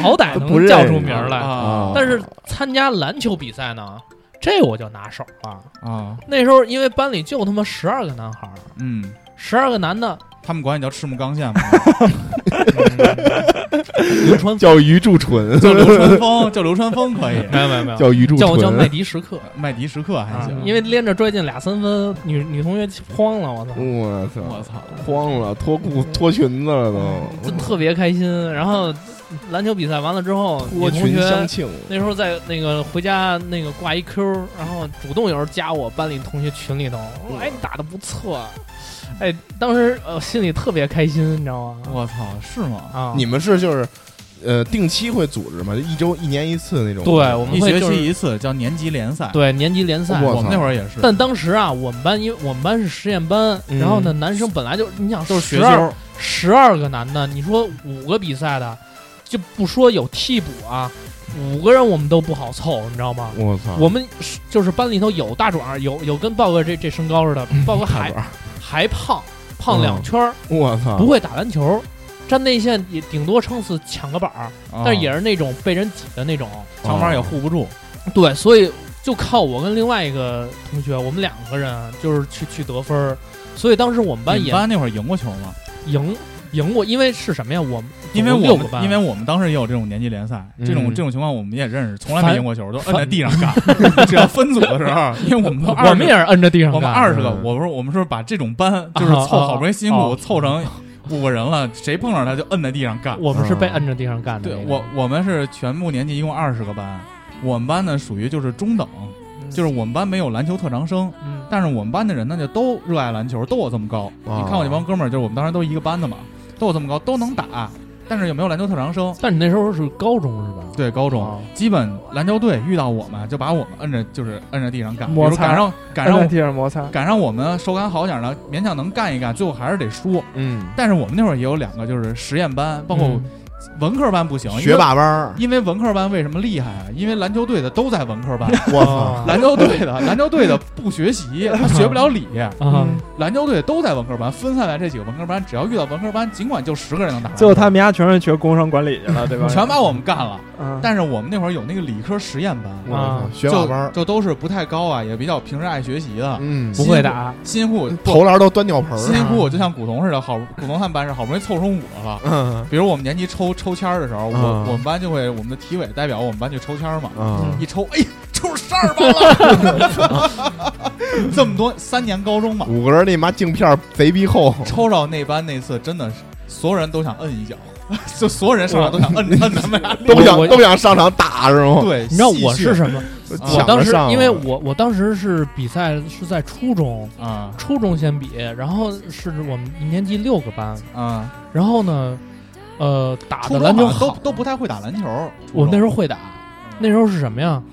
S6: 好歹
S4: 不
S6: 能
S4: 认
S6: 叫出名儿来。
S3: 啊
S6: 但是参加篮球比赛呢，这我就拿手了。
S3: 啊，
S6: 那时候因为班里就他妈十二个男孩儿，
S3: 嗯，
S6: 十二个男的，
S3: 他们管你叫赤木刚宪 吗？
S6: 流川
S4: 叫鱼柱纯，
S3: 叫流川枫，叫流川枫可以，
S6: 没有没有没 有，
S4: 叫鱼柱
S6: 叫我叫麦
S4: 纯，
S6: 迪时刻。
S3: 麦迪时刻还
S6: 啊
S3: 行，
S6: 因为连着拽进俩三分，女女同学慌了，我操，
S4: 我操，
S3: 我操，
S4: 慌了，脱裤脱裙子了
S6: 就
S4: 都，
S6: 特别开心。然后篮球比赛完了之后，女
S4: 脱
S6: 同
S4: 裙相
S6: 学
S4: 庆，
S6: 那时候在那个回家那个挂一 Q，然后主动有时候加我班里同学群里头，我说哎你打的不错，哎当时呃心里特别开心，你知道吗？
S3: 我操，是吗？
S6: 啊，
S4: 你们是就是，呃，定期会组织吗？一周一年一次那种？
S6: 对我们
S3: 一
S6: 会
S3: 学
S6: 就是
S3: 期一次，叫年级联赛。，
S6: 对年级联赛。
S4: 我
S3: 我们
S4: 操
S3: 那会儿也是，
S6: 但当时啊，我们班因为我们班是实验班，
S4: 嗯
S6: 然后呢，男生本来就你想
S3: 都是学
S6: 12
S3: 修，
S6: 十二个男的，你说五个比赛的，就不说有替补啊，五个人我们都不好凑，你知道吗？
S4: 我
S3: 啊
S4: 操，
S6: 我们是就是班里头有大壮，有有跟豹哥这这身高似的，
S3: 嗯
S6: 豹哥
S4: 大
S6: 还
S4: 爪儿
S6: 还胖，胖两圈儿，
S4: 我操，
S6: 不会打篮
S3: 啊
S6: 球，站内线也顶多撑死抢个板儿，
S3: 但
S6: 但是也是哦那种被人挤的那种。
S3: 长啊板也护不住，
S6: 对，所以就靠我跟另外一个同学，我们两个人就是去去得分儿。所以当时我们班
S3: 你
S6: 也
S3: 们班那会儿赢过球吗？
S6: 赢赢过，因为是什么呀？我们
S3: 因为
S6: 总共
S3: 我
S6: 六个
S3: 们
S6: 班，
S3: 因为我们当时也有这种年级联赛，
S4: 嗯
S3: 这种这种情况我们也认识，从来没
S6: 反
S3: 赢过球，都摁在地上干。 只要分组的时候，因为我们都
S6: 我们也是摁着地上
S3: 我们
S6: 干
S3: 二十个，
S4: 嗯
S3: 我说我们是把这种班就是
S6: 啊
S3: 凑
S6: 啊
S3: 好不容易辛辛苦苦
S6: 啊
S3: 凑成五个人了，谁碰上他就摁在地上干。
S6: 我们是
S4: 嗯
S6: 被摁着地上干的
S3: 对
S6: 那个。
S3: 我我们是全部年级一共二十个班，我们班呢属于就是中等，就是我们班没有篮球特长生，
S6: 嗯
S3: 但是我们班的人呢就都热爱篮球，都我这么高。
S4: 哦
S3: 你看我那帮哥们儿，就是我们当时都一个班的嘛，都我这么高，都能打，但是也没有篮球特长生。
S6: 但你那时候是高中是吧？
S3: 对，高中、
S6: 哦
S3: 基本篮球队遇到我们就把我们摁着，就是摁着地上干。比如
S1: 摩擦
S3: 赶上赶
S1: 摁
S3: 上
S1: 在地上摩擦，
S3: 赶上我们手感好点儿的，勉强能干一干，最后还是得输。
S4: 嗯，
S3: 但是我们那会儿也有两个就是实验班，包括
S6: 嗯
S3: 文科班不行，因为
S4: 学霸班儿，
S3: 因为文科班为什么厉害啊？因为篮球队的都在文科 班，
S4: 我操，
S6: 啊
S3: 篮球队的篮球队的不学习，他学不了理。
S6: 啊，
S3: 篮球队都在文科班，分散在这几个文科班，只要遇到文科班，尽管就十个人能打篮球，
S1: 最后他们家全是学工商管理去了，对吧？
S3: 全把我们干了。
S1: 嗯，
S3: 但是我们那会儿有那个理科实验班，
S4: 我操，学霸
S3: 就
S4: 班儿，
S3: 就都是不太高啊，也比较平时爱学习的，
S4: 嗯，
S6: 不会打，
S3: 辛苦
S4: 投篮都端尿盆
S3: 辛
S4: 儿，
S3: 辛苦苦就像古潼似的，好古潼他们班是好不容易凑成五个了。
S4: 啊嗯
S3: 比如我们年级抽抽签儿的时候，我、
S4: 嗯
S3: 我们班就会我们的体委代表我们班去抽签儿嘛，
S4: 嗯，
S3: 一抽，哎呀，抽十二班了， 这么多三年高中嘛，
S4: 五个人那妈镜片儿贼逼厚，
S3: 抽到那班那次真的是所有人都想摁一脚， 就所有人上来都想摁摁他们俩，
S4: 都不想
S6: 我
S4: 都不想上场打是吗？
S3: 对，啊
S6: 你知道我是
S3: 谁
S6: 什么？
S4: 抢
S6: 我
S4: 着
S6: 当时
S4: 上
S6: 因为我我当时是比赛是在初中，
S3: 啊
S6: 初中先比，然后是我们年级六个班，
S3: 啊，
S6: 然后呢，呃，打
S3: 初
S6: 的
S3: 中
S6: 篮球
S3: 好像
S6: 好
S3: 都，都不太会打篮球，
S6: 我那时
S3: 候
S6: 候会打，那时候是什么呀？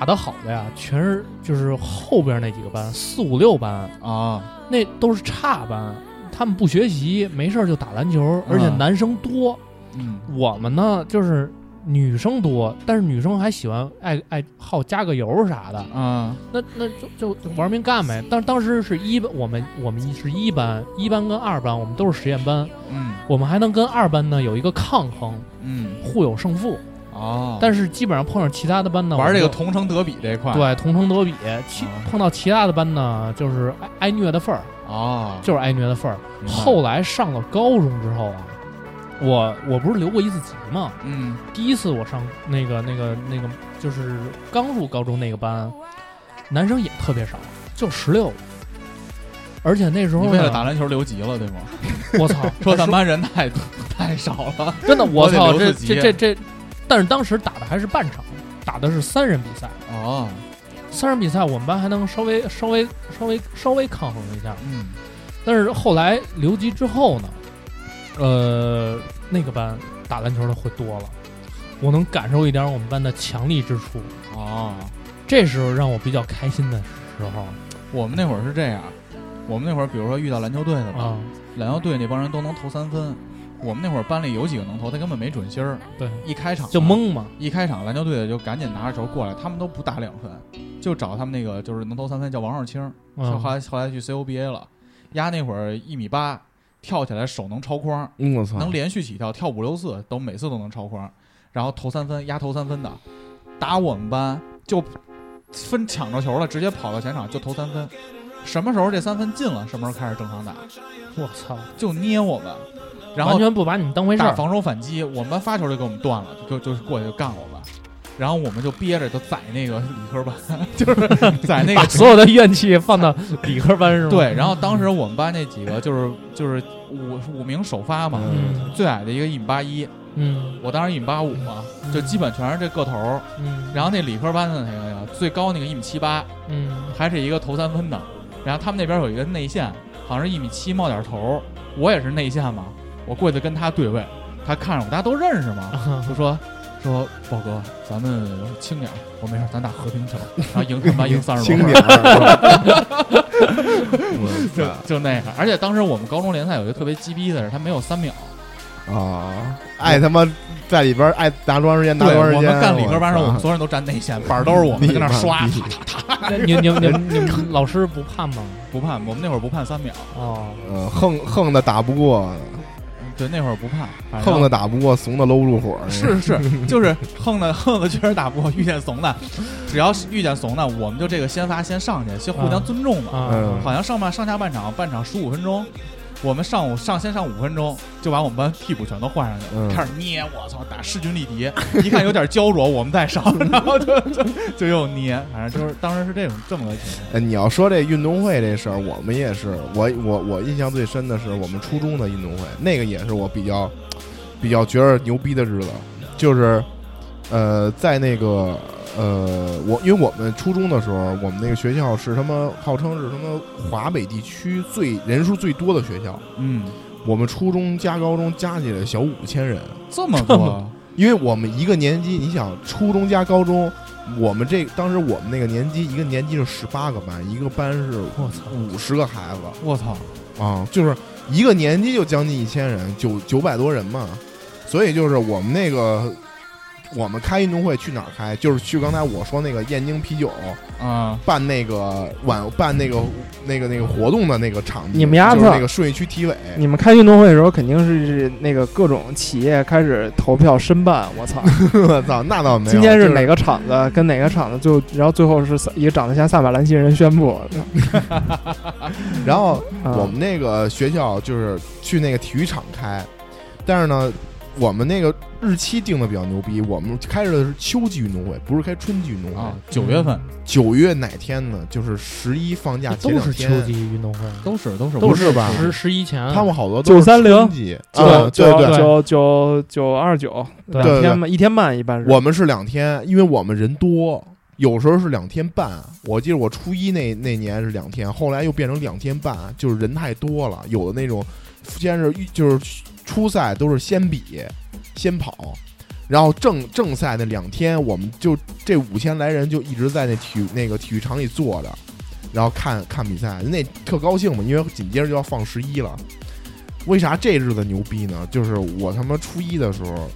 S6: 打的好的呀，全是就是后边那几个班，四五六班，
S3: 啊，
S6: 那都是差班，他们不学习，没事儿就打篮球，而且
S3: 嗯
S6: 男生多，
S3: 嗯
S6: 我们呢就是女生多，但是女生还喜欢爱爱好加个油啥的，
S3: 啊
S6: 那那就就就玩命干呗。但是当时是一班，我们我们是一班，一班跟二班我们都是实验班，
S3: 嗯
S6: 我们还能跟二班呢有一个抗衡，
S3: 嗯
S6: 互有胜负。
S3: 哦，
S6: 但是基本上碰上其他的班呢，
S3: 玩这个
S6: 我们就
S3: 同城德比这一块，
S6: 对同城德比，其
S3: 啊
S6: 碰到其他的班呢就是挨挨虐的份儿，
S3: 哦，
S6: 就是挨虐的份儿。
S3: 明白
S6: 后来上了高中之后啊，我我不是留过一次级吗？
S3: 嗯
S6: 第一次我上那个那个那个，就是刚入高中那个班，男生也特别少，就十六个。而且那时候
S3: 你
S6: 呢
S3: 为了打篮球留级了对吗？
S6: 我操，
S3: 说咱班人太 太少了，
S6: 真的我操，
S3: 我得
S6: 这
S3: 留啊自己
S6: 这这这，但是当时打的还是半场，打的是三人比赛，
S3: 哦，
S6: 三人比赛我们班还能稍微稍微稍微稍微抗衡一下。
S3: 嗯
S6: 但是后来留级之后呢，呃，那个班打篮球的会多了，我能感受一点我们班的强力之处。
S3: 哦，
S6: 这时候让我比较开心的时候
S3: 我们那会儿是这样，我们那会儿比如说遇到篮球队的吧，
S6: 啊，
S3: 篮球队那帮人都能投三分，我们那会儿班里有几个能投，他根本没准心儿，
S6: 对，
S3: 一开场
S6: 就，懵嘛，
S3: 一开场篮球队的就赶紧拿着球过来，他们都不打两分，就找他们那个就是能投三分叫王少清，
S6: 啊
S3: 后来后来去 CUBA 了，丫那会儿一米八，跳起来手能超框，
S4: 嗯我操，
S3: 能连续起跳，跳五六次都每次都能超框，然后投三分，压投三分的，打我们班就分抢着球了，直接跑到前场就投三分，什么时候这三分进了，什么时候开始正常打，
S6: 我操，
S3: 就捏我们，然
S6: 完
S3: 后
S6: 全不把你们当回事
S3: 打
S6: 儿。
S3: 防守反击，我们班发球就给我们断了，就就是过去就干我们。然后我们就憋着，就宰那个理科班， 就是宰那个
S6: 把所有的怨气放到理科班是吗？
S3: 对，然后当时我们班那几个就是就是五五名首发嘛，
S6: 嗯
S3: 最矮的一个一米八一，
S6: 嗯
S3: 我当时一米八五嘛，就基本全是这个头儿。
S6: 嗯，
S3: 然后那理科班的那个呀，最高那个一米七八，
S6: 嗯
S3: 还是一个投三分的。然后他们那边有一个内线，好像是一米七冒点头儿，我也是内线嘛，我过去跟他对位，他看着我，大家都认识嘛，
S6: 啊
S3: 就说说豹哥，咱们轻点儿，我没事儿，咱打和平球，然后赢他 们班赢三十多
S4: 轻
S3: 分儿
S4: 点。儿，我
S3: 就
S4: 操，
S3: 就那个，而且当时我们高中联赛有一个特别鸡逼的是，他没有三秒，
S4: 啊，爱他妈在里边爱拿多长时间，拿
S3: 对，
S4: 多长时
S3: 我
S4: 间。啊
S3: 们干理科班的时候，我
S4: 我
S3: 们所有人都站内线，板儿都是我们在那儿刷，
S4: 你妈
S3: 啪啪啪，
S6: 那 嗯你你你你们老师不判吗？
S3: 不判，我们那会儿不判三秒，
S6: 哦，
S4: 呃，横横的打不过，
S3: 对，那会儿不判，反正
S4: 横的打不过，怂的搂不住火。
S3: 是是，就是横的 横的确实打不过，遇见怂的，只要是遇见怂的，我们就这个先发先上去，先互相尊重嘛。
S6: 啊
S4: 嗯，
S3: 好像上半上下半场，半场十五分钟，我们上午上先上五分钟，就把我们班替补全都换上去，
S4: 嗯
S3: 了，开始捏，我操，打势均力敌，一看有点焦灼，我们再上，然后就就就又捏，反正就是当时是这种这么个情况。
S4: 呃，你要说这运动会这事儿，我们也是，我我我印象最深的是我们初中的运动会，那个也是我比较比较觉得牛逼的日子，就是呃，在那个呃，我因为我们初中的时候，我们那个学校是他妈号称是他妈华北地区最人数最多的学校，
S3: 嗯，
S4: 我们初中加高中加起来小五千人，
S3: 这么多，
S4: 因为我们一个年级，你想初中加高中，我们这当时我们那个年级一个年级是十八个班，一个班是
S6: 我操，
S4: 五十个孩子
S3: 我操，
S4: 啊，就是一个年级就将近一千人，九九百多人嘛，所以就是我们那个我们开运动会去哪儿开？就是去刚才我说那个燕京啤酒
S3: 啊、
S4: 办那个晚办那个那个那个活动的那个场地，
S1: 你们丫
S4: 就是
S1: 操
S4: 那个顺义区体 委，
S1: 你们开运动会的时候，肯定是那个各种企业开始投票申办。我操，
S4: 我操，那倒没有，
S1: 今天
S4: 就是
S1: 哪个厂子跟哪个厂子就，然后最后是一个长得像萨马兰西人宣布，
S4: 然后。
S1: 啊
S4: 我们那个学校就是去那个体育场开，但是呢，我们那个日期定的比较牛逼，我们开始的是秋季运动会，不是开春季运动会
S3: 啊。，九月份
S4: 九、月哪天呢？就是十一放假前
S6: 都
S4: 两
S6: 是秋
S4: 天，
S6: 季运动会，
S3: 都是都是
S4: 不是吧？
S6: 十十一前，
S4: 他们好多都是
S1: 930
S4: 春季，啊，对
S1: 九
S4: 对。
S1: 九九九二九，
S6: 对
S1: 两
S4: 对
S1: 天嘛，一天半一般是。
S4: 我们是两天，因为我们人多，有时候是两天半。我记得我初一那那年是两天，后来又变成两天半，就是人太多了。有的那种先是就是初赛都是先比先跑，然后正正赛那两天，我们就这五千来人就一直在那体育那个体育场里坐着，然后看看比赛，那特高兴嘛，因为紧接着就要放十一了。为啥这日子牛逼呢？就是我他妈初一的时候，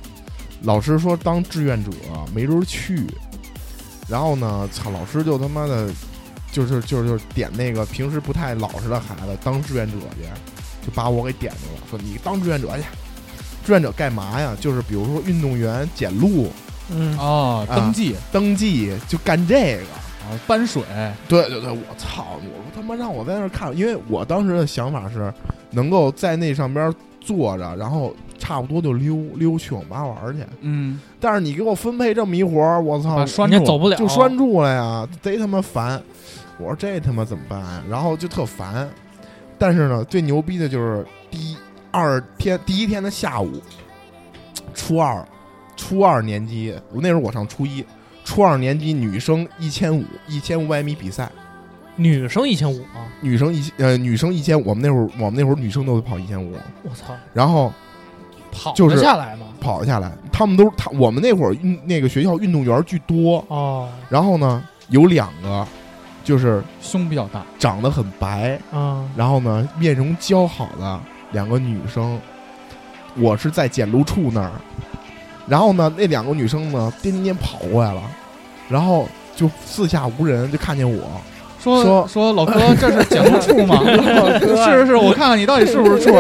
S4: 老师说当志愿者没人去，然后呢，操，老师就他妈的，就是就是就是点那个平时不太老实的孩子当志愿者去，就把我给点住了，说你当志愿者去，志愿者干嘛呀？就是比如说运动员捡路、
S1: 嗯，
S3: 哦，登记
S4: 登记，就干这个。
S3: 啊，搬水，
S4: 对对对，我操！我他妈让我在那儿看，因为我当时的想法是能够在那上边坐着，然后差不多就溜溜去网吧玩儿去。
S3: 嗯，
S4: 但是你给我分配这么一活儿，我操
S3: 把，拴
S6: 啊
S3: 住
S6: 人家走不了，
S4: 就拴住了呀，贼他妈烦！我说这他妈怎么办、啊？然后就特烦。但是呢，最牛逼的就是第一二天第一天的下午，初二，初二年级，我那时候我上初一，初二年级女生一千五一千五百米比赛，
S6: 女生一千五啊！
S4: 女生一呃女生一千，我们那会儿我们那会儿女生都跑一千五，
S6: 我操，
S4: 然后
S6: 跑
S4: 就
S6: 得
S4: 是
S6: 下来吗？
S4: 跑下来，他们都他我们那会儿运那个学校运动员巨多，
S6: 哦，
S4: 然后呢有两个就是
S3: 胸比较大，
S4: 长得很白，
S6: 啊，
S4: 然后呢面容姣好的两个女生，我是在检录处那儿，然后呢那两个女生呢颠颠颠跑过来了，然后就四下无人，就看见我，
S3: 说
S4: 说
S3: 说老哥， 这是捡漏处吗？是是是，我看看你到底是不是处。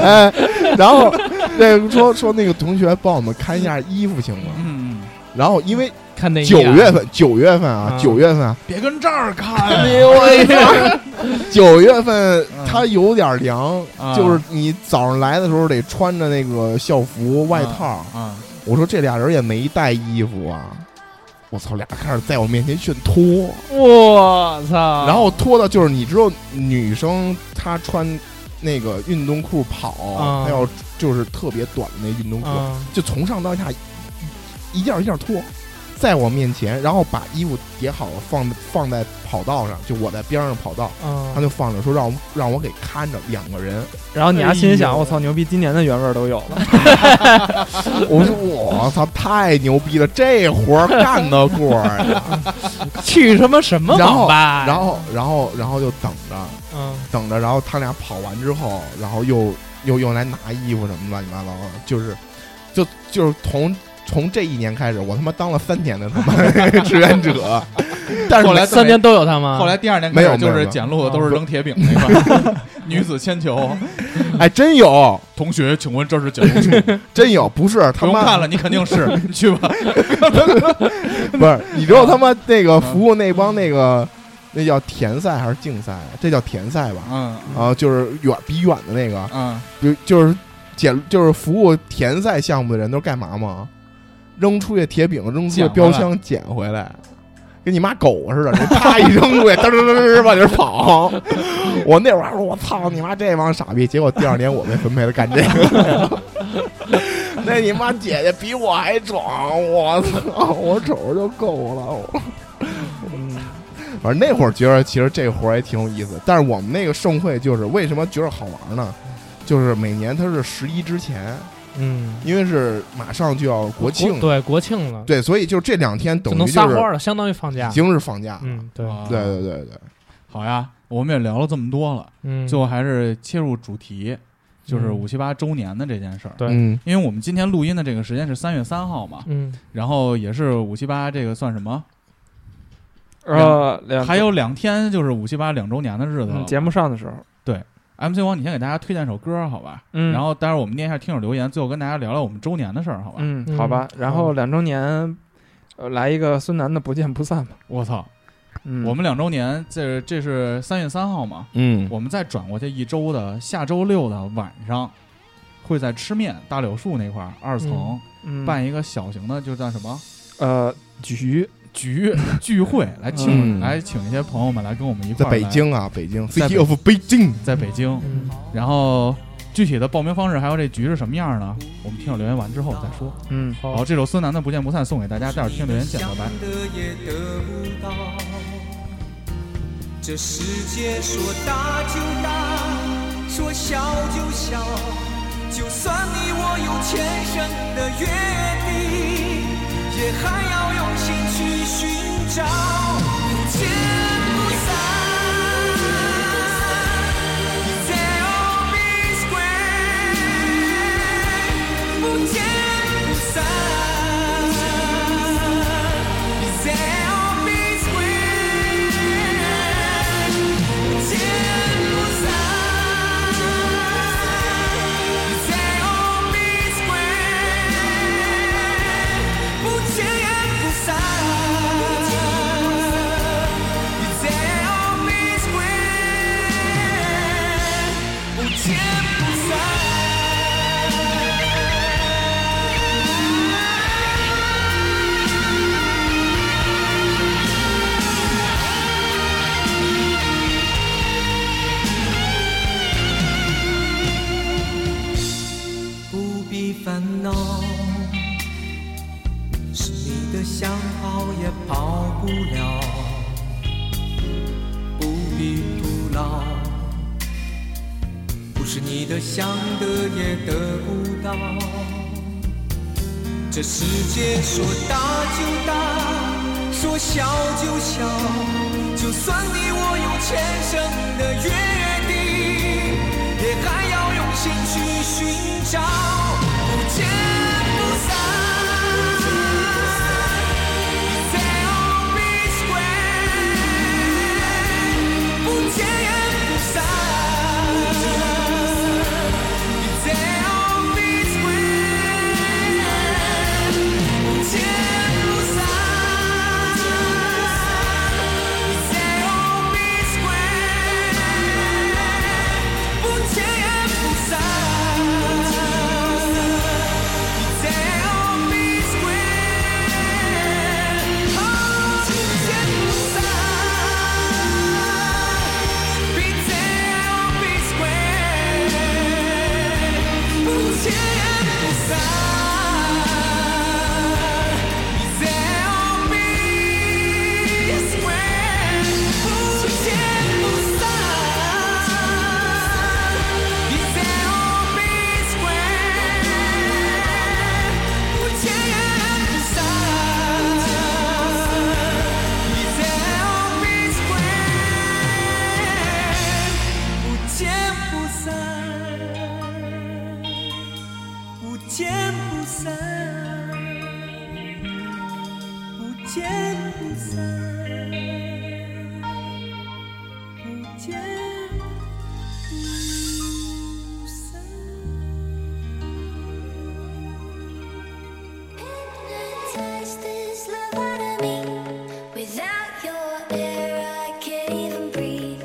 S4: 哎，然后那个说说那个同学帮我们看一下衣服行吗？
S3: 嗯，嗯
S4: 然后因为
S6: 看那
S4: 九月份九月份啊
S6: 哎啊
S4: 九月份啊，
S3: 别跟这儿看
S4: 哎 九月份
S3: 嗯
S4: 它有点凉，
S3: 啊
S4: 就是你早上来的时候得穿着那个校服外套。
S3: 啊，
S4: 我说这俩人也没带衣服啊，我操，俩开始在我面前炫脱，
S6: 我
S1: 嗯
S6: 操，
S4: 然后脱的就是你知道女生她穿那个运动裤跑，
S6: 啊
S4: 还有就是特别短的那运动裤，
S6: 啊，
S4: 就从上到下一一件一件脱，在我面前，然后把衣服叠好了放放在跑道上，就我在边上跑道。
S6: 嗯
S4: 他就放着说让我让我给看着两个人，
S1: 然后你丫心
S6: 哎
S1: 想，
S6: 呦
S1: 我操，牛逼，今年的原味儿都有了。
S3: 啊
S4: 我说我操太牛逼了，这活儿干得过呀！
S6: 去什么什么
S4: 嗯然后
S6: 网吧？
S4: 然后然后然后就等着
S6: 嗯，
S4: 等着，然后他俩跑完之后，然后又又又来拿衣服什么乱七八糟的，就是就就是从从这一年开始，我他妈当了三年的他 妈志愿者，但是啊
S3: 后来
S6: 三年都有他吗？
S3: 后来第二年
S4: 没有
S3: 开始就
S4: 没有嗯
S3: 是捡路的都是扔铁饼那块儿， 女子铅球。
S4: 哎真有
S3: 同学，请问这是九龙处？
S4: 真有，不是
S3: 不
S4: 他
S3: 用
S4: 妈
S3: 看了，你肯定是， 你去吧。
S4: 不是，你知道他妈那
S3: 嗯
S4: 个服务那帮那个那叫田赛还是竞赛？啊这叫田赛吧？
S3: 嗯
S4: 啊，就是远比远的那个，
S3: 嗯，
S4: 就就是捡就是服务田赛项目的人都干嘛吗？扔出去铁饼，扔出去
S3: 捡回
S4: 标枪，捡回来，跟你妈狗似的，你啪一扔出去，噔噔噔噔噔往里跑。我那会儿还说，我操你妈这帮傻逼！结果第二年我被分配了干这个。 那你妈姐姐比我还壮，我操！我瞅着就够了。我嗯，反正那会儿觉得其实这活儿也挺有意思，但是我们那个盛会就是为什么觉得好玩呢？就是每年它是十一之前，
S6: 嗯，
S4: 因为是马上就要国庆，
S6: 对国庆了，
S4: 对，所以就这两天等
S6: 就
S4: 于
S6: 能
S4: 就
S6: 撒欢
S4: 是
S6: 了，相当于放假
S4: 已。经是放假，
S6: 嗯，对，
S3: 啊
S4: 对，对对对，
S3: 好呀，我们也聊了这么多了，
S6: 嗯，
S3: 最后还是切入主题，就是
S6: 嗯
S3: 五七八周年的这件事儿。
S6: 对
S4: 嗯
S3: 因为我们今天录音的这个时间是三月三号嘛，
S6: 嗯
S3: 然后也是五七八这个算什么？
S1: 呃，两
S3: 还有两天就是五七八两周年的日子了。
S1: 嗯节目上的时候，
S3: MC 王，你先给大家推荐首歌好吧？
S1: 嗯，
S3: 然后待会儿我们念一下听友留言，最后跟大家聊聊我们周年的事儿好吧？
S1: 嗯，好吧，然后两周年，呃，来一个孙楠的不见不散吧。
S3: 我操，
S1: 嗯，
S3: 我们两周年，这这是三月三号嘛？
S4: 嗯，
S3: 我们再转过去一周的下周六的晚上，会在吃面大柳树那块儿二层、
S1: 嗯
S3: 办一个小型的，就叫什么
S1: 呃局，
S3: 局聚会，来请、
S4: 嗯
S3: 来请一些朋友们来跟我们一块
S4: 在
S3: 儿
S4: 北
S3: 来，
S4: 京啊，北京
S3: 在北
S4: ，City of 北京，
S3: 在北京。
S6: 嗯，
S3: 然后具体的报名方式还有这局是什么样呢？我们听友留言完之后再说。
S1: 嗯，
S3: 好，这首孙楠的《不见不散》送给大家，待会儿听留言见，拜拜。
S8: 得也得不到。这世界说大就大，说小就小，就算你我有前生的约定，也还要用心去寻找，不见不散。There'll be square，不见不散。There'll be square，不见不散。There'll be square，不见不散。There'll be square，不见不散。不必烦恼，是你的想跑也跑不了，不必徒劳，不是你的想得也得不到。这世界说大就大，说小就小，就算你我有前生的约定，也还要用心去寻找，不见不散。There'll be square，不见不散。There'll be square，不见不散。There'll be square。
S2: 间无声。
S9: Hypnotize this love out of me. Without your air, I can't even breathe.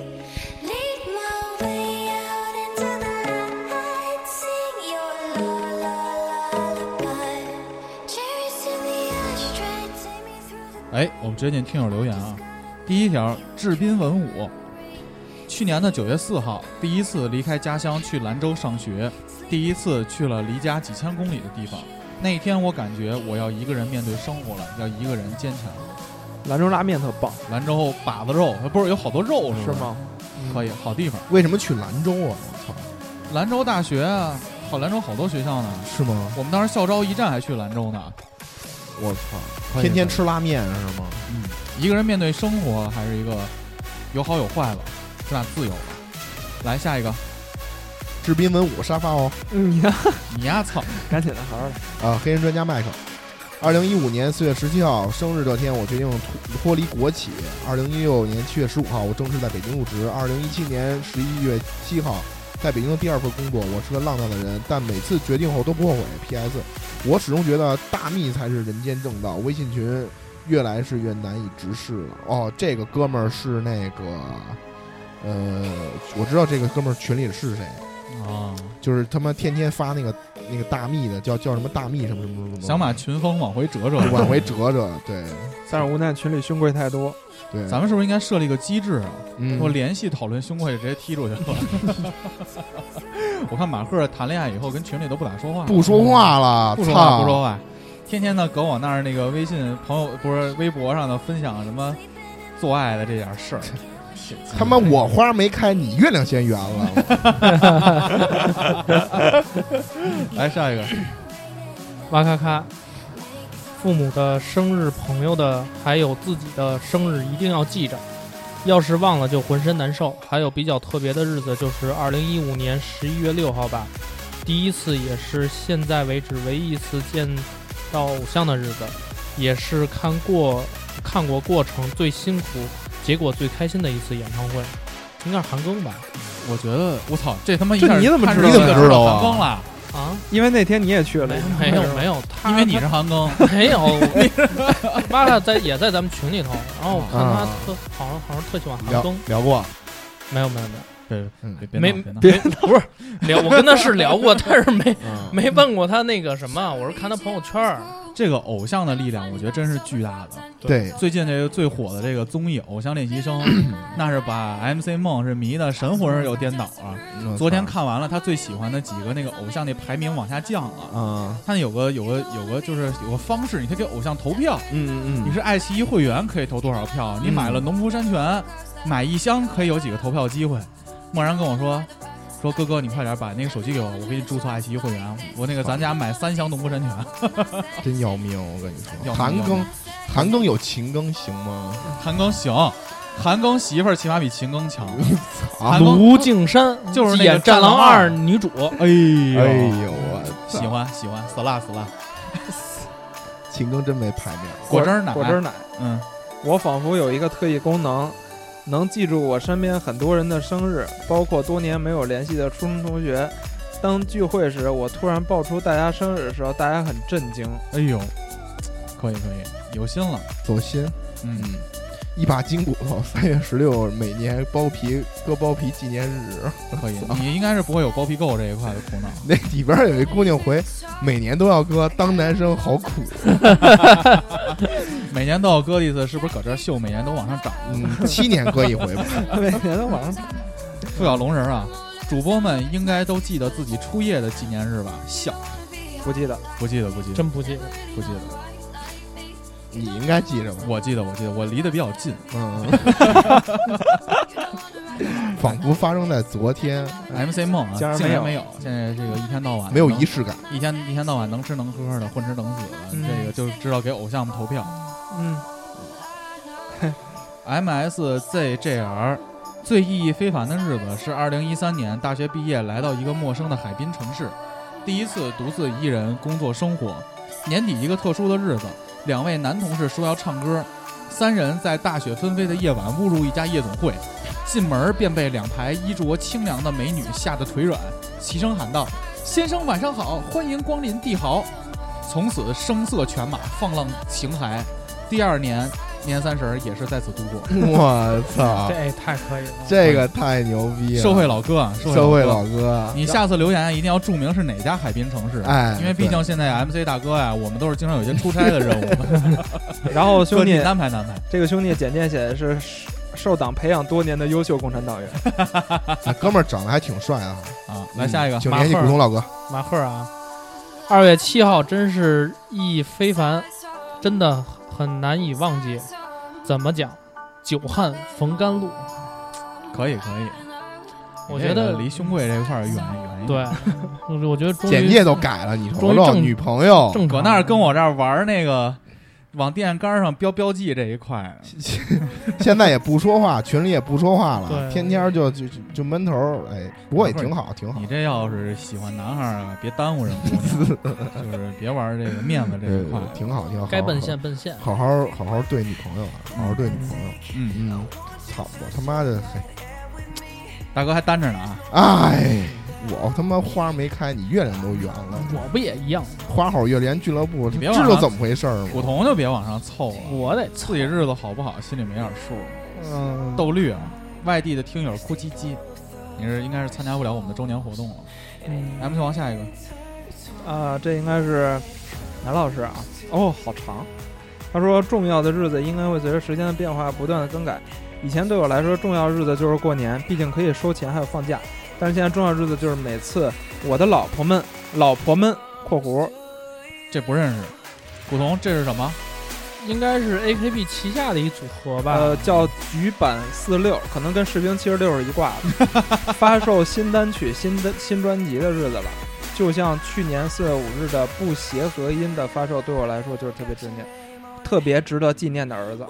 S9: Lead my way out into the light. Sing your la la lullaby. Cherries in the ashtray, take me through the
S3: 哎，我们直接念听友留言啊。第一条，志斌文武，去年的九月四号，第一次离开家乡去兰州上学，第一次去了离家几千公里的地方。那一天，我感觉我要一个人面对生活了，要一个人坚强。
S1: 兰州拉面特棒，
S3: 兰州把子肉，呃不是有好多肉
S1: 是吗？嗯
S3: 可以，好地方。
S4: 为什么去兰州啊？我操，
S3: 兰州大学啊，好，兰州好多学校呢。
S4: 是吗？
S3: 我们当时校招一站还去兰州呢。
S4: 我操，天天吃拉面是吗？
S3: 嗯，一个人面对生活还是一个有好有坏吧，是那自由吧。来下一个，
S4: 志斌文武沙发哦。
S1: 嗯，你看，
S3: 你丫操！
S1: 赶紧的，好好的。
S4: 啊，黑人专家麦克。二零一五年四月十七号生日这天，我决定脱脱离国企。二零一六年七月十五号，我正式在北京入职。二零一七年十一月七号，在北京的第二份工作。我是个浪荡的人，但每次决定后都不后悔。P.S. 我始终觉得大蜜才是人间正道。微信群越来是越难以直视了。哦，这个哥们儿是那个，呃，我知道这个哥们儿群里是谁，
S3: 啊，
S4: 就是他妈天天发那个那个大蜜的，叫叫什么大蜜什么什么什么，
S3: 想把群风往回折折，
S4: 往回。折折，对
S1: 但是无奈群里兄贵太多，
S4: 对，
S3: 咱们是不是应该设立个机制啊？
S4: 嗯
S3: 我联系讨论胸贵，直接踢出去了。 我看马赫谈恋爱以后跟群里都不咋说话，
S4: 不说话了，
S3: 不说话，
S4: 操，
S3: 不说话，天天呢搁我那儿那个微信朋友不是微博上的分享什么做爱的这点事儿。
S4: 他妈我花没开，你月亮先圆了，
S3: 来下一 个，
S5: 哇咔咔，父母的生日、朋友的，还有自己的生日一定要记着，要是忘了就浑身难受。还有比较特别的日子就是二零一五年十一月六号吧，第一次也是现在为止唯一一次见到偶像的日子，也是看过看过过程最辛苦，结果最开心的一次演唱会，应该是韩庚吧？
S3: 我觉得我操，这他妈一下
S1: 这你怎么
S3: 看
S1: 知
S3: 出
S1: 道
S3: 来
S1: 你怎么
S4: 知道啊
S3: 韩庚了，
S5: 啊，
S1: 因为那天你也去了
S5: 没，没有没有，他
S3: 因为你是韩庚。
S6: 没有，
S5: 妈的在也在咱们群里头，然后我看他
S4: 啊
S5: 特好像好像特喜欢韩
S4: 聊
S5: 庚，
S4: 聊过，
S5: 没有没有没有，
S3: 别
S4: 嗯
S3: 别别
S6: 没
S3: 闹别闹
S1: 别
S6: 聊我跟他是聊过，但是没
S4: 嗯
S6: 没问过他那个什么，我是看他朋友圈儿，
S3: 这个偶像的力量，我觉得真是巨大的。
S4: 对，
S3: 最近这个最火的这个综艺《偶像练习 生》，那是把 MC 梦是迷的神魂儿又颠倒了。
S1: 嗯
S3: 昨天看完了，他最喜欢的几个那个偶像那排名往下降了。
S1: 嗯
S4: 啊，
S3: 他有个有个有个就是有个方式，你可以给偶像投票。
S4: 嗯
S3: 你是爱奇艺会员可以投多少票？你买了农夫山泉，买一箱可以有几个投票机会？默然跟我说。说哥哥，你快点把那个手机给我，我给你注册爱奇艺会员。我那个咱家买三箱农夫山泉。
S4: 嗯，真要命，我跟你说，
S3: 要命
S4: 韩
S3: 要
S4: 庚
S3: 命，
S4: 韩庚有秦庚行吗？
S3: 韩庚行，韩庚媳妇儿起码比秦庚强。
S4: 啊
S3: 韩庚
S6: 卢靖珊
S3: 就是那个
S6: 演《战
S3: 战狼
S6: 狼二
S3: 二》
S6: 女主，
S3: 哎呦
S4: 哎呦我操
S3: 喜，欢喜欢，死啦死啦，
S4: 秦庚真没排面，
S3: 果汁儿奶，
S1: 果汁儿奶。
S3: 嗯，
S1: 我仿佛有一个特异功能，能记住我身边很多人的生日，包括多年没有联系的初中同学。当聚会时，我突然报出大家生日的时候，大家很震惊。
S3: 哎呦，可以可以，有心了，
S4: 走心，
S3: 嗯，
S4: 嗯。一把金骨头，三月十六每年剥皮割包皮纪念日，
S3: 可以， 你应该是不会有包皮垢这一块的苦恼。
S4: 那里边有一姑娘回，每年都要割，当男生好苦。
S3: 每年都要割一次，是不是搁这儿秀，每年都往上涨？
S4: 嗯，七年割一回吧。
S1: 每年都往上涨，
S3: 付小龙人儿啊，主播们应该都记得自己初夜的纪念日吧？笑，
S1: 不记得。
S3: 不记得不记得
S5: 真不记得。
S3: 不记得，
S4: 你应该记着吧？
S3: 我记得我记得，我离得比较近。
S4: 嗯，仿佛发生在昨天，
S3: MC 梦啊，
S1: 哎竟然
S3: 竟然
S1: 没
S3: 没有，现在这个一天到晚
S4: 没有
S3: 能
S4: 仪式感。
S3: 一天一天到晚能吃能喝的，混吃等死的，
S1: 嗯
S3: 这个就知道给偶像们投票。
S1: 嗯，
S3: MSZJR 最意义非凡的日子是2013年大学毕业来到一个陌生的海滨城市，第一次独自一人工作生活。年底一个特殊的日子，两位男同事说要唱歌，三人在大雪纷飞的夜晚误入一家夜总会，进门便被两排衣着清凉的美女吓得腿软，齐声喊道：“先生晚上好，欢迎光临帝豪。”从此声色犬马，放浪形骸。第二年年三十儿也是在此度过。
S4: 我操
S5: 这，哎太可以了，
S4: 这个太牛逼了！
S3: 社会老哥啊，
S4: 社会
S3: 哥
S4: 老哥，
S3: 你下次留言啊一定要注明是哪家海滨城市，
S4: 哎
S3: 因为毕竟现在 MC 大哥呀、我们都是经常有一些出差的 任务，
S1: 然后
S3: 各
S1: 兄
S3: 地
S1: 弟，
S3: 安排安排。
S1: 这个兄弟简介写的是受受党培养多年的优秀共产党员。
S4: 哎哥们儿长得还挺帅啊！
S3: 啊，来下一个
S4: 嗯，请联系
S5: 马赫
S4: 股东老哥。
S5: 马赫啊，二月七号真是意义非凡， 真的很难以忘记。怎么讲？久旱逢甘露，
S3: 可以可以。
S5: 我
S3: 这
S5: 觉得
S3: 个离兄贵这块儿远远一点。
S5: 对，我觉得终于
S4: 简介都改了，你
S5: 终
S4: 瞅
S5: 于
S4: 瞅
S5: 正
S4: 女朋友，
S5: 正
S3: 搁那儿跟我这儿玩那个往电杆上标标记这一块呢，
S4: 现在也不说话，群里也不说话了，
S5: 对
S4: 天天就就就就闷头儿，哎，不过也挺好，挺好
S3: 你。这要是喜欢男孩儿啊，别耽误人姑 娘，就是别玩这个面子这
S4: 对
S3: 一块。
S4: 呃挺好，挺好。
S5: 该奔现奔现。
S4: 好好好好对女朋友啊，好好对女朋友。
S3: 嗯，
S4: 嗯，操，我他妈的，嘿
S3: 大哥还单着呢啊，
S4: 哎，我他妈花没开，你月亮都圆了。
S5: 我不也一样？
S4: 花好月圆俱乐部，
S3: 你
S4: 知
S3: 别往上
S4: 道怎么回事儿
S3: 古
S4: 吗？
S3: 潼就别往上凑了，
S5: 我得
S3: 自己日子好不好心里没点数。
S4: 嗯，
S3: 豆绿啊，外地的听友哭唧唧，你是应该是参加不了我们的周年活动了。M 球王下一个，
S1: 啊，这应该是南老师啊。哦，好长。他说，重要的日子应该会随着时间的变化不断的更改。以前对我来说，重要日子就是过年，毕竟可以收钱还有放假。但是现在重要日子就是每次我的老婆们，老婆们（括弧
S3: 这不认识。古潼，这是什么？
S5: 应该是 AKB 旗下的一组合吧？
S1: 呃叫局版四六），可能跟士兵七十六是一挂 的，发售新单曲、新的新专辑的日子吧。就像去年四月五日的不协和音的发售，对我来说就是特别执念，特别值得纪念的儿子。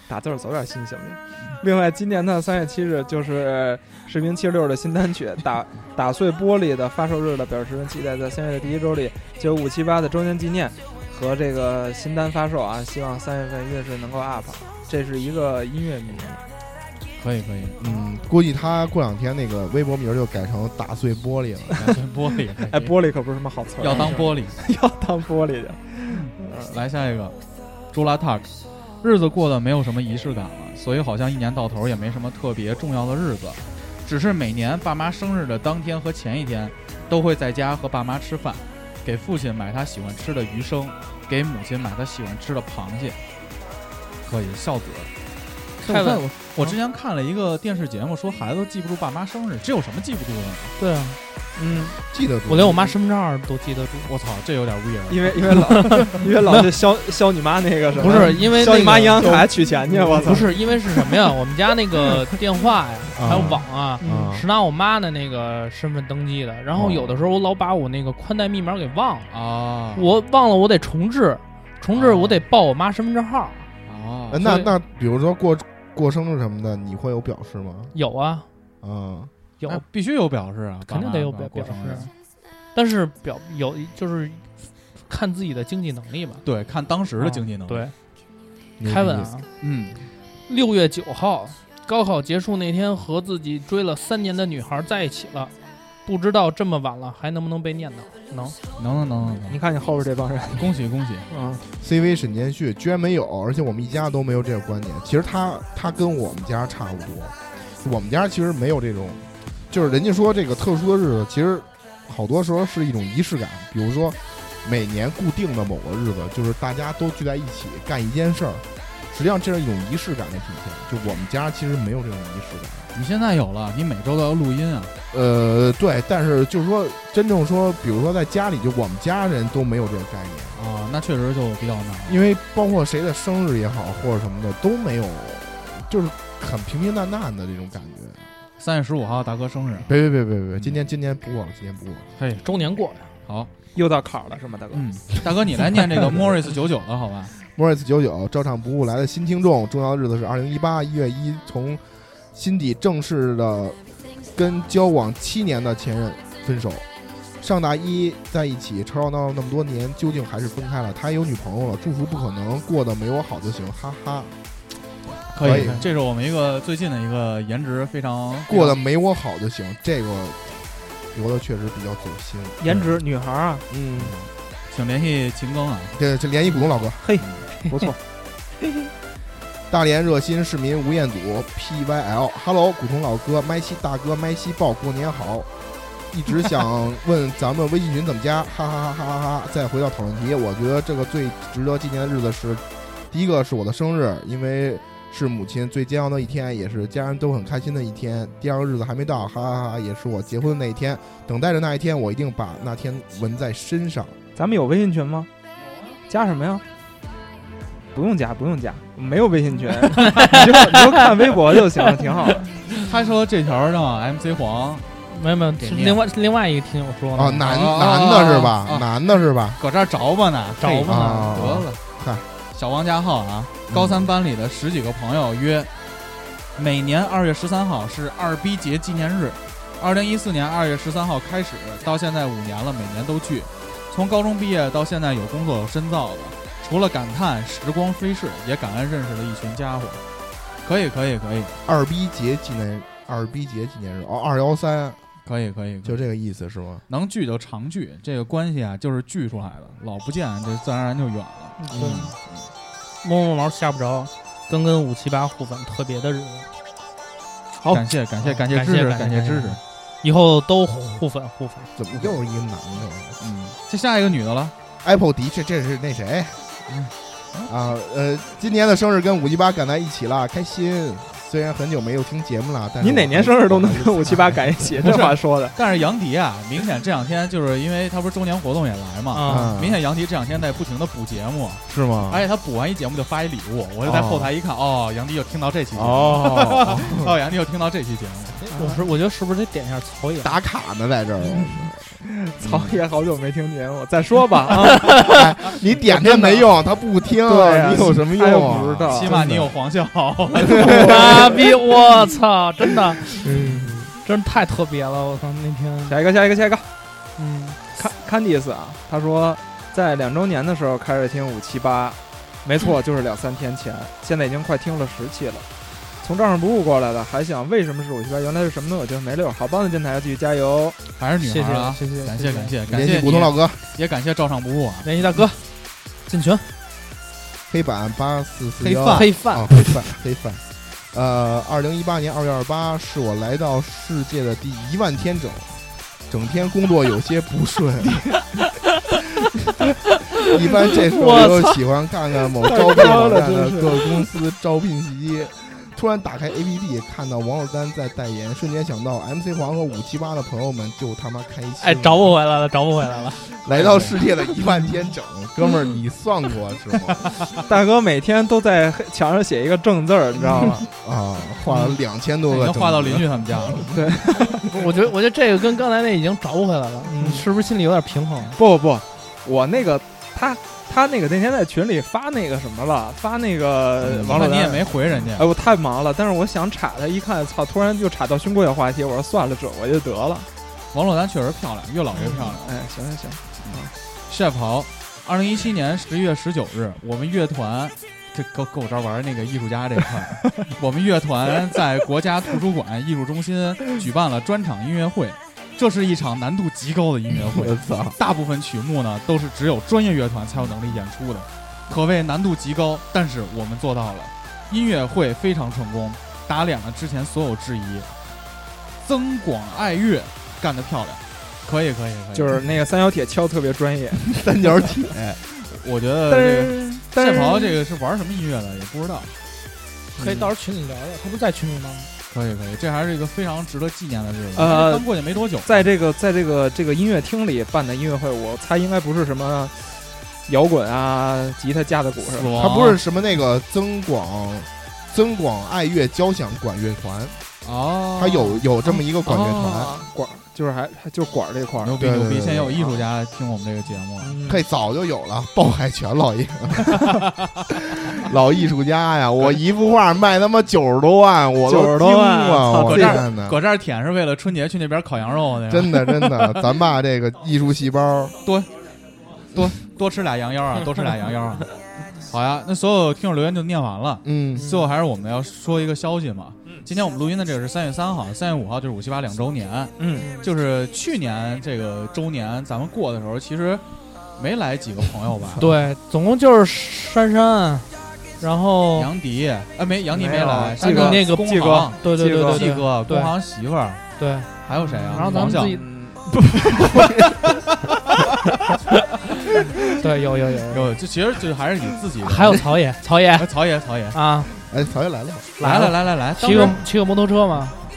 S1: 打字儿走点心行不行？另外，今年的三月七日就是《士兵七十六》的新单曲《打打碎玻璃》的发售日了，表示十分期待在三月的第一周里，就五七八的周年纪念和这个新单发售啊，希望三月份运势能够 up。这是一个音乐迷，
S3: 可以可以，
S4: 嗯，估计他过两天那个微博名就改成“打碎玻璃” 了。
S3: 打碎 玻璃。
S1: 哎，玻璃可不是什么好词儿，啊
S3: 要当玻璃。
S1: 要当玻璃的。
S3: 来下一个，朱拉塔克，日子过得没有什么仪式感了，所以好像一年到头也没什么特别重要的日子，只是每年爸妈生日的当天和前一天，都会在家和爸妈吃饭，给父亲买他喜欢吃的鱼生，给母亲买他喜欢吃的螃蟹。可以，孝子。
S5: 开
S3: 我
S5: 了
S3: 看我我之前看了一个电视节目，说孩子记不住爸妈生日，这有什么记不住的呢？
S5: 对啊，嗯，
S4: 记得住
S5: 我连我妈身份证号都记得住。
S3: 我操，这有点 weird。
S1: 因为因为老 因为老是削削你妈那个什么，
S5: 不是因 为
S1: 削你
S5: 那
S1: 妈
S5: 个
S1: 银行卡取钱去，我操
S5: 不！是因为是什么呀？我们家那个电话呀，
S4: 啊
S5: 还有网啊，
S4: 啊
S5: 是拿我妈的那个身份登记的。然后有的时候我老把我那个宽带密码给忘了，
S3: 啊，
S5: 我忘了我得重置，重置
S3: 哦
S5: 我得报我妈身份证号。
S3: 啊
S4: 呃，那
S5: 所以
S4: 那比如说过过生日什么的，你会有表示吗？
S5: 有啊，
S4: 啊，
S5: 有，
S3: 哎必须有表示啊，
S5: 肯定
S3: 爸妈
S5: 得有
S3: 过
S5: 表表
S3: 生日
S5: 示。啊但是表有就是看自己的经济能力吧。
S3: 对，看当时
S5: 啊
S3: 的经济能力。
S5: 对，
S4: 牛
S5: 凯文
S4: 逼
S5: 啊，
S3: 嗯，
S5: 六月九号，高考结束那天，和自己追了三年的女孩在一起了。不知道这么晚了还能不能被念叨？能，
S3: 能能能能
S1: 你看你后边这帮人，
S3: 能，恭喜恭喜！
S1: 嗯，
S4: CV 沈建旭居然没有，而且我们一家都没有这个观念。其实他他跟我们家差不多，我们家其实没有这种，就是人家说这个特殊的日子，其实好多时候是一种仪式感。比如说每年固定的某个日子，就是大家都聚在一起干一件事儿，实际上这是一种仪式感的体现。就我们家其实没有这种仪式感。
S3: 你现在有了，你每周都要录音啊。
S4: 呃，对，但是就是说真正说，比如说在家里，就我们家人都没有这个概念。
S3: 啊，那确实就比较难。
S4: 因为包括谁的生日也好，或者什么的都没有，就是很平平淡淡的这种感觉。嗯
S3: 三月十五号大哥生日，
S4: 别别别别别，今天今天不过了，今天不过了。
S3: 嘿，
S5: 周年过呀。
S3: 好，
S1: 又到坎儿了是吗，大哥？
S3: 嗯，大哥你来念这个 Morris 九九的好吧？
S4: Morris 九九照唱不误来的新听众，重要的日子是二零一八一月一，从心底正式的跟交往七年的前任分手。上大一在一起吵吵闹闹那么多年，究竟还是分开了。他也有女朋友了，祝福不可能过得没我好就行，哈哈。
S3: 可
S4: 可以
S3: 这是我们一个最近的一个颜值非常
S4: 过得没我好就行，这个留的确实比较走心。
S1: 颜值女孩儿啊，
S4: 嗯，
S3: 请联系秦庚啊，
S4: 这这联谊股东老哥，
S1: 不错，
S4: 大连热心市民吴彦祖 PYL，Hello，古潼老哥，麦西大哥，麦西豹，过年好。一直想问咱们微信群怎么加， 哈哈哈哈哈哈！再回到讨论题，我觉得这个最值得纪念的日子是，第一个是我的生日，因为是母亲最煎熬的一天，也是家人都很开心的一天。第二个日子还没到，哈哈哈哈！也是我结婚的那一天，等待着那一天，我一定把那天纹在身上。
S1: 咱们有微信群吗？加什么呀？不用加，不用加，没有微信 群，你就你就看微博就行了，挺好的。
S3: 他说这条让 MC 黄
S5: 没有没有，
S3: 给
S5: 是
S3: 面
S5: 另外另外一个听友说
S4: 啊，
S5: 的，
S4: 男
S3: 哦
S4: 男的是吧
S3: 哦？
S4: 男的是吧？
S3: 搁这儿着吧呢，
S5: 着吧呢
S3: 嘿啊得了。
S4: 嗨，
S3: 小王家浩啊，高三班里的十几个朋友约，每年二月十三号是二逼节纪念日，二零一四年二月十三号开始，到现在五年了，每年都聚。从高中毕业到现在有工作有深造的，除了感叹时光飞逝，也感恩认识了一群家伙。可以，可以，可以，
S4: 二逼节纪念二逼节纪念日哦，二幺三
S3: 可以，可以，
S4: 就这个意思是吗？
S3: 能聚就常聚，这个关系啊就是聚出来的，老不见这自然而然就远了。嗯
S5: 对，嗯摸摸毛吓不着，跟跟五七八互粉特别的日子，
S1: 好
S3: 感谢感谢感谢
S5: 感
S3: 支
S5: 谢
S3: 持，
S5: 感谢
S3: 感谢支持
S5: 感。以后都互粉互粉。
S4: 怎么又是一个男的
S3: 嗯，这下一个女的了，
S4: ？Apple 的确，这是那谁
S3: 嗯？
S4: 啊，呃，今年的生日跟五七八赶在一起了，开心。虽然很久没有听节目了，但是
S1: 你哪年生日都能跟五七八
S4: 改
S1: 赶一 起，这话说的。
S3: 但是杨迪啊，明显这两天就是因为他不是周年活动也来嘛，
S5: 啊，
S3: 明显杨迪这两天在不停的补节目，
S4: 是
S1: 哎
S4: 吗？
S3: 而且他补完一节目就发一礼物，我就在后台一看，哦，杨迪又听到这期节目，
S4: 哦，
S3: 哦，杨迪又听到这期节目，
S5: 我是我觉得是不是得点一下曹 颖？
S4: 打卡呢，在这儿。
S1: 嗯
S3: 嗯
S1: 曹爷好久没听节目，再说吧啊，
S4: 你点他没用，他不听，
S1: 对啊
S4: 你有什么
S1: 他又
S4: 用
S1: 不知
S4: 啊？
S1: 道
S3: 起。码你有黄笑，
S5: 傻逼！我操，真的，真太特别了！我操，那天，
S1: 下一个，下一个，下一个。
S5: 嗯，
S1: 看 Candice 啊，他说在两周年的时候开始听五七八，没错，就是两三天前，现在已经快听了十期了。从账上不误过来的，还想为什么是五七八，原来是什么都有，就是没溜儿。好棒的电台，继续 加油！
S3: 还是女
S5: 谢
S3: 孩
S5: 谢
S3: 儿啊，
S5: 谢谢，
S3: 感
S5: 谢
S3: 谢
S5: 谢
S3: 感，谢感
S4: 联
S3: 谢
S4: 系
S3: 你
S4: 股东老哥，
S3: 也感谢照上不误啊，
S5: 联系大哥，进群
S4: 黑板八四四
S3: 黑
S4: 幺，
S3: 饭
S5: 黑饭，哦
S4: 啊，黑饭，黑饭。呃，二零一八年二月二八是我来到世界的第一万天整，整天工作有些不顺。 一般这时候我就喜欢看看某招聘网站的各公司招聘信息。突然打开 APP，看到王珞丹在代言，瞬间想到 MC 黄和五七八的朋友们就他妈开心。
S5: 哎，找我回来了，找我回来了，
S4: 来到世界的一万天整，哥们儿你算过是吗？
S1: 大哥每天都在黑墙上写一个正字儿，你知道 吗？
S4: 啊，画了两千多
S3: 已
S4: 个
S3: 经
S4: 整，
S3: 画到邻居他们家了，
S5: 不 是我觉得，我觉得这个跟刚才那已经找我回来了，你是不是心里有点平衡？啊
S1: 不不不，我那个他他那个那天在群里发那个什么了，发那个呃
S3: 嗯那
S1: 王老
S3: 你
S1: 丹
S3: 也没回人家
S1: 哎，，我太忙了，但是我想插他，一看，操，突然就插到胸贵的话题，我说算了，这我就得了。
S3: 王珞丹确实漂亮，越老越漂亮。
S1: 哎，行行行，
S3: chef 好，二零一七年十一月十九日，我们乐团这够够着玩那个艺术家这一块 儿，我们乐团在国家图书馆艺术中心举办了专场音乐会。这是一场难度极高的音乐会，大部分曲目呢都是只有专业乐团才有能力演出的，可谓难度极高。但是我们做到了，音乐会非常成功，打脸了之前所有质疑。增广爱乐干得漂亮，可以可以可以，
S1: 就是那个三角铁敲特别专业，
S4: 三角铁。
S3: 我觉得
S1: 但
S3: 这个
S1: 是但
S3: 谢
S1: 是
S3: 鹏这个是玩什么音乐的也不知道，嗯
S5: 可以到时候群里聊聊，他不在群里吗？
S3: 可以可以，这还是一个非常值得纪念的日子。
S1: 呃
S3: 刚过去没多久，
S1: 在这个在这个这个音乐厅里办的音乐会，我猜应该不是什么摇滚啊、吉他架子鼓什
S3: 死
S1: 么。
S3: 亡
S4: 他不是什么那个增广增广爱乐交响管乐团，
S3: 哦，
S4: 他有有这么一个管乐团，
S1: 啊管就是还还就是管儿这块儿
S3: 牛逼
S4: 对
S3: 牛
S4: 对
S3: 逼，
S4: 对
S3: 现在有艺术家听我们这个节目，
S4: 嘿，早就有了。鲍海泉老爷， 老艺术 家呀，我一幅画卖他妈九十多万，我都
S1: 90
S4: 惊
S1: 多万
S4: 了，
S1: 操
S4: 我
S3: 搁这儿
S4: 天哪！
S3: 搁这儿舔是为了春节去那边烤羊肉 去，
S4: 真的真的，咱爸这个艺术细胞，
S3: 多吃俩羊腰啊，多吃俩羊腰啊。好呀，那所有听友留言就念完了。
S4: 嗯
S3: 最后还是我们要说一个消息嘛。今天我们录音的这个是三月三号，三月五号就是五七八两周年。
S1: 嗯，
S3: 就是去年这个周年咱们过的时候，其实没来几个朋友吧？
S5: 对，总共就是珊珊，然后
S3: 杨迪啊，没杨迪
S1: 没有
S3: 来，
S1: 季
S3: 哥
S1: 哥
S5: 哦那个
S3: 工
S1: 季哥
S3: 行
S5: 对对对对
S3: 季
S5: 对
S3: 哥
S5: 对
S3: 工行媳妇儿，
S5: 对，
S3: 还有谁啊？
S5: 然后咱
S3: 王
S5: 们
S3: 笑
S5: 自己，对，有有有有，
S3: 有，就其实就还是以自己为
S5: 还有曹野，曹野
S3: 哎曹爷曹爷
S5: 啊，
S4: 哎，曹爷来了
S3: 来了来来来，当
S5: 骑个
S3: 时
S5: 骑个摩托车嘛，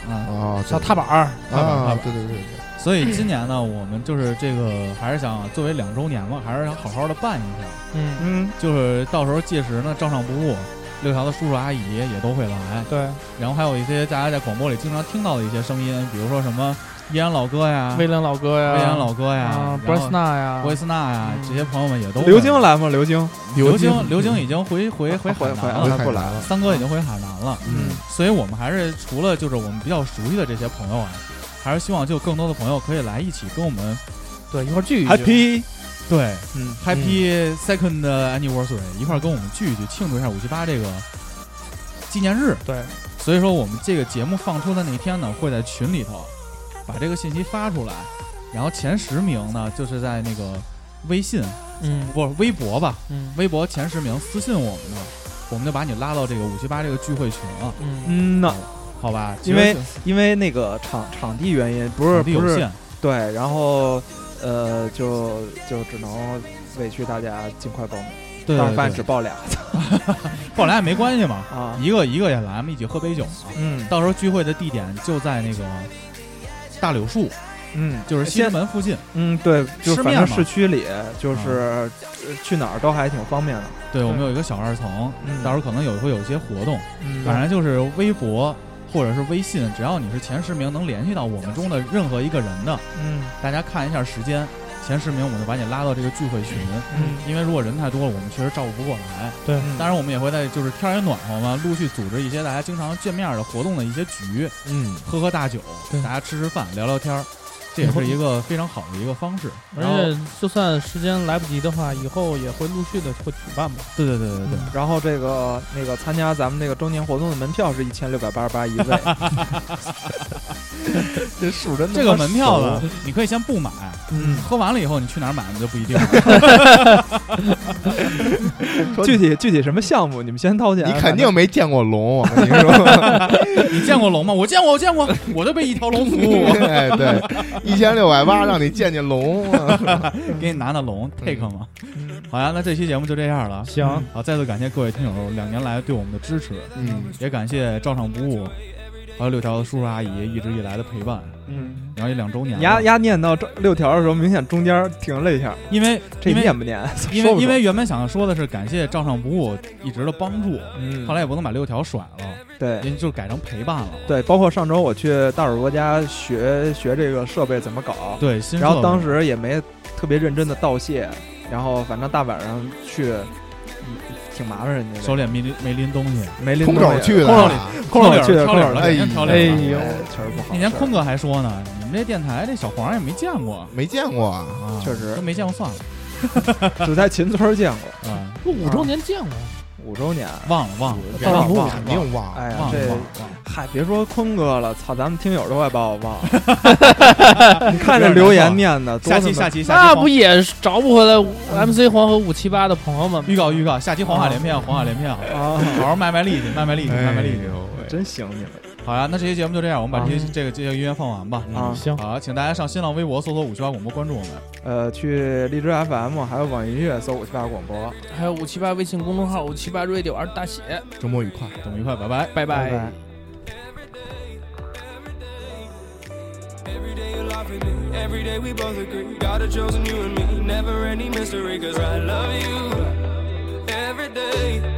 S3: 啊，
S4: 哦，
S5: 小踏板儿，
S4: 啊，对对对对，
S3: 所以今年呢，我们就是这个还是想作为两周年嘛，还是想好好的办一下。
S5: 嗯，
S1: 嗯，
S3: 就是到时候届时呢，照上不误，六条的叔叔阿姨也都会来，
S5: 对，
S3: 然后还有一些大家在广播里经常听到的一些声音，比如说什么依然老哥呀、
S5: 嗯威廉老哥呀，
S3: 威廉老哥呀
S5: 啊、布
S3: 然
S5: 莱
S3: 后
S5: 斯纳呀
S3: 布，莱斯纳呀，
S5: 嗯
S3: 这些朋友们也都会
S1: 刘晶。来吗？刘晶
S3: 刘晶，刘晶已经回回回海
S1: 回回
S3: 南
S4: 回
S3: 了，
S4: 海
S1: 不
S4: 南
S1: 来
S4: 了，
S3: 三哥已经回海南了，
S4: 嗯，
S3: 所以我们还是除了就是我们比较熟悉的这些朋友啊，还是希望就更多的朋友可以来一起跟我们
S5: 对，一块儿聚一聚。
S1: ，Happy，
S3: 对
S1: 嗯，
S3: Happy Second Anniversary，一块儿跟我们聚一聚，庆祝一下五七八这个纪念日。
S5: 对，
S3: 所以说我们这个节目放出的那天呢，会在群里头把这个信息发出来，然后前十名呢，就是在那个微信
S5: 嗯
S3: 不是微博吧，
S5: 嗯
S3: 微博前十名私信我们呢，我们就把你拉到这个五七八这个聚会群了，
S5: 嗯，
S1: 嗯呐，
S3: 好吧？
S1: 因为
S3: 其实
S1: 因为那个场场地原因，不
S3: 就是场地
S1: 不
S3: 有
S1: 是
S3: 限，
S1: 对，然后呃，就就只能委屈大家尽快报名，
S3: 对
S1: 但是发
S3: 对
S1: 现只
S3: 对，
S1: 报俩
S3: 报俩也没关系嘛，
S1: 啊，
S3: 一个一个也来，我们一起喝杯酒嘛。
S1: 嗯
S3: 到时候聚会的地点就在那个大柳树，
S1: 嗯，
S3: 就是西直
S1: 现
S3: 门附近。
S1: 嗯对，就
S3: 吃
S1: 反
S3: 面
S1: 正
S3: 嘛啊
S1: 市区里就是呃去哪儿都还挺方便的，
S3: 对，我们有一个小二层，
S1: 嗯
S3: 到时候可能有会有一些活动，
S1: 嗯
S3: 反正就是微博或者是微信，只要你是前十名能联系到我们中的任何一个人的，
S1: 嗯
S3: 大家看一下时间，前十名我就把你拉到这个聚会群。
S1: 嗯
S3: 因为如果人太多了，我们确实照顾不过来。
S5: 对，
S3: 当然，我们也会在就是天儿也暖和嘛，陆续组织一些大家经常见面的活动的一些局，
S1: 嗯
S3: 喝喝大酒，
S5: 对
S3: 大家吃吃饭，聊聊天儿，这也是一个非常好的一个方式。
S5: 而
S3: 然后
S5: 且就算时间来不及的话，以后也会陆续的会举办吧。
S3: 对对对对对，
S1: 然后这个那个参加咱们这个周年活动的门票是一千六百八十 八一位，
S4: 这数真的
S3: 这个门票呢，你可以先不买，
S1: 嗯，
S3: 喝完了以后你去哪儿买你就不一定了。
S1: 具体具体什么项目你们先掏钱，
S4: 你肯定没见过龙，我跟你说，
S3: 你见过龙吗？我见过，我见过，我就被一条龙服务，
S4: 哎，对，一千六百八让你见见 龙啊，
S3: 给你拿拿龙 take 嘛。好呀，那这期节目就这样了。
S5: 行
S1: 嗯
S3: 好，再次感谢各位听友两年来对我们的支持，
S4: 嗯，
S3: 也感谢照常不误，还有六条的叔叔阿姨一直以来的陪伴。
S1: 嗯，
S3: 然后也两周年了，
S1: 丫丫念到这六条的时候，明显中间停了一下，
S3: 因为
S1: 这
S3: 因为
S1: 念不念？
S3: 因
S1: 说不
S3: 为
S1: 说
S3: 因为原本想说的是感谢照常不误一直的帮助，
S1: 嗯，
S3: 后来也不能把六条甩了，
S1: 对
S3: 因为就改成陪伴了。
S1: 对，包括上周我去大耳朵家学学这个设备怎么搞，
S3: 对，新
S1: 然后
S3: 设
S1: 当
S3: 备
S1: 时也没特别认真的道谢，然后反正大晚上去，嗯挺麻烦人家
S3: 手
S1: 的，
S3: 里没拎没拎东西，
S1: 没拎
S4: 空
S1: 东
S4: 手
S1: 西
S4: 去的
S1: 空手
S4: 啊，
S1: 空
S3: 挑理
S1: 手
S3: 儿
S1: 去的，
S3: 挑
S1: 空
S3: 理
S1: 手
S3: 儿
S1: 去
S3: 了，
S4: 哎
S1: 的
S3: 肯定挑理
S5: 哎
S3: 儿了。
S5: 呦
S1: 哎确实不好，
S3: 那天
S1: 是
S3: 坤哥还说呢，你们这电台这小黄也没见过，
S4: 没见过啊，
S3: 啊，
S1: 确实
S3: 都没见过算了
S1: 只在秦村见过，
S3: 啊，
S5: 五
S6: 嗯
S5: 周年见过，
S1: 五周年，
S3: 忘了忘了
S1: 忘了忘
S4: 肯
S1: 了，
S4: 定忘啊了，
S1: 哎呀
S3: 忘了忘
S1: 这
S3: 了。忘了
S1: 嗨，别说坤哥了，操，咱们听友都快把我忘 了。你看这留言念的，多
S3: 下
S1: 他
S3: 期
S1: 妈
S3: 下期下
S5: 那
S3: 期
S5: 不
S3: 黄
S5: 也是找不回来 MC 黄河五七八的朋友们吗？
S3: 预告预告，下期黄海连篇，黄海连篇，好
S1: 啊，
S3: 好好卖卖力气，卖卖力气，卖卖力气。
S1: 真行你们
S3: 好呀，那这期节目就这样，我们把这些
S5: 嗯
S3: 这个这个音乐放完
S6: 嗯
S3: 吧。
S1: 啊！
S5: 行，
S3: 好，请大家上新浪微博搜索五七八广播，关注我们。
S1: 呃，去荔枝 FM 还有网易音乐搜五七八广播，
S6: 还有五七八微信公众号五七八 radio 二大写，
S4: 周末愉快。
S3: 我们愉快，拜拜。
S6: 拜
S1: 拜拜。
S7: Every day you laugh at me, every day we both agree. God has chosen you and me, never any mystery, cause I love you every day.